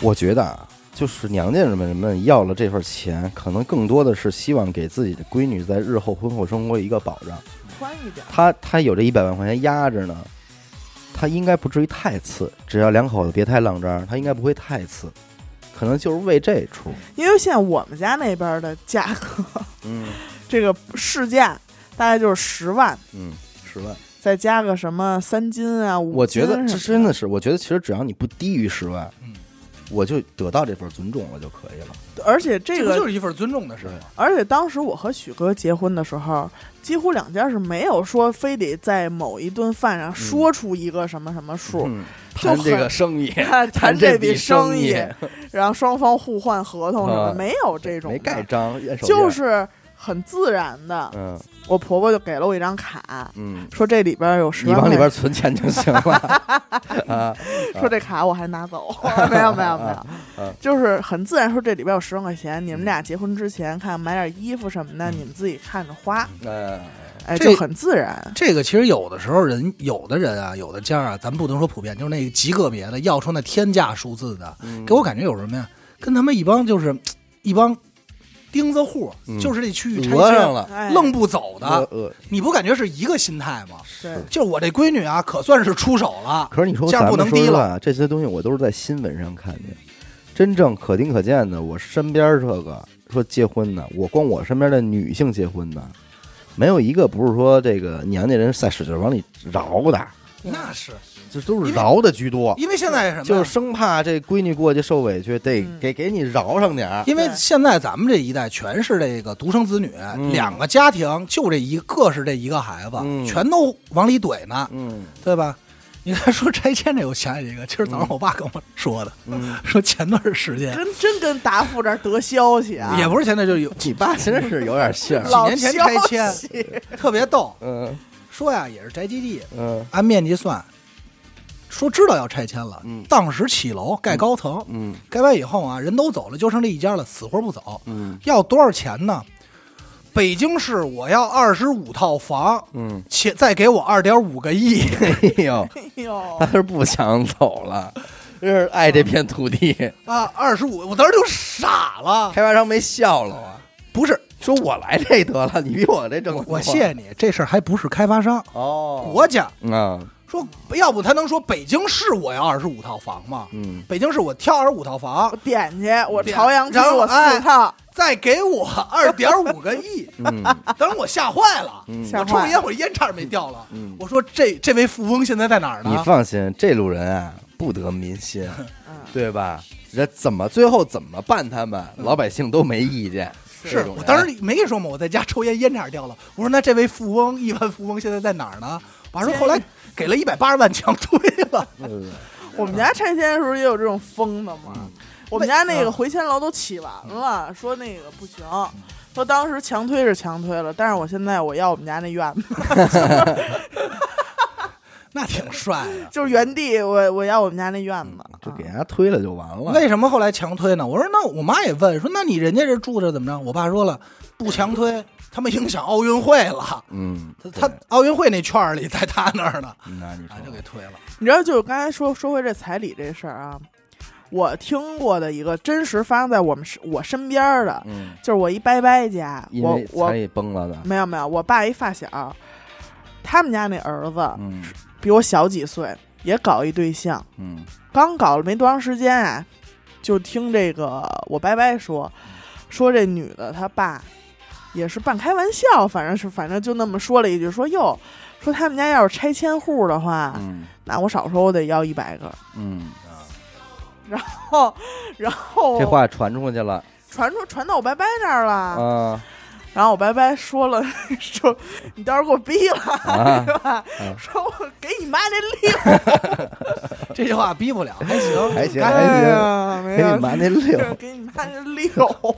S1: 我觉得啊，就是娘家人们要了这份钱，可能更多的是希望给自己的闺女在日后婚后生活一个保障。
S3: 宽一点。
S1: 他他有这一百万块钱压着呢，他应该不至于太次，只要两口子别太浪张，他应该不会太次，可能就是为这出。
S3: 因为现在我们家那边的价格，
S1: 嗯
S3: 这个市价大概就是十万，
S1: 嗯，十万，
S3: 再加个什么三金啊，五
S1: 我觉得
S3: 金
S1: 这
S3: 什么
S1: 真的是，我觉得其实只要你不低于十万，
S2: 嗯，
S1: 我就得到这份尊重了就可以了。
S3: 的，而且这
S2: 不
S3: 个，
S2: 就是一份尊重的事儿吗？
S3: 而且当时我和许哥结婚的时候，几乎两家是没有说非得在某一顿饭上说出一个什么什么数，
S1: 嗯，谈
S3: 就
S1: 这个
S3: 很
S1: 生 意，
S3: 谈
S1: 这
S3: 笔
S1: 生
S3: 意，然后双方互换合同什么，
S1: 啊
S3: 没有这种
S1: 没
S3: 的
S1: 盖章，验手印
S3: 就
S1: 儿
S3: 是很自然的。
S1: 嗯
S3: 我婆婆就给了我一张卡，
S1: 嗯，
S3: 说这里边有十
S1: 你
S3: 万
S1: 往
S3: 块
S1: 里
S3: 钱，
S1: 边存钱就行 了啊。
S3: 说这卡我还拿走， 没有没有没
S1: 啊嗯
S3: 有，就是很自然说这里边有十万块钱，你们俩结婚之前看买点衣服什么的，你们自己看着花，
S1: 哎，
S2: 呃
S3: 哎，
S2: 这
S3: 就很自然。
S2: 这个其实有的时候人有的人啊，有的家啊，咱不能说普遍，就是那极个别的要出那天价数字的，给我感觉有什么呀？跟他们一帮就是一帮钉子户，
S1: 嗯
S2: 就是这区域拆
S1: 讹上
S2: 迁
S1: 了，
S3: 哎
S2: 愣不走的，
S1: 呃，
S2: 你不感觉是一个心态吗？
S3: 对
S2: 就是我这闺女啊，可算是出手了，
S1: 可是你说
S2: 价
S1: 咱
S2: 不
S1: 们
S2: 能
S1: 说
S2: 低
S1: 实
S2: 了。
S1: 话，这些东西我都是在新闻上看见，真正可听可见的，我身边这个说结婚的，我光我身边的女性结婚的，没有一个不是说这个娘家人在使劲往里饶的，
S2: 那是
S1: 这都是
S2: 因为
S1: 饶的居多，
S2: 因为现在是什么呀？
S1: 就是生怕这闺女过去受委屈，得
S3: 嗯
S1: 给给你饶上点儿。
S2: 因为
S3: 对
S2: 现在咱们这一代全是这个独生子女，两个家庭就这一个是这一个孩子，
S1: 嗯
S2: 全都往里怼呢，
S1: 嗯
S2: 对吧？你刚才说拆迁这，我想起一个，今儿早上我爸跟我说的，
S1: 嗯，
S2: 说前段时间、
S3: 跟真跟达富这儿得消息啊，
S2: 也不是前段，就有
S1: 你爸真是有点馅儿。
S3: 老
S2: 几年前拆迁
S3: 消息
S2: 特别逗，
S1: 嗯
S2: 说呀也是宅基地，
S1: 嗯
S2: 按面积算，说知道要拆迁了，
S1: 嗯
S2: 当时起楼盖高层，
S1: 嗯
S2: 盖完以后啊，人都走了，就剩这一家了，死活不走，
S1: 嗯
S2: 要多少钱呢？北京市我要二十五套房，
S1: 嗯，
S2: 且再给我二点五个亿，
S1: 哎呦，
S3: 哎呦
S1: 他，是不想走了，就是爱这片土地。
S2: 啊，二十五，我当时就傻了。
S1: 开发商没笑了啊，
S2: 不是，
S1: 说我来这得了，你比我这挣得多
S2: 我谢谢你，这事儿还不是开发商，
S1: 哦，
S2: 国家
S1: 啊，
S2: 说，要不他能说北京市我要二十五套房吗？
S1: 嗯
S2: 北京市我挑二十五套
S3: 我
S2: 房，
S3: 点去，我
S2: 点
S3: 朝阳区
S2: 然后
S3: 我
S2: 哎
S3: 四套，
S2: 再给我二点五个亿，
S1: 嗯
S2: 当时我吓坏了，
S1: 嗯，
S3: 吓
S2: 我抽
S3: 坏
S2: 烟我烟差点没掉了。
S1: 嗯
S2: 我说这这位富翁现在在哪儿呢？
S1: 你放心，这路人啊不得民心，
S3: 嗯
S2: 啊
S1: 对吧？这怎么最后怎么办？他们老百姓都没意见，这
S2: 是
S1: 种哎
S2: 我
S1: 人
S2: 当时没跟你说嘛，我在家抽烟，烟差点掉了。我说那这位富翁，亿万富翁现在在哪儿呢？我爸说后来给了一百八十万强推了。
S1: 嗯
S3: 我们家拆迁的时候也有这种疯的嘛。
S2: 嗯
S3: 我们家那个回迁楼都起完了，说那个不行，
S2: 嗯
S3: 说当时强推是强推了，但是我现在我要我们家那院子，
S2: 那挺帅的。
S3: 就是原地我我要我们家那院子。
S2: 嗯
S3: 啊
S1: 就给人家推了就完了。
S2: 为什么后来强推呢？我说那我妈也问说，那你人家这住着怎么着？我爸说了，不强推，他们影响奥运会了。
S1: 嗯，
S2: 他他奥运会那券儿里在他那儿呢，
S1: 那你
S2: 啊就给
S1: 说，
S2: 推了。
S3: 你知道，就是刚才说说回这彩礼这事儿啊，我听过的一个真实发生在我们身我身边儿的，
S1: 嗯，
S3: 就是我一伯伯家，
S1: 因
S3: 我
S1: 为彩
S3: 我
S1: 礼崩了的，
S3: 没有没有，我爸一发小，他们家那儿子
S1: 嗯
S2: 啊
S3: 比我小几岁，也搞一对象。
S1: 嗯
S3: 刚搞了没多长时间啊，就听这个我伯伯说，
S1: 嗯
S3: 说这女的她爸也是半开玩笑，反正是反正就那么说了一句，说哟，说他们家要是拆迁户的话，
S1: 嗯
S3: 那我少说我得要一百个。
S1: 嗯，
S3: 哦，然后
S2: 哦
S1: 这话传出去了
S3: 传出传到我伯伯那儿了，
S1: 啊
S3: 然后我伯伯说了， 说你到时候给我逼了，
S1: 啊
S3: 对吧？
S1: 嗯
S3: 说我给你妈那六，
S2: 这句话逼不了，还行
S1: 还行
S2: 哎
S3: 哎呀，没
S1: 给
S3: 有
S1: 你妈那六。
S3: 给你妈那六。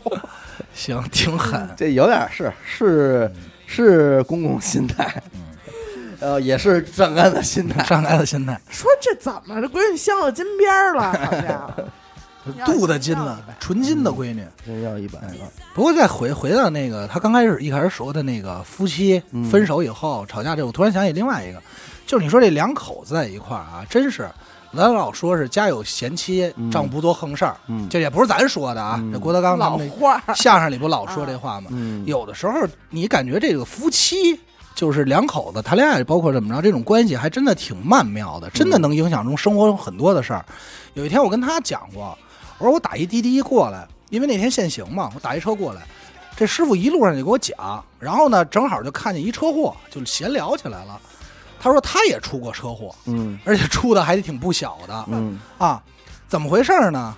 S2: 行，挺狠。
S1: 这有点是是是公共心态， 呃，也是上杆的心态。
S2: 上来的心态，
S3: 说这怎么了？闺女镶到金边儿了，好像
S2: 镀的金
S3: 要
S2: 了
S3: 一百，
S2: 纯金的闺女。
S1: 真要一百个，
S2: 不过再回回到那个他刚开始一开始说的那个夫妻
S1: 嗯
S2: 分手以后、吵架这，我突然想起另外一个，就是你说这两口子在一块儿啊，真是咱老说是家有贤妻，
S1: 嗯
S2: 丈不做横事儿，
S1: 嗯
S2: 这也不是咱说的啊，
S1: 嗯
S2: 这郭德纲他
S3: 老
S2: 们
S3: 话儿
S2: 那相声里不老说这话吗？
S1: 嗯
S2: 有的时候你感觉这个夫妻就是两口子谈恋爱，包括怎么着，这种关系还真的挺曼妙
S1: 嗯
S2: 的，真的能影响中生活中很多的事儿。有一天我跟他讲过，我说我打一滴滴过来，因为那天限行嘛，我打一车过来，这师傅一路上就给我讲，然后呢，正好就看见一车祸，就闲聊起来了。他说他也出过车祸，
S1: 嗯
S2: 而且出的还挺不小的
S1: 嗯
S2: 啊，怎么回事儿呢？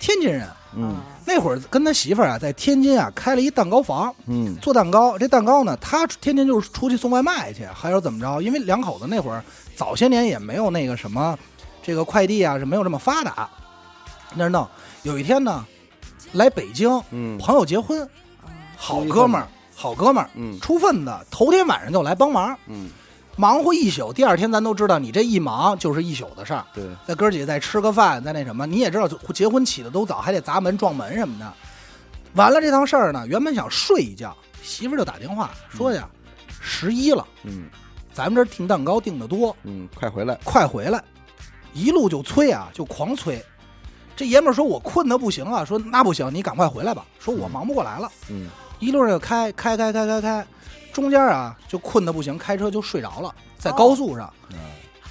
S2: 天津人
S1: 嗯
S3: 啊
S2: 那会儿跟他媳妇儿啊，在天津啊开了一蛋糕房，
S1: 嗯
S2: 做蛋糕，这蛋糕呢，他天天就是出去送外卖去，还有怎么着？因为两口子那会儿早些年也没有那个什么，这个快递啊是没有这么发达，那儿弄。有一天呢，来北京，
S1: 嗯
S2: 朋友结婚，好哥们儿，好哥们儿，
S1: 嗯
S2: 出份子，头天晚上就来帮忙，
S1: 嗯，
S2: 忙活一宿。第二天咱都知道，你这一忙就是一宿的事儿。
S1: 对，
S2: 在哥儿几个再吃个饭，再那什么，你也知道，结婚起的都早，还得砸门撞门什么的。完了这趟事儿呢，原本想睡一觉，媳妇儿就打电话说呀，十一了，
S1: 嗯
S2: 咱们这儿订蛋糕订的多，
S1: 嗯，快回来，
S2: 快回来。一路就催啊，就狂催。这爷们儿说：“我困得不行啊，说那不行，你赶快回来吧。”说我忙不过来了，
S1: 嗯
S2: 一路上就开开开开开开，中间啊就困得不行，开车就睡着了，在高速上，
S1: 嗯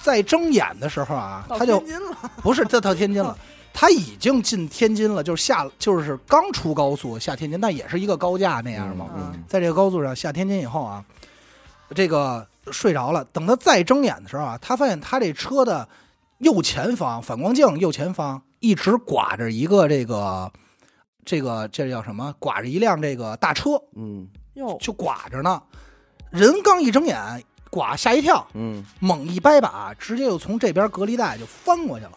S2: 在睁眼的时候啊，
S3: 到
S2: 他就
S3: 天津了，
S2: 不是，他到天津了，他已经进天津了，就是下就是刚出高速下天津，但也是一个高架那样嘛。
S1: 嗯
S2: 在这个高速上下天津以后啊，这个睡着了，等他再睁眼的时候啊，他发现他这车的右前方反光镜右前方一直挂着一个这个这个这叫什么？挂着一辆这个大车，
S1: 嗯
S3: 哟，
S2: 就挂着呢。人刚一睁眼，挂吓一跳，
S1: 嗯，
S2: 猛一掰把，直接就从这边隔离带就翻过去了，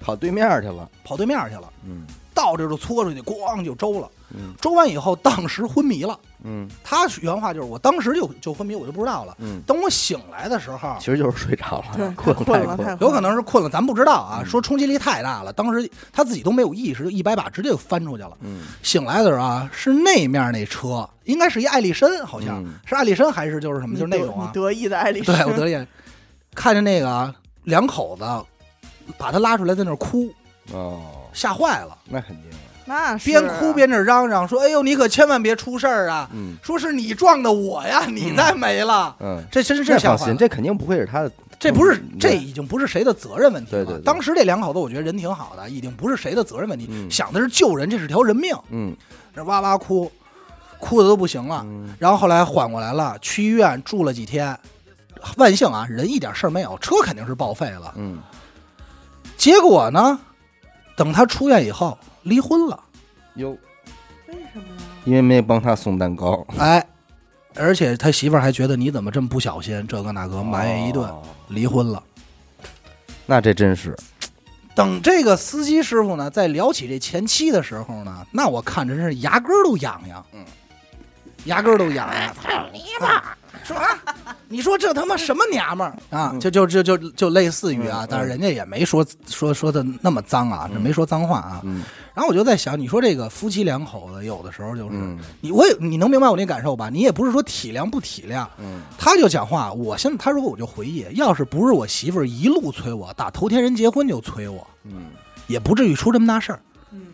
S1: 跑对面去了，
S2: 跑对面去了。
S1: 嗯
S2: 到这儿就搓出去，咣就周了。
S1: 嗯
S2: 周完以后，当时昏迷了。
S1: 嗯
S2: 他原话就是：“我当时就就昏迷，我就不知道了。
S1: 嗯，
S2: 等我醒来的时候
S1: 其，实就是睡着了
S3: 对，，
S1: 困
S3: 太困了，
S1: 困
S3: 太
S1: 了，
S3: 困
S2: 有
S3: 了
S2: 可能是困了，咱不知道啊。
S1: 嗯
S2: 说冲击力太大了，当时他自己都没有意识，就一百把直接就翻出去了。
S1: 嗯
S2: 醒来的时候啊，是那面那车，应该是一艾力绅，好像、
S1: 嗯
S2: 是艾力绅还是就是什么，
S3: 你
S2: 就是那
S3: 得
S2: 种啊
S3: 你。得意的爱丽
S2: 对
S3: 丝，
S2: 我得意，看见那个啊两口子把他拉出来，在那儿哭，
S1: 哦，
S2: 吓坏了，
S1: 那肯定，
S3: 那是啊
S2: 边哭边这嚷嚷说：“哎呦，你可千万别出事儿啊！”
S1: 嗯
S2: 说是你撞的我呀，你再没了，
S1: 嗯，
S2: 这真
S1: 这
S2: 是
S1: 嗯放
S2: 吓坏
S1: 心，
S2: 了。
S1: 这肯定不会是他的，
S2: 这不是
S1: 嗯
S2: 这已经不是谁的责任问题了。
S1: 对对对
S2: 当时这两口子，我觉得人挺好的，已经不是谁的责任问题，
S1: 嗯
S2: 想的是救人，这是条人命。
S1: 嗯
S2: 这哇哇哭，哭的都不行了。
S1: 嗯
S2: 然后后来缓过来了，去医院住了几天。万幸啊，人一点事儿没有，车肯定是报废了。
S1: 嗯，
S2: 结果呢，等他出院以后离婚了，
S1: 哟，
S3: 为什么呀？
S1: 因为没帮他送蛋糕，
S2: 哎，而且他媳妇儿还觉得你怎么这么不小心，这个那个埋怨一顿，
S1: 哦
S2: 离婚了。
S1: 那这真是，
S2: 等这个司机师傅呢，在聊起这前妻的时候呢，那我看真是牙根儿都痒痒，嗯，牙根儿都痒痒。说啊，你说这他妈什么娘们儿啊？就就就就就类似于啊
S1: 嗯，
S2: 但是人家也没说说说的那么脏啊，这没说脏话啊。
S1: 嗯
S2: 然后我就在想，你说这个夫妻两口子有的时候就是
S1: 嗯
S2: 你我也你能明白我那感受吧？你也不是说体谅不体谅，
S1: 嗯
S2: 他就讲话，我现在他如果我就回忆，要是不是我媳妇儿一路催我，打头天人结婚就催我，
S1: 嗯
S2: 也不至于出这么大事儿。
S3: 嗯，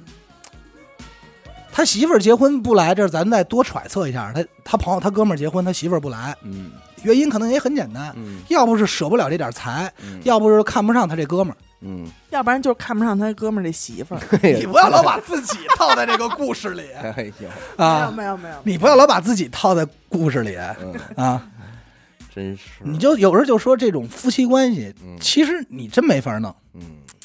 S2: 他媳妇儿结婚不来这儿，咱再多揣测一下。他他朋友他哥们儿结婚，他媳妇儿不来，
S1: 嗯
S2: 原因可能也很简单，
S1: 嗯
S2: 要不是舍不了这点财，
S1: 嗯
S2: 要不是看不上他这哥们儿。
S1: 嗯，
S3: 要不然就是看不上他哥们儿这媳妇儿。
S2: 你不要老把自己套在这个故事里
S1: 哎呦，
S2: 啊！
S3: 没有没有没有，
S2: 你不要老把自己套在故事里
S1: 嗯，
S2: 啊！
S1: 真是，
S2: 你就有人就说这种夫妻关系，其实你真没法弄。
S1: 嗯，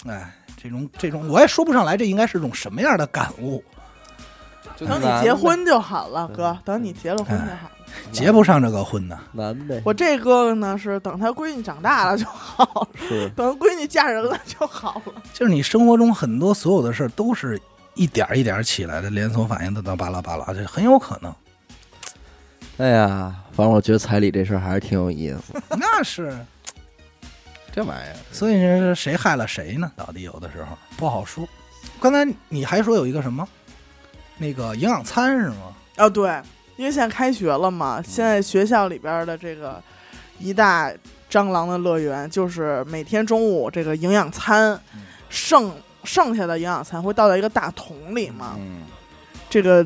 S2: 哎，这种这种我也说不上来，这应该是种什么样的感悟？
S1: 就
S3: 等
S1: 难
S3: 你结婚就好了，哥，等你结了婚
S1: 哎
S3: 就好
S1: 嗯
S3: 了。
S2: 结不上这个婚呢。
S1: 难呗，
S3: 我这哥哥呢是等他闺女长大了就好了，
S1: 是
S3: 等闺女嫁人了就好了。
S2: 就是你生活中很多所有的事儿都是一点儿一点儿起来的连锁反应，到巴拉巴拉，这很有可能。
S1: 哎呀，反正我觉得彩礼这事儿还是挺有意思，
S2: 那是，
S1: 这玩意儿，
S2: 所以是谁害了谁呢？到底有的时候不好说。刚才你还说有一个什么，那个营养餐是吗？
S3: 啊，对，因为现在开学了嘛，现
S1: 嗯
S3: 在学校里边儿的这个一大蟑螂的乐园，就是每天中午这个营养餐
S1: 嗯
S3: 剩剩下的营养餐会倒到一个大桶里嘛，
S1: 嗯
S3: 这个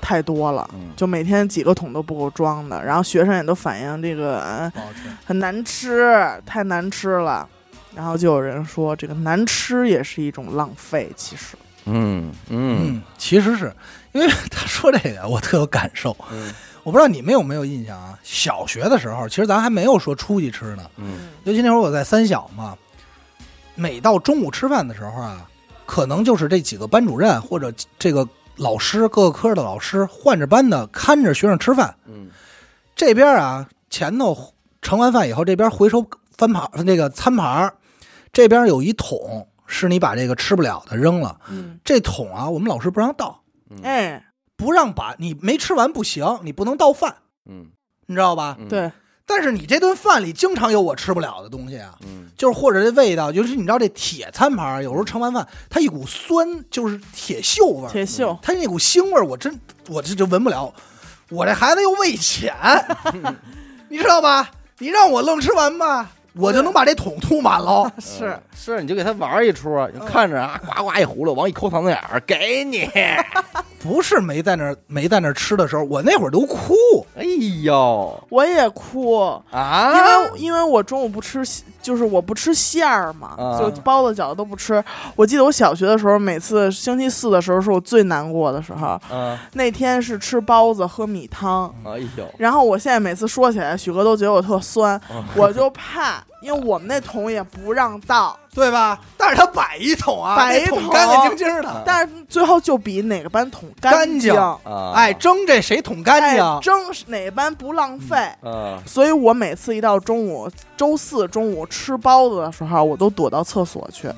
S3: 太多了，
S1: 嗯
S3: 就每天几个桶都不够装的。然后学生也都反映这个、呃
S2: 不好吃。
S3: 很难吃，太难吃了。然后就有人说，这个难吃也是一种浪费，其实
S1: 嗯嗯
S2: 嗯，其实是因为 他说这个，我特有感受。
S1: 嗯
S2: 我不知道你们有没有印象啊？小学的时候，其实咱还没有说出去吃呢，
S1: 嗯
S2: 尤其那会儿我在三小嘛，每到中午吃饭的时候啊，可能就是这几个班主任或者这个老师，各个科的老师换着班的看着学生吃饭。
S1: 嗯
S2: 这边啊，前头盛完饭以后，这边回收翻盘那个餐盘儿，这边有一桶是你把这个吃不了的扔了，
S3: 嗯，
S2: 这桶啊，我们老师不让倒。
S1: 嗯
S3: 哎，
S2: 不让把你没吃完不行，你不能倒饭，
S1: 嗯
S2: 你知道吧？
S1: 嗯，
S3: 对，
S2: 但是你这顿饭里经常有我吃不了的东西啊，
S1: 嗯
S2: 就是或者这味道，尤其你知道这铁餐盘儿，有时候盛完饭它一股酸，就是铁锈味儿，
S3: 铁锈，
S2: 它那股腥味儿，我真我这就闻不了。我这孩子又 胃浅，你知道吧？你让我愣吃完吧，我就能把这桶吐满喽。
S1: 嗯
S3: 是
S1: 是，你就给他玩一出啊，你看着啊，呱呱一葫芦往一抠嗓子眼儿，给你，
S2: 不是没在那儿没在那儿吃的时候，我那会儿都哭。
S1: 哎呦
S3: 我也哭。
S1: 啊，
S3: 因为因为我中午不吃西，就是我不吃馅儿嘛，
S1: 啊
S3: 就包子饺子都不吃。我记得我小学的时候，每次星期四的时候是我最难过的时候。
S1: 嗯，
S3: 那天是吃包子喝米汤，
S1: 哎呦，
S3: 然后我现在每次说起来，许哥都觉得我特酸，
S1: 啊
S3: 我就怕，因为我们那桶也不让倒，
S2: 对吧？但是他摆一桶啊，
S3: 摆一
S2: 那桶
S3: 桶
S2: 干干净净的，
S3: 但是最后就比哪个班桶净，
S2: 嗯干
S1: 啊，
S2: 哎，蒸这谁捅干
S3: 哎
S2: 净？，嗯
S3: 争哪班不浪费。
S1: 啊，
S3: 所以我每次一到中午，周四中午吃包子的时候，我都躲到厕所去，
S2: 嗯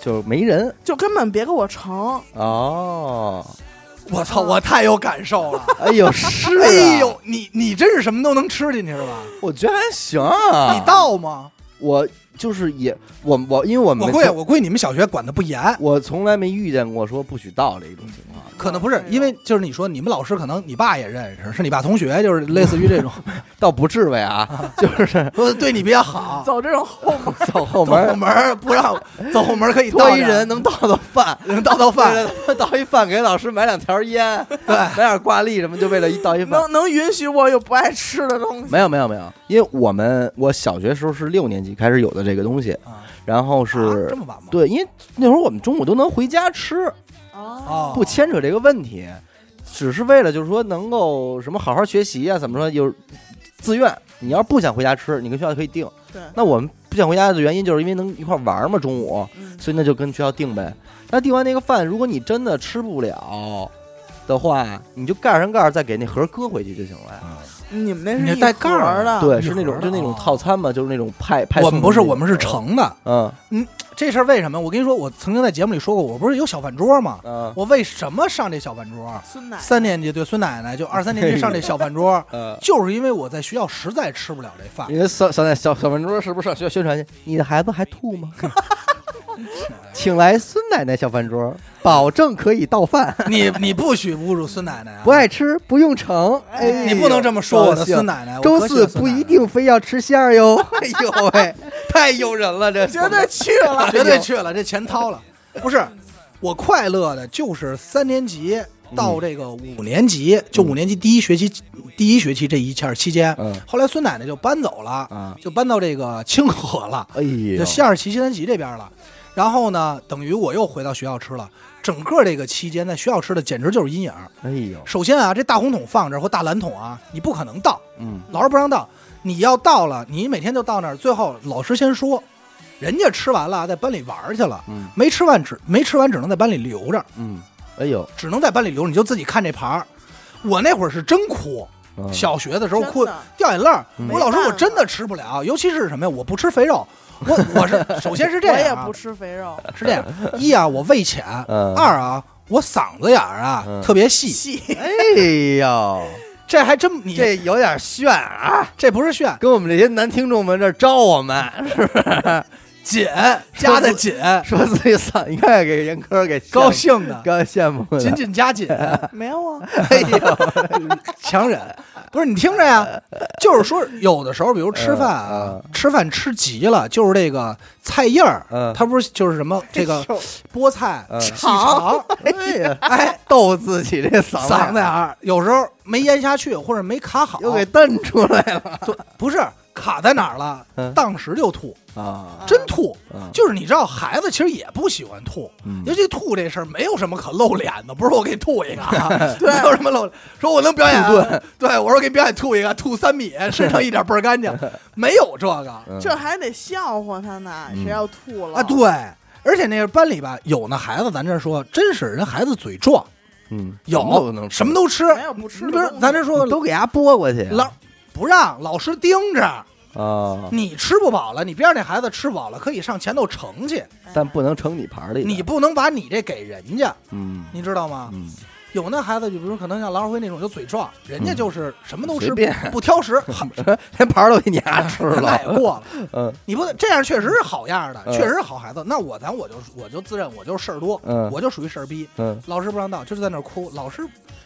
S1: 就是没人
S3: 就根本别给我盛。
S1: 哦，
S2: 我操，我太有感受了。
S1: 哎呦，啊 是、啊，
S2: 哎，呦，你你真是什么都能吃进去是吧？
S1: 我觉得还行啊，
S2: 你倒吗？
S1: 我就是也我我因为我们
S2: 我估计我估计你们小学管的不严，
S1: 我从来没遇见过说不许倒这一种情 况，
S2: 可能不是因为就是你说你们老师可能你爸也认识，是你爸同学，就是类似于这种，
S1: 倒不至为 啊，就是
S2: 说 对你比较好，
S3: 走这种后 门，
S1: 走后
S2: 走后
S1: 门。
S2: 门儿不让 走后门儿可以
S1: 多
S2: 倒
S1: 一人能倒倒 饭，
S2: 能倒倒
S1: 为
S2: 饭，
S1: 了他妈倒一饭给老师买两条烟，
S2: 对
S1: 买点挂历什么，就为了一倒一饭。
S3: 能能允许我有不爱吃的东 西。
S1: 没有没有没有，因为我们我小学时候是六年级开始有的这个东西，
S2: 啊
S1: 然后
S2: 啊
S1: 是
S2: 这么晚吗？
S1: 对，因为那会儿我们中午都能回家吃，
S3: 哦，
S2: 哦，
S1: 不牵扯这个问题，只是为了就是说能够什么好好学习啊，怎么说有自愿。你要不想回家吃，你跟学校可以定。
S3: 对，
S1: 那我们不想回家的原因就是因为能一块玩嘛，中午，
S3: 嗯，
S1: 所以那就跟学校定呗。那订完那个饭，如果你真的吃不了的话，你就盖上盖儿，再给那盒搁回去就行了呀。
S3: 你们那
S2: 你
S3: 是
S2: 这
S3: 一
S2: 带
S3: 盒
S2: 盖儿啊
S3: 儿的，
S1: 对，
S2: 一
S1: 是那
S2: 盒
S1: 种
S2: 儿
S1: 就
S2: 的
S1: 那种
S2: 哦
S1: 套餐嘛，就是那种派派。
S2: 我们不是我们是，盛的。
S1: 嗯
S2: 这事儿为什么？我跟你说，我曾经在节目里说过，我不是有小饭桌吗？
S1: 嗯，
S2: 我为什么上这小饭桌？
S3: 酸奶，
S2: 三年级对孙奶奶，就二三年级上这小饭桌
S1: 呃，
S2: 就是因为我在学校实在吃不了这饭
S1: 你，的小小小小饭桌是不是上学校宣传去？你的孩子还吐吗？ 请来孙奶奶小饭桌，保证可以倒饭，
S2: 你你不许侮辱孙奶奶啊！
S1: 不爱吃不用盛。哎，
S2: 你不能这么说我的孙
S1: 奶。
S2: 奶奶。我
S1: 周
S2: 可喜
S1: 四
S2: 欢孙
S1: 不
S2: 奶奶
S1: 一，定非要吃馅儿 哟。哎呦喂，太诱人了，这
S3: 绝对去了。
S2: 啊 绝对去了，这钱掏了。不是，我快乐的就是三年级到这个五年级，就五年级第一学期第一学期这一下期间
S1: 嗯，
S2: 后来孙奶奶就搬走
S1: 啊
S2: 了，就搬到这个清河了。
S1: 哎呦
S2: 就，西二旗西三旗这边了。然后呢，等于我又回到学校吃了。整个这个期间，在学校吃的简直就是阴影儿。
S1: 哎呦，
S2: 首先啊，这大红桶放这儿或大蓝桶啊，你不可能倒，
S1: 嗯
S2: 老师不让倒。你要倒了，你每天就到那儿，最后老师先说，人家吃完了在班里玩儿去了，
S1: 嗯
S2: 没吃完只没吃完只能在班里留着，
S1: 嗯，哎呦，
S2: 只能在班里留着，你就自己看这盘儿。我那会儿是真哭，
S1: 嗯
S2: 小学的时候哭
S3: 真的
S2: 掉眼泪儿
S1: 嗯，
S2: 我老说我真的吃不了，尤其是什么呀？我不吃肥肉，我我 是首先是这样、
S3: 我
S2: 啊，
S3: 也不吃肥肉，
S2: 是这样：一啊，我胃浅；
S1: 嗯
S2: 二啊，我嗓子眼儿啊、
S1: 嗯
S2: 特别细。
S3: 细
S1: 哎呦，
S2: 这还真你
S1: 这有点炫啊！
S2: 这不是炫，
S1: 跟我们这些男听众们这儿招我们，
S2: 紧加的紧，
S1: 说自己嗓，你看给严科给羡慕
S2: 高兴的
S1: 高羡慕的
S2: 紧紧加紧，
S3: 没有啊？
S1: 哎呦，
S2: 强忍。不是你听着呀，就是说有的时候，比如吃饭
S1: 嗯
S2: 啊，吃饭吃急了，就是这个菜叶儿
S1: 嗯，
S2: 它不是就是什么这个菠菜
S1: 嗯、
S2: 细肠，
S1: 哎呀，
S2: 哎，
S1: 逗自己这嗓子
S2: 嗓子眼儿有时候没咽下去或者没卡好，
S1: 啊又给瞪出来了
S2: 对不是卡在哪儿了
S1: 嗯，
S2: 当时就吐，
S1: 啊！
S2: 真吐。
S1: 啊
S2: 就是你知道，孩子其实也不喜欢吐，
S1: 嗯
S2: 尤其吐这事儿没有什么可露脸的，不是我给你吐一个啊， 没有什么露脸，说我能表演啊，对我说给你表演吐一个，吐三米，身上一点倍 儿干净，没有这个啊，
S1: 嗯
S3: 这还得笑话他呢，
S1: 嗯
S3: 谁要吐了
S2: 对，而且那个班里吧，有那孩子，咱这说真是人孩子嘴壮，
S1: 嗯，
S2: 有
S1: 什么都能吃
S2: 什么都吃，
S3: 没有不吃
S2: 你
S3: 的
S2: 比
S3: 东西，
S2: 如咱这说
S1: 都给伢拨过去
S3: 啊
S2: 老不让老师盯着，
S1: 啊，
S2: 你吃不饱了，你边上那孩子吃饱了可以上前头盛去，
S1: 但不能盛你盘里的。
S2: 你不能把你这给人家，
S1: 嗯
S2: 你知道吗？
S1: 嗯
S2: 有那孩子，就比如可能像郎少辉那种，就嘴壮，人家就是什么都
S1: 随
S2: 吃，
S1: 便
S2: 不挑 食，好
S1: 连盘儿都给你伢吃
S2: 太
S1: 了。
S2: 过了。
S1: 嗯
S2: 你不这样，确实是好样的，
S1: 嗯
S2: 确实是好孩子。那我咱我就我就自认我就是事儿多，
S1: 嗯
S2: 我就属于事儿逼。
S1: 嗯
S2: 老师不让到，就是在那儿哭。老师，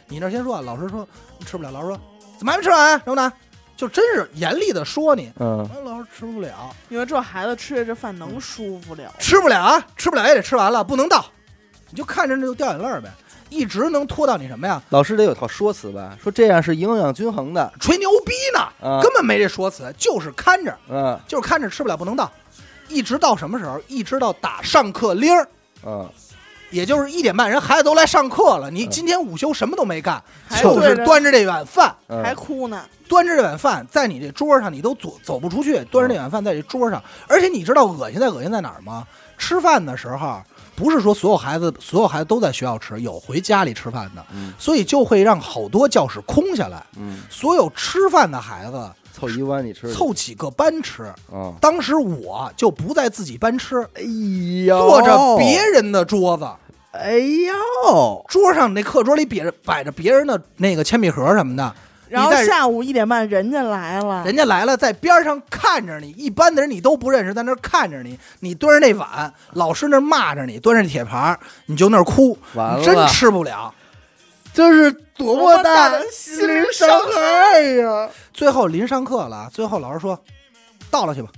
S2: 你那儿先说啊，老师说吃不了，老师说怎么还没吃完啊？然后呢，就真是严厉的说你。
S1: 嗯
S2: 哎，老师吃不了，
S3: 你说这孩子吃的这饭能舒服了？
S2: 吃不了啊，吃不了也得吃完了，不能倒。你就看着那就掉眼泪儿呗，一直能拖到你什么呀？
S1: 老师得有套说辞吧？说这样是营养均衡的。
S2: 吹牛逼
S1: 啊
S2: 呢，根本没这说辞，就是看着，
S1: 嗯
S2: 就是看着吃不了不能倒，一直到什么时候？一直到打上课铃儿，
S1: 嗯，
S2: 也就是一点半，人孩子都来上课了，你
S1: 嗯
S2: 今天午休什么都没干，
S3: 还
S2: 就
S3: 对
S2: 是
S3: 着
S2: 端着这碗饭，
S1: 嗯
S3: 还哭呢，
S2: 端着这碗饭在你这桌上，你都走走不出去，端着这碗饭在这桌上，而且你知道恶心在恶心在哪儿吗？吃饭的时候，不是说所有孩子所有孩子都在学校吃，有回家里吃饭的，
S1: 嗯
S2: 所以就会让好多教室空下来，
S1: 嗯，
S2: 所有吃饭的孩子
S1: 凑一碗你吃去。
S2: 凑几个班吃。
S1: 啊！
S2: 当时我就不在自己班吃，
S1: 哎呦，
S2: 坐着别人的桌子，
S1: 哎呦，
S2: 桌上那课桌里别人摆着别人的那个铅笔盒什么的，
S3: 然后
S2: 你在
S3: 下午一点半人家来了，
S2: 人家来了，在边上看着你，一般的人你都不认识，在那儿看着你，你端着那碗，老师那儿骂着你，端着铁盘儿，你就那儿哭，
S1: 完了
S2: 你真吃不了。
S1: 这是多
S3: 么大
S1: 的
S3: 的心灵伤
S1: 害呀！
S2: 最后临上课了，最后老师说，倒了去吧，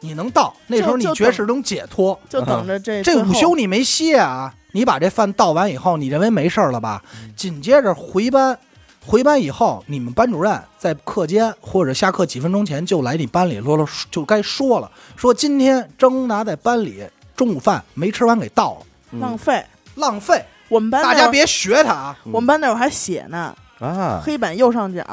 S2: 你能倒，那时候你
S3: 就
S2: 觉得是种解脱。
S3: 就等着这
S2: 嗯这
S3: 最
S2: 午
S3: 后
S2: 休你没歇啊？你把这饭倒完以后，你认为没事儿了吧？紧接着回班，回班以后，你们班主任在课间或者下课几分钟前就来你班里啰啰，就该说了，说今天张公达在班里中午饭没吃完给倒了，
S3: 浪费。
S2: 浪费，
S3: 我们班
S2: 大
S3: 那
S2: 家
S3: 会儿
S2: 别学他啊！
S3: 我们班那会儿还写呢，
S1: 啊，
S3: 黑板右上角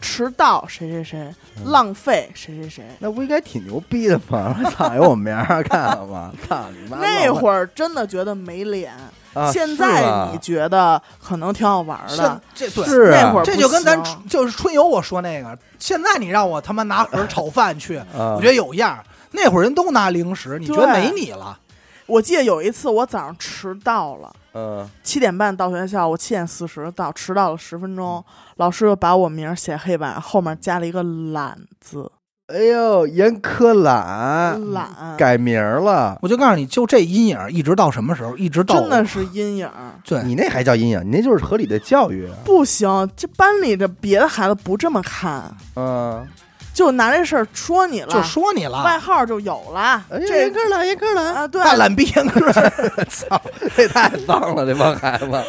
S3: 迟到谁谁谁，浪费谁谁谁。
S1: 那不应该挺牛逼的吗？ 操，有我名儿看了吗？操你妈！
S3: 那
S1: 儿
S3: 会儿真的觉得没脸，
S1: 啊
S3: 现
S1: 是
S3: 在
S1: 啊
S3: 你觉得可能挺好玩儿
S2: 现
S3: 的。
S2: 这对。
S1: 是啊
S3: 那会儿
S2: 这就跟咱
S3: 不行
S2: 春就是春游我说那个，现在你让我他妈拿盒炒饭去，
S1: 啊
S2: 我觉得有样儿。那会儿人都拿零食，你觉得
S3: 对
S2: 没你了？
S3: 我记得有一次我早上迟到了，
S1: 嗯
S3: 七点半到学校，我七点四十到，迟到了十分钟，老师就把我名儿写黑板后面加了一个懒字，
S1: 哎呦，严科
S3: 嗯
S1: 懒
S3: 懒，
S1: 改名儿了，
S2: 我就告诉你，就这阴影一直到什么时候？一直到
S3: 真的
S2: 我
S3: 是阴影儿。
S2: 对
S1: 你那还叫阴影？你那就是合理的教育啊。
S3: 不行，这班里的别的孩子不这么看，
S1: 嗯，
S3: 就拿这事儿说你了，
S2: 就说你
S3: 外
S2: 了，
S3: 号就有了。
S1: 哎呀，
S3: 这
S1: 严科懒，严科懒，
S3: 啊，对，
S2: 大懒逼严哥，
S1: 操，这太脏了，这帮孩子，呃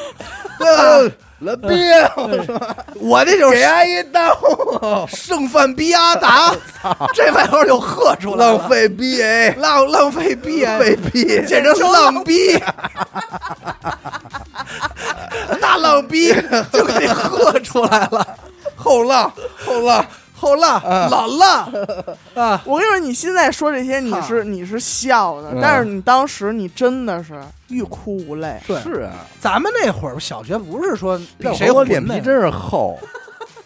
S1: 对吧？了逼， 我说
S2: 我这就是
S1: 给阿姨 刀，
S2: 剩饭逼阿 达，这外号就喝出来了，
S1: 浪费逼哎，
S2: 浪浪费逼，
S1: 浪费逼，
S2: 简直是浪逼，大浪逼就给你喝出来 了，后浪后浪后浪老
S1: 嗯
S2: 浪啊，
S3: 我跟你说，你现在说这些，你是你是笑的
S1: 嗯，
S3: 但是你当时你真的是欲哭无泪。
S2: 对，
S1: 是啊，
S2: 咱们那会儿小学不是说比
S1: 让
S2: 谁
S1: 我
S2: 混哎
S1: 脸皮
S2: 的
S1: 真是 厚，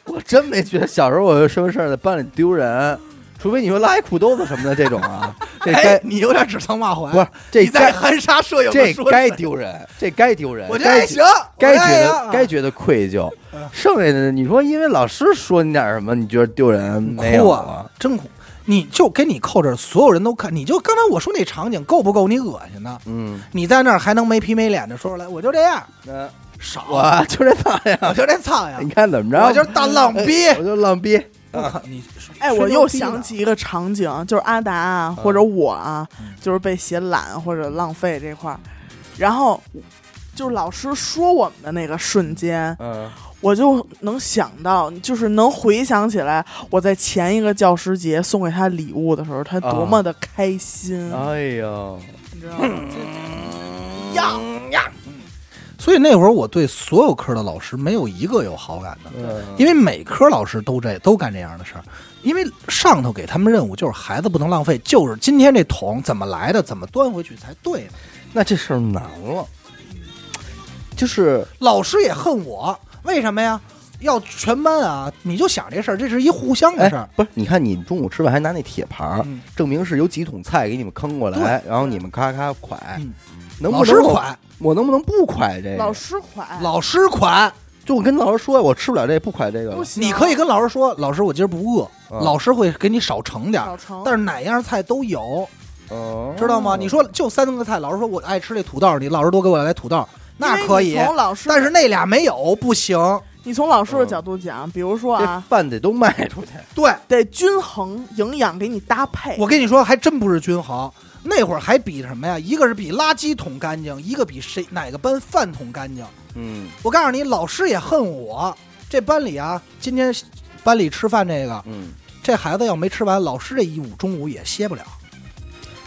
S1: 我真没觉得小时候我有什么事儿在班里丢人，除非你说拉一裤兜子什么的这种啊，这该
S2: 哎，你有点指桑骂槐，
S1: 不是这
S2: 你在
S1: 该
S2: 含沙射影
S1: 这
S2: 的说
S1: 该
S2: 谁
S1: 丢人，这该丢人，
S2: 我觉得
S1: 该
S2: 还
S1: 觉
S2: 行，
S1: 该
S2: 我
S1: 觉
S2: 也
S1: 得
S2: 行啊
S1: 该觉得愧疚
S2: 嗯，
S1: 剩下的你说因为老师说你点儿什么，你觉得丢人没
S2: 哭
S1: 有
S2: 啊？，真哭！你就给你扣这儿，所有人都看，你就刚才我说那场景够不够你恶心的？
S1: 嗯，
S2: 你在那儿还能没皮没脸的说出来，我就这样，
S1: 那
S2: 少，
S1: 我啊就这操 呀！
S2: 我就这操呀
S1: 你，看怎么着？
S2: 我就是大浪逼
S1: 哎，我就浪逼。
S2: 不可你
S3: 哎，我又想起一个场景，就是阿达
S2: 嗯
S3: 啊，或者我啊，就是被写懒或者浪费这块儿，然后就是老师说我们的那个瞬间，
S1: 嗯，
S3: 我就能想到，就是能回想起来，我在前一个教师节送给他礼物的时候，他
S2: 啊
S3: 多么的开心，
S1: 哎呦，
S3: 你知道吗？就 呀，
S2: 所以那会儿我对所有科的老师没有一个有好感的，
S1: 嗯
S2: 因为每科老师都这都干这样的事儿，因为上头给他们任务就是孩子不能浪费，就是今天这桶怎么来的，怎么端回去才对呢。
S1: 那这事儿难了，就是
S2: 老师也恨我，为什么呀？要全班啊，你就想这事儿，这是一互相的事儿。
S1: 哎不是？你看你们中午吃饭还拿那铁盘儿
S2: 嗯，
S1: 证明是有几桶菜给你们坑过来，然后你们咔咔蒯
S2: 嗯，
S1: 能
S2: 老
S1: 不
S2: 师
S1: 能我
S2: 款，
S1: 我能不能不蒯这
S3: 老
S1: 个？
S3: 师款，
S2: 老师款，
S1: 就我跟老师说，我吃不了这，不蒯这个
S3: 不
S1: 了。
S3: 行，
S2: 你可以跟老师说，老师我今儿不饿，
S1: 嗯
S2: 老师会给你少盛点儿，
S3: 小成，
S2: 但是哪样菜都有，
S1: 哦
S2: 知道吗？你说就三个菜，老师说我爱吃这土豆，你老师多给我来土豆，那可以
S3: 因为。你从老师，
S2: 但是嗯那俩没有不行，
S3: 你从老师的角度讲，比如说
S1: 这
S3: 啊，
S1: 饭得都卖出去，
S2: 对
S3: 得均衡营养给你搭配。
S2: 我跟你说，还真不是均衡。那会儿还比什么呀？一个是比垃圾桶干净，一个比谁哪个班饭桶干净。
S1: 嗯
S2: 我告诉你，老师也恨我。这班里啊，今天班里吃饭这个，
S1: 嗯，
S2: 这孩子要没吃完，老师这一午中午也歇不了。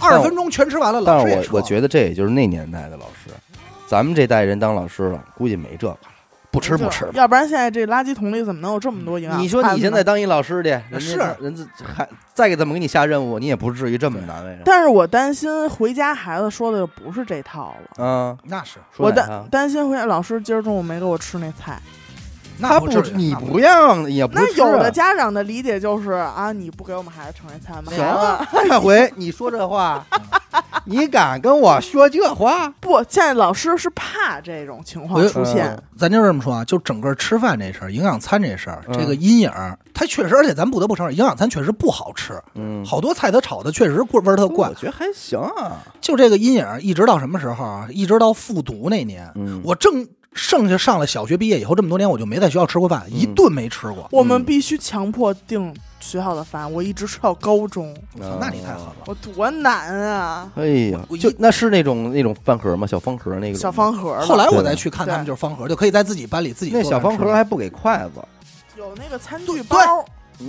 S2: 二十分钟全吃完了，老
S1: 但
S2: 师
S1: 是
S2: 也吃
S1: 我我
S2: 得
S1: 觉得这也就是那年代的老师，咱们这代人当老师了，估计没这个了，不吃不吃吧。
S3: 要不然现在这垃圾桶里怎么能有这么多营养餐呢？
S1: 你说你现在当一老师去，人家
S2: 啊是
S1: 人家还再给怎么给你下任务，你也不至于这么难为人。
S3: 但是我担心回家孩子说的就不是这套了。
S1: 嗯，
S2: 那是
S1: 说
S3: 我
S1: 哪
S3: 担
S1: 趟
S3: 担心回家老师今儿中午没给我吃那菜。
S2: 那
S1: 不
S2: 至于
S1: 你
S2: 那
S1: 不让也不
S3: 那
S1: 吃啊
S3: 有的家长的理解就是啊，你不给我们孩子盛这菜，我们
S1: 行
S3: 孩
S1: 啊
S3: 子，
S1: 下回你说这 话，你敢跟我说这话？
S3: 不。现在老师是怕这种情况
S1: 哎
S2: 我
S3: 出现。
S1: 嗯
S2: 咱就这么说啊，就整个吃饭这事儿，营养餐这事儿，
S1: 嗯
S2: 这个阴影儿，它确实，而且咱不得不承认，营养餐确实不好吃，
S1: 嗯，
S2: 好多菜它炒的确实味儿特怪
S1: 我。觉得还行啊。
S2: 就这个阴影儿，一直到什么时候啊？一直到复读那年，
S1: 嗯
S2: 我正剩下上了小学毕业以后这么多年，我就没在学校吃过饭，一
S1: 嗯
S2: 顿没吃
S1: 哦
S2: 过。
S3: 我们必须强迫订学校的饭，我一直吃到高中，
S2: 我操，那你太狠了！
S3: 我多难啊！
S1: 哎呀
S2: 我，一
S1: 就那是那种那种饭盒吗？小方盒那个
S3: 小方盒了，
S2: 后来我
S1: 哦对
S2: 再去看
S3: 对
S2: 他们就是方盒，就可以在自己班里自己
S1: 那
S2: 做
S1: 小
S2: 着
S1: 方
S2: 吃
S1: 盒还不给筷子，
S3: 有那个餐
S2: 对
S3: 具包，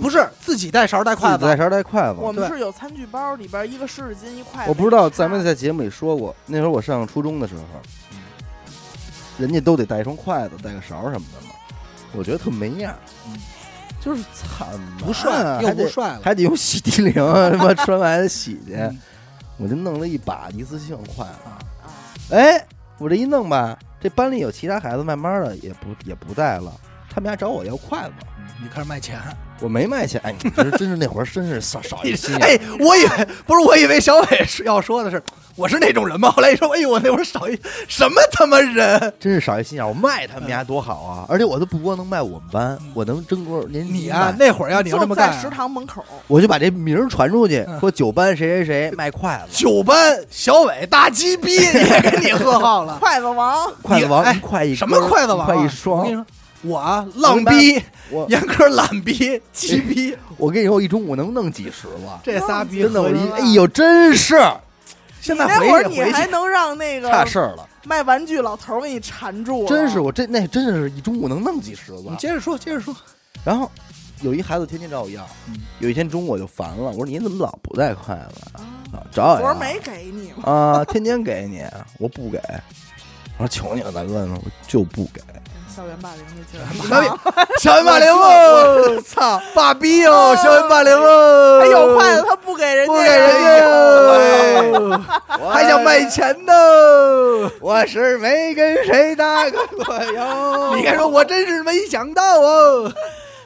S2: 不是自己带勺带筷
S1: 自己带
S2: 子，
S1: 勺带筷子。
S3: 我
S2: 对
S3: 们是有餐具包，里边一个湿纸巾，一块。
S1: 我不知道咱们在节目里说过，那会儿我上初中的时候，人家都得带一双筷子、带个勺什么的嘛，我觉得特没样儿
S2: 嗯，
S1: 就是惨嘛
S2: 不帅又
S1: 啊还
S2: 不
S1: 得
S2: 帅了。
S1: 还得用洗涤灵啊什 么穿完洗去，
S2: 嗯
S1: 我就弄了一把一次性筷子，
S3: 啊，
S1: 哎，我这一弄吧，这班里有其他孩子慢慢的也不也不带了，他们家找我要筷子，
S2: 你开始卖钱，啊
S1: 我没卖钱，哎，你这真是那会儿真是少少一 心眼儿，
S2: 哎，我以为不是，我以为小伟是要说的是我是那种人吗？后来一说，哎呦，我那会儿少一什么他妈人？
S1: 真是少一心眼儿，我卖他们家多好啊！而且我都不光能卖我们班，我能争多少年级
S2: 你啊
S1: 卖，
S2: 那会儿要你要这
S3: 坐
S2: 么
S3: 在
S2: 干
S3: 食
S2: 啊，
S3: 堂门口，
S1: 我就把这名儿传出去
S2: 嗯，
S1: 说九班谁谁谁卖筷子，
S2: 九班小伟大鸡逼也给你喝号了，
S3: 筷子王，
S1: 筷子王
S2: 哎
S1: 一块一
S2: 什么筷子王啊？
S1: 筷一
S2: 我
S1: 双
S2: 跟你。说，我啊浪逼、
S1: 我
S2: 严苛懒逼、鸡逼，
S1: 我跟你说，我一中午能弄几十个，
S2: 这仨逼
S1: 真的我
S2: 合
S1: 一
S2: 着啊
S1: 哎呦，真是
S2: 现在
S3: 那
S2: 回
S3: 会儿
S2: 去
S3: 你
S2: 回
S3: 还
S2: 去
S3: 能让那个
S1: 差事儿了，
S3: 卖玩具老头儿给你缠住了，
S1: 真是我这那真是一中午能弄几十
S2: 你
S1: 个。
S2: 接着说，接着说。
S1: 然后有一孩子天天找我要
S2: 嗯，
S1: 有一天中午我就烦了，我说你怎么老不带筷子啊？
S3: 啊
S1: 啊找我
S3: 昨儿
S1: 呀？
S3: 没给你吗？
S1: 啊，天天给你，我不给。我说求你了，大哥，我就不 给。
S3: 校园霸凌那劲儿，
S2: 小伟，小伟霸凌哦！操，爸逼哦！小伟霸凌哦！
S3: 他有筷子，他不给人家，
S2: 不给人家哟，
S1: 哎
S2: 还想卖钱呢。
S1: 我是没跟谁搭个过哟。
S2: 你该说，我真是没想到哦，
S1: 啊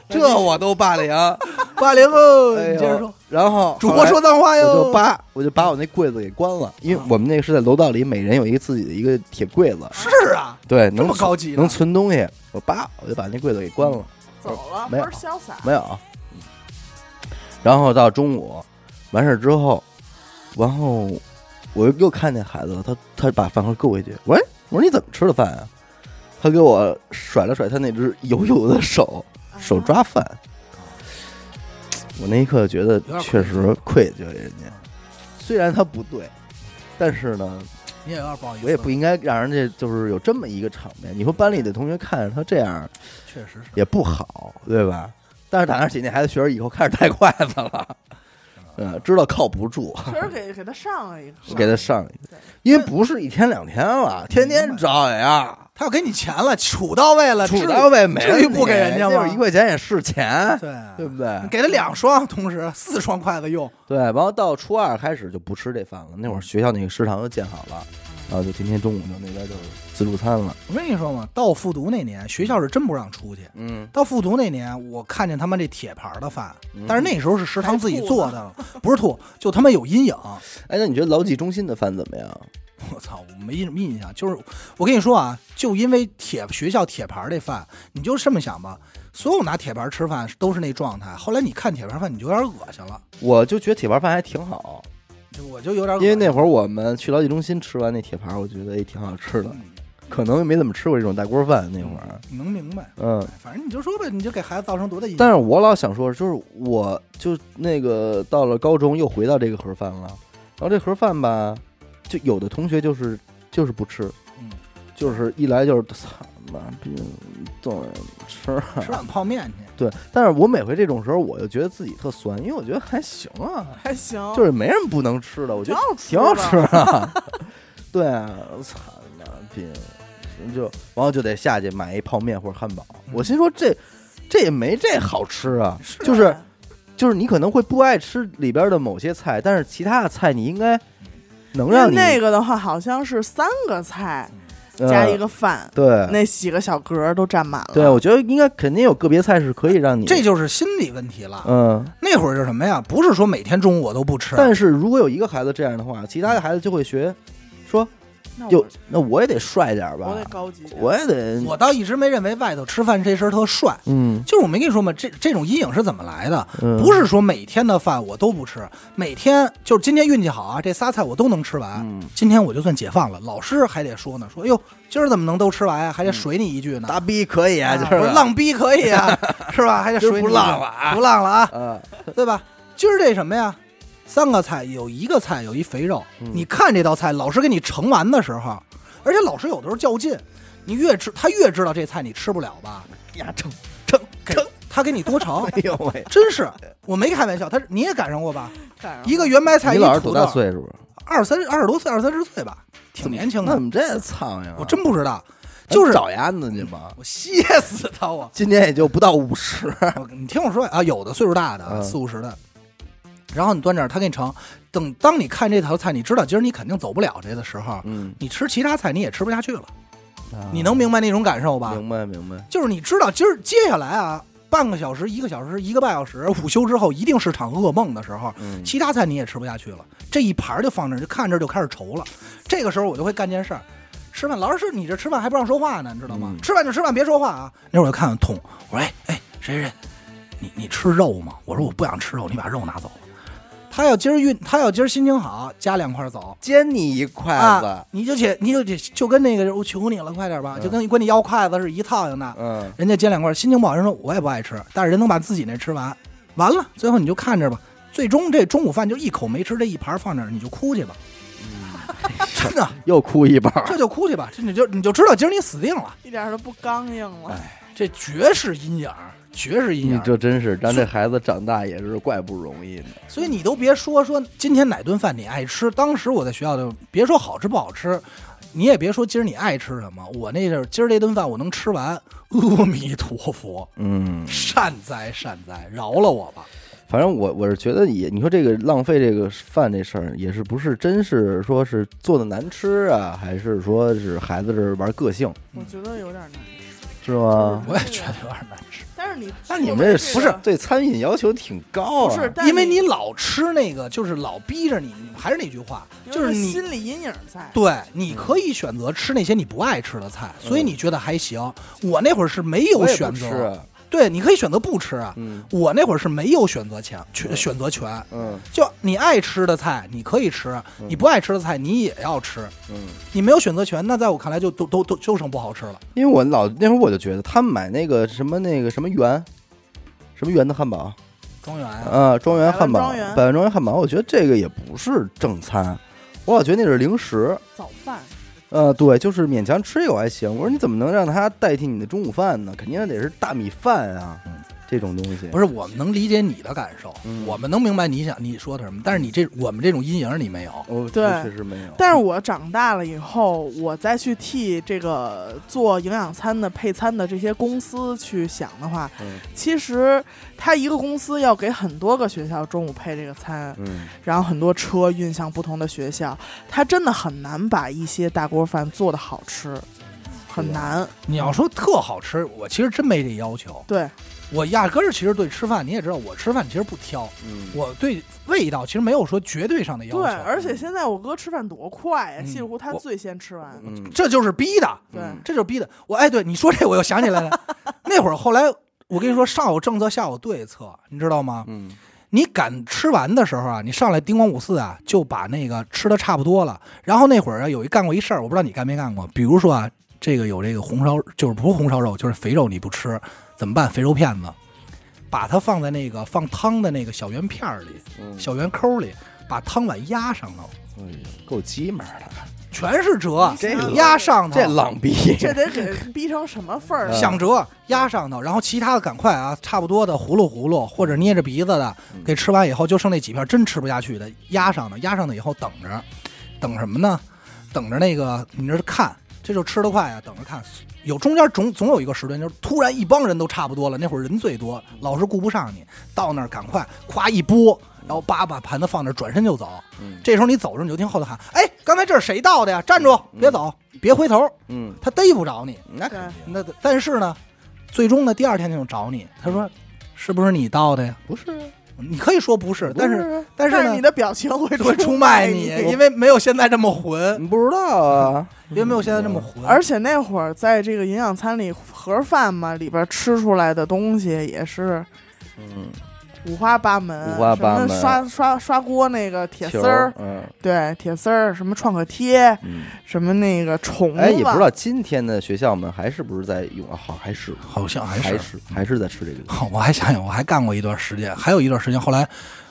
S1: 这我都霸凌，
S2: 霸凌哦！
S1: 哎呦
S2: 你接着说，。
S1: 然后
S2: 主播说脏话
S1: 后来我就
S2: 哟，
S1: 把我就把我那柜子给关了，因为我们那个是在楼道里，每人有一个自己的一个铁柜子，
S2: 是啊，
S1: 对，
S2: 这
S1: 能
S2: 么
S1: 存
S2: 高级呢
S1: 能存东西。我叭，我就把那柜子给关了，
S3: 走了，
S1: 没有
S3: 倍儿潇洒。
S1: 没有。然后到中午完事儿之后，然后我又看见孩子了，他他把饭盒够回去，喂，我说你怎么吃的饭啊？他给我甩了甩他那只油油的手，手抓饭。我那一刻觉得
S2: 点
S1: 确实愧疚人家，虽然他不对，但是呢，
S2: 你也有点不好意思，
S1: 我也不应该让人家就是有这么一个场面。你说班里的同学看着他这样
S2: 确实是。
S1: 也不好，对吧？但是打那儿起那孩子学着以后开始带筷子 了，嗯，知道靠不住，
S3: 确实给给他上了一个，
S2: 啊
S1: 给他上一个
S3: 对，
S1: 因为不是一天两天了，天天找呀，
S2: 他要给你钱了，处到位了，
S1: 处
S2: 至
S1: 到位没
S2: 至于不给人家
S1: 那会儿
S2: 吗
S1: 一块钱也是钱，
S2: 对啊
S1: 对不对？
S2: 给了两双，同时四双筷子用，
S1: 对，然后到初二开始就不吃这饭了，那会儿学校那个食堂就建好了，然后就天天中午就那边就是自助餐了，
S2: 我跟你说嘛，到复读那年，学校是真不让出去。
S1: 嗯，
S2: 到复读那年，我看见他们这铁盘儿的饭，但是那时候是食堂自己
S3: 还吐
S2: 做的，不是吐，就他妈有阴影。
S1: 哎，那你觉得劳技中心的饭怎么样？
S2: 我操，我没什么印象。就是我跟你说啊，就因为铁学校铁盘儿这饭，你就这么想吧，所有拿铁盘儿吃饭都是那状态。后来你看铁盘儿饭，你就有点恶心了，
S1: 我就觉得铁盘饭还挺好，
S2: 就我就有点恶
S1: 因
S2: 心
S1: 为那会儿我们去劳技中心吃完那铁盘，我觉得哎挺好吃的，可能没怎么吃过这种大锅饭那会儿，
S2: 嗯你能明白。
S1: 嗯，
S2: 反正你就说呗，你就给孩子造成多大影响。
S1: 但是我老想说，就是我就那个到了高中又回到这个盒饭了，然后这盒饭吧，就有的同学就是就是不吃，
S2: 嗯
S1: 就是一来就是操妈逼，总吃 啊、
S2: 吃碗泡面去，
S1: 对，但是我每回这种时候，我就觉得自己特酸，因为我觉得还行啊，
S3: 还行，
S1: 就是没什么不能吃的，我觉
S3: 挺
S1: 得
S3: 好
S1: 挺好
S3: 的
S1: 吃啊的。 对啊，我操妈逼，就然后就得下去买一泡面或者汉堡。我心说这这也没这好吃啊，嗯就是就是你可能会不爱吃里边的某些菜，但是其他的菜你应该能让你
S3: 那个的话，好像是三个菜
S1: 呃
S3: 加一个饭，
S1: 对
S3: 那几个小格儿都占满了。
S1: 对，我觉得应该肯定有个别菜是可以让你
S2: 这就是心理问题了。
S1: 嗯，
S2: 那会儿是什么呀？不是说每天中午我都不吃，
S1: 但是如果有一个孩子这样的话，其他的孩子就会学说
S3: 那我
S1: 哟，那我也得帅点儿吧
S3: 我，得高级点，
S1: 我也得
S2: 我倒一直没认为外头吃饭这事儿特帅。
S1: 嗯
S2: 就是我没跟你说嘛，这这种阴影是怎么来的？
S1: 嗯
S2: 不是说每天的饭我都不吃，每天就是今天运气好啊，这仨菜我都能吃完，
S1: 嗯
S2: 今天我就算解放了。老师还得说呢，说哎呦，今儿怎么能都吃完呀、还得水你一句呢。
S1: 嗯大逼可以啊，
S2: 啊
S1: 就是
S2: 我说浪逼可以 啊，是吧？还得水你一句
S1: 今儿不浪了啊
S2: 不浪了啊，
S1: 啊，
S2: 对吧？今儿这什么呀？三个菜有一个菜有一肥肉，
S1: 嗯
S2: 你看这道菜，老师给你盛完的时候，而且老师有的时候较劲，你越知他越知道这菜你吃不了吧，
S1: 呀撑撑
S2: 给
S1: 撑，
S2: 他给你多盛，
S1: 哎呦喂！
S2: 真是我没开玩笑，他你也赶上过吧？
S3: 赶上了
S2: 一个圆白菜，
S1: 你
S2: 一
S1: 老师
S2: 土
S1: 多
S2: 豆
S1: 大，岁数啊？
S2: 二三二十多岁，二三十岁吧，挺年轻
S1: 那
S2: 的
S1: 怎。么这苍蝇啊？
S2: 我真不知道，就是
S1: 找鸭子去吧。
S2: 我歇 死他我！
S1: 今年也就不到五十，
S2: 我你听我说啊，有的岁数大的啊
S1: 嗯
S2: 四五十的，然后你端这儿，他给你盛。等当你看这道菜，你知道今儿你肯定走不了这的时候，
S1: 嗯，
S2: 你吃其他菜你也吃不下去了。你能明白那种感受吧？
S1: 啊明白明白，
S2: 就是你知道今儿接下来啊，半个小时、一个小时、一个半小时，午休之后一定是场噩梦的时候，
S1: 嗯
S2: 其他菜你也吃不下去了，这一盘儿就放这儿，就看这儿就开始愁了。这个时候我就会干件事儿，吃饭，老师是你这吃饭还不让说话呢，你知道吗？
S1: 嗯
S2: 吃饭就吃饭，别说话啊。那会儿我就看看桶，我说哎哎谁谁谁，你你吃肉吗？我说我不想吃肉，你把肉拿走。他要今儿运，他要今儿心情好，加两块走。
S1: 煎你一筷
S2: 啊
S1: 子，，
S2: 你就且你就且就跟那个我求你了，快点吧，就跟管你要筷子是一套样的。
S1: 嗯，
S2: 人家煎两块，心情不好，人说我也不爱吃，但是人能把自己那吃完，完了，最后你就看着吧。最终这中午饭就一口没吃，这一盘放那儿，你就哭去吧。真的，
S1: 又哭一半儿，
S2: 这就哭去吧，这你就你就知道今儿你死定了。
S3: 一点儿都不刚硬
S1: 哎
S3: 了。
S2: 这绝是阴影儿，绝是阴影
S1: 你
S2: 儿。
S1: 这真是让这孩子长大也是怪不容易呢。
S2: 所以你都别说说今天哪顿饭你爱吃，当时我在学校就别说好吃不好吃，你也别说今儿你爱吃什么，我那阵儿今儿这顿饭我能吃完，阿弥陀佛，
S1: 嗯，
S2: 善哉善哉，饶了我吧。
S1: 反正我我是觉得也，你说这个浪费这个饭这事儿，也是不是真是说是做的难吃啊，还是说是孩子这玩个性
S3: 我觉得有点难
S1: 是
S3: 吃，
S1: 吗？
S2: 我也觉得有点难吃，
S3: 但是你
S1: 那你们这
S3: 不是
S1: 对餐饮要求挺高啊？
S3: 不是，但
S2: 因为
S3: 你
S2: 你老吃那个，就是老逼着你，还是那句话，
S3: 有
S2: 就是
S3: 点
S2: 你。
S3: 心理阴影在。
S2: 对，你可以选择吃那些你不爱吃的菜，所以你觉得还行。我那会儿是没有
S1: 嗯我也不
S2: 选择，
S1: 吃啊
S2: 对，你可以选择不吃啊。
S1: 嗯
S2: 我那会儿是没有选择权，权选择权，
S1: 嗯
S2: 就你爱吃的菜你可以吃，你不爱吃的菜你也要吃，
S1: 嗯，
S2: 你没有选择权，那在我看来就都都都就剩不好吃了。
S1: 因为我老那会儿我就觉得他们买那个什么那个什么园，什么园的汉堡
S2: 庄园啊，
S1: 啊，庄园汉
S3: 百
S1: 堡
S3: 万庄，园
S1: 百万庄园汉堡，我觉得这个也不是正餐，我老觉得那是零食。
S3: 早饭
S1: 呃，对，就是勉强吃一口还行。我说你怎么能让它代替你的中午饭呢？肯定得是大米饭啊，这种东西。
S2: 不是我们能理解你的感受，
S1: 嗯
S2: 我们能明白你想你说的什么，但是你这我们这种阴影你没有。
S1: 我
S3: 对
S1: 确实没有。
S3: 但是我长大了以后，我再去替这个做营养餐的配餐的这些公司去想的话，
S1: 嗯
S3: 其实它一个公司要给很多个学校中午配这个餐，
S1: 嗯
S3: 然后很多车运向不同的学校，它真的很难把一些大锅饭做的好吃，很难。
S2: 你要说特好吃，我其实真没这要求，
S3: 对，
S2: 我压根儿其实对吃饭你也知道，我吃饭其实不挑，
S1: 嗯，
S2: 我对味道其实没有说绝对上的要求。
S3: 对，而且现在我哥吃饭多快呀、
S2: 嗯
S3: 西湖他
S2: 我
S3: 最先吃完。
S1: 嗯
S2: 这就是逼的，
S3: 对，
S1: 嗯
S2: 这就是逼的。我哎，对你说这我又想起来 了，那会儿后来我跟你说，上有政策，下有对策，你知道吗？
S1: 嗯
S2: 你赶吃完的时候啊，你上来叮咣五四啊，就把那个吃的差不多了。然后那会儿啊，有一干过一事儿，我不知道你干没干过，比如说啊，这个有这个红烧，就是不是红烧肉，就是肥肉你不吃怎么办？肥肉片子，把它放在那个放汤的那个小圆片儿里、
S1: 嗯，
S2: 小圆抠里，把汤碗压上头，
S1: 哎呦够鸡毛的，
S2: 全是折，
S1: 这老
S2: 压上头，
S1: 这浪逼，
S3: 这得给逼成什么份儿啊？
S1: 嗯
S2: 想辙压上头，然后其他的赶快啊，差不多的葫芦葫芦或者捏着鼻子的
S1: 嗯
S2: 给吃完以后，就剩那几片真吃不下去的压上头，压上头以后等着，等什么呢？等着那个你这看，这就吃得快啊，等着看。有中间总总有一个时段，就是突然一帮人都差不多了，那会儿人最多，老是顾不上你，到那儿赶快夸一拨，然后叭把盘子放那儿，转身就走。
S1: 嗯
S2: 这时候你走着，你就听后头喊：“哎，刚才这是谁倒的呀？站住，别走，别回头，
S1: 嗯，
S2: 他逮不着你。”
S1: 那肯定
S2: 那但是呢，最终呢，第二天他就找你，他说：“是不是你倒的呀
S1: 不是啊，？”
S2: 你可以说不是，但是
S3: 是
S2: 但是呢
S3: 你的表情会
S2: 会出
S3: 出
S2: 卖
S3: 你
S2: 你，，因为没有现在这么混，
S1: 嗯你不知道啊，
S2: 因为没有现在这么混。
S3: 而且那会儿在这个营养餐里盒饭嘛，里边吃出来的东西也是
S1: 嗯，
S3: 五花八门，
S1: 五花八门
S3: 什么刷刷刷锅那个铁丝
S1: 球
S3: 儿，
S1: 嗯
S3: 对，铁丝儿，什么创可贴，
S1: 嗯，
S3: 什么那个虫子，
S1: 哎，也不知道今天的学校们还是不是在用，啊好还是
S2: 好像 还
S1: 还
S2: 是，
S1: 是还是在吃这个东西，
S2: 好，我还想想，我还干过一段时间，还有一段时间，后来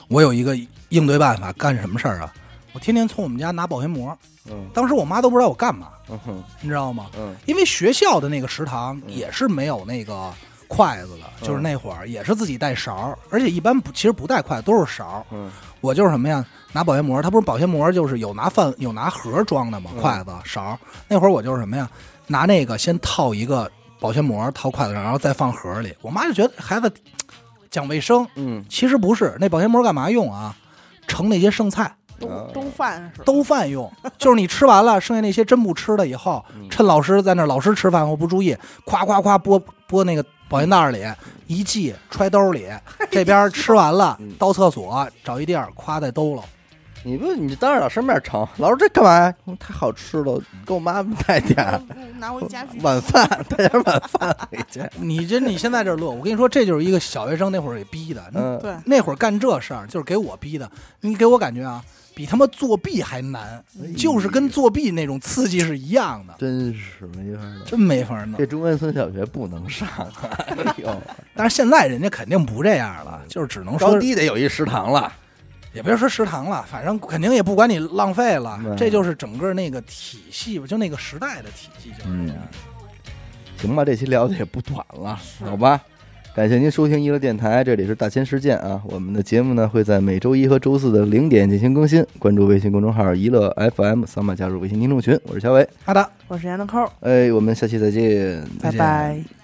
S2: 我有一个应对办法，干什么事儿啊？我天天从我们家拿保鲜膜，
S1: 嗯
S2: 当时我妈都不知道我干嘛，
S1: 嗯哼
S2: 你知道吗？
S1: 嗯
S2: 因为学校的那个食堂也是没有那个筷子的，就是那会儿也是自己带勺儿，而且一般不其实不带筷子，都是勺儿。
S1: 嗯
S2: 我就是什么呀，拿保鲜膜，它不是保鲜膜，就是有拿饭有拿盒装的嘛，
S1: 嗯
S2: 筷子、勺儿。那会儿我就是什么呀，拿那个先套一个保鲜膜套筷子上，然后再放盒里。我妈就觉得孩子嘖讲卫生，
S1: 嗯
S2: 其实不是，那保鲜膜干嘛用啊？盛那些剩菜。
S1: 啊
S3: 东东饭是吧
S2: 兜饭用，就是你吃完了，剩下那些真不吃的以后，
S1: 嗯
S2: 趁老师在那儿，老师吃饭我不注意，夸夸夸拨拨那个保鲜袋儿里一系，揣 兜里，这边吃完了
S1: 嗯
S2: 到厕所找一地儿，夸在兜了。
S1: 你不你当着老师面盛，老师这干嘛呀？嗯太好吃了，给我妈带点 儿
S3: 嗯拿回家去
S1: 晚饭，带点儿晚饭回去，
S2: 你这你现在这乐，我跟你说，这就是一个小学生那会儿给逼的。你
S1: 嗯
S3: 对，
S2: 那会儿干这事儿就是给我逼的，你给我感觉啊，比他妈作弊还难，
S1: 哎
S2: 就是跟作弊那种刺激是一样的，
S1: 真是没法弄。
S2: 真没法弄
S1: 这。中关村小学不能上，哎呦，
S2: 但是现在人家肯定不这样了，就是只能
S1: 嗯
S2: 说
S1: 高低得有一食堂了。
S2: 也别说食堂了，反正肯定也不管你浪费了，
S1: 嗯
S2: 这就是整个那个体系吧，就那个时代的体系
S1: 嗯
S2: 就是这样。
S1: 哎行吧，这期聊的也不短了，好吧？感谢您收听娱乐电台，这里是大千世界啊。我们的节目呢会在每周一和周四的零点进行更新，关注微信公众号“娱乐 FM”，扫码加入微信听众群。我是小伟，
S2: 好的，
S3: 我是闫德抠，
S1: 哎，我们下期再见，
S3: 拜
S2: 见
S3: 拜。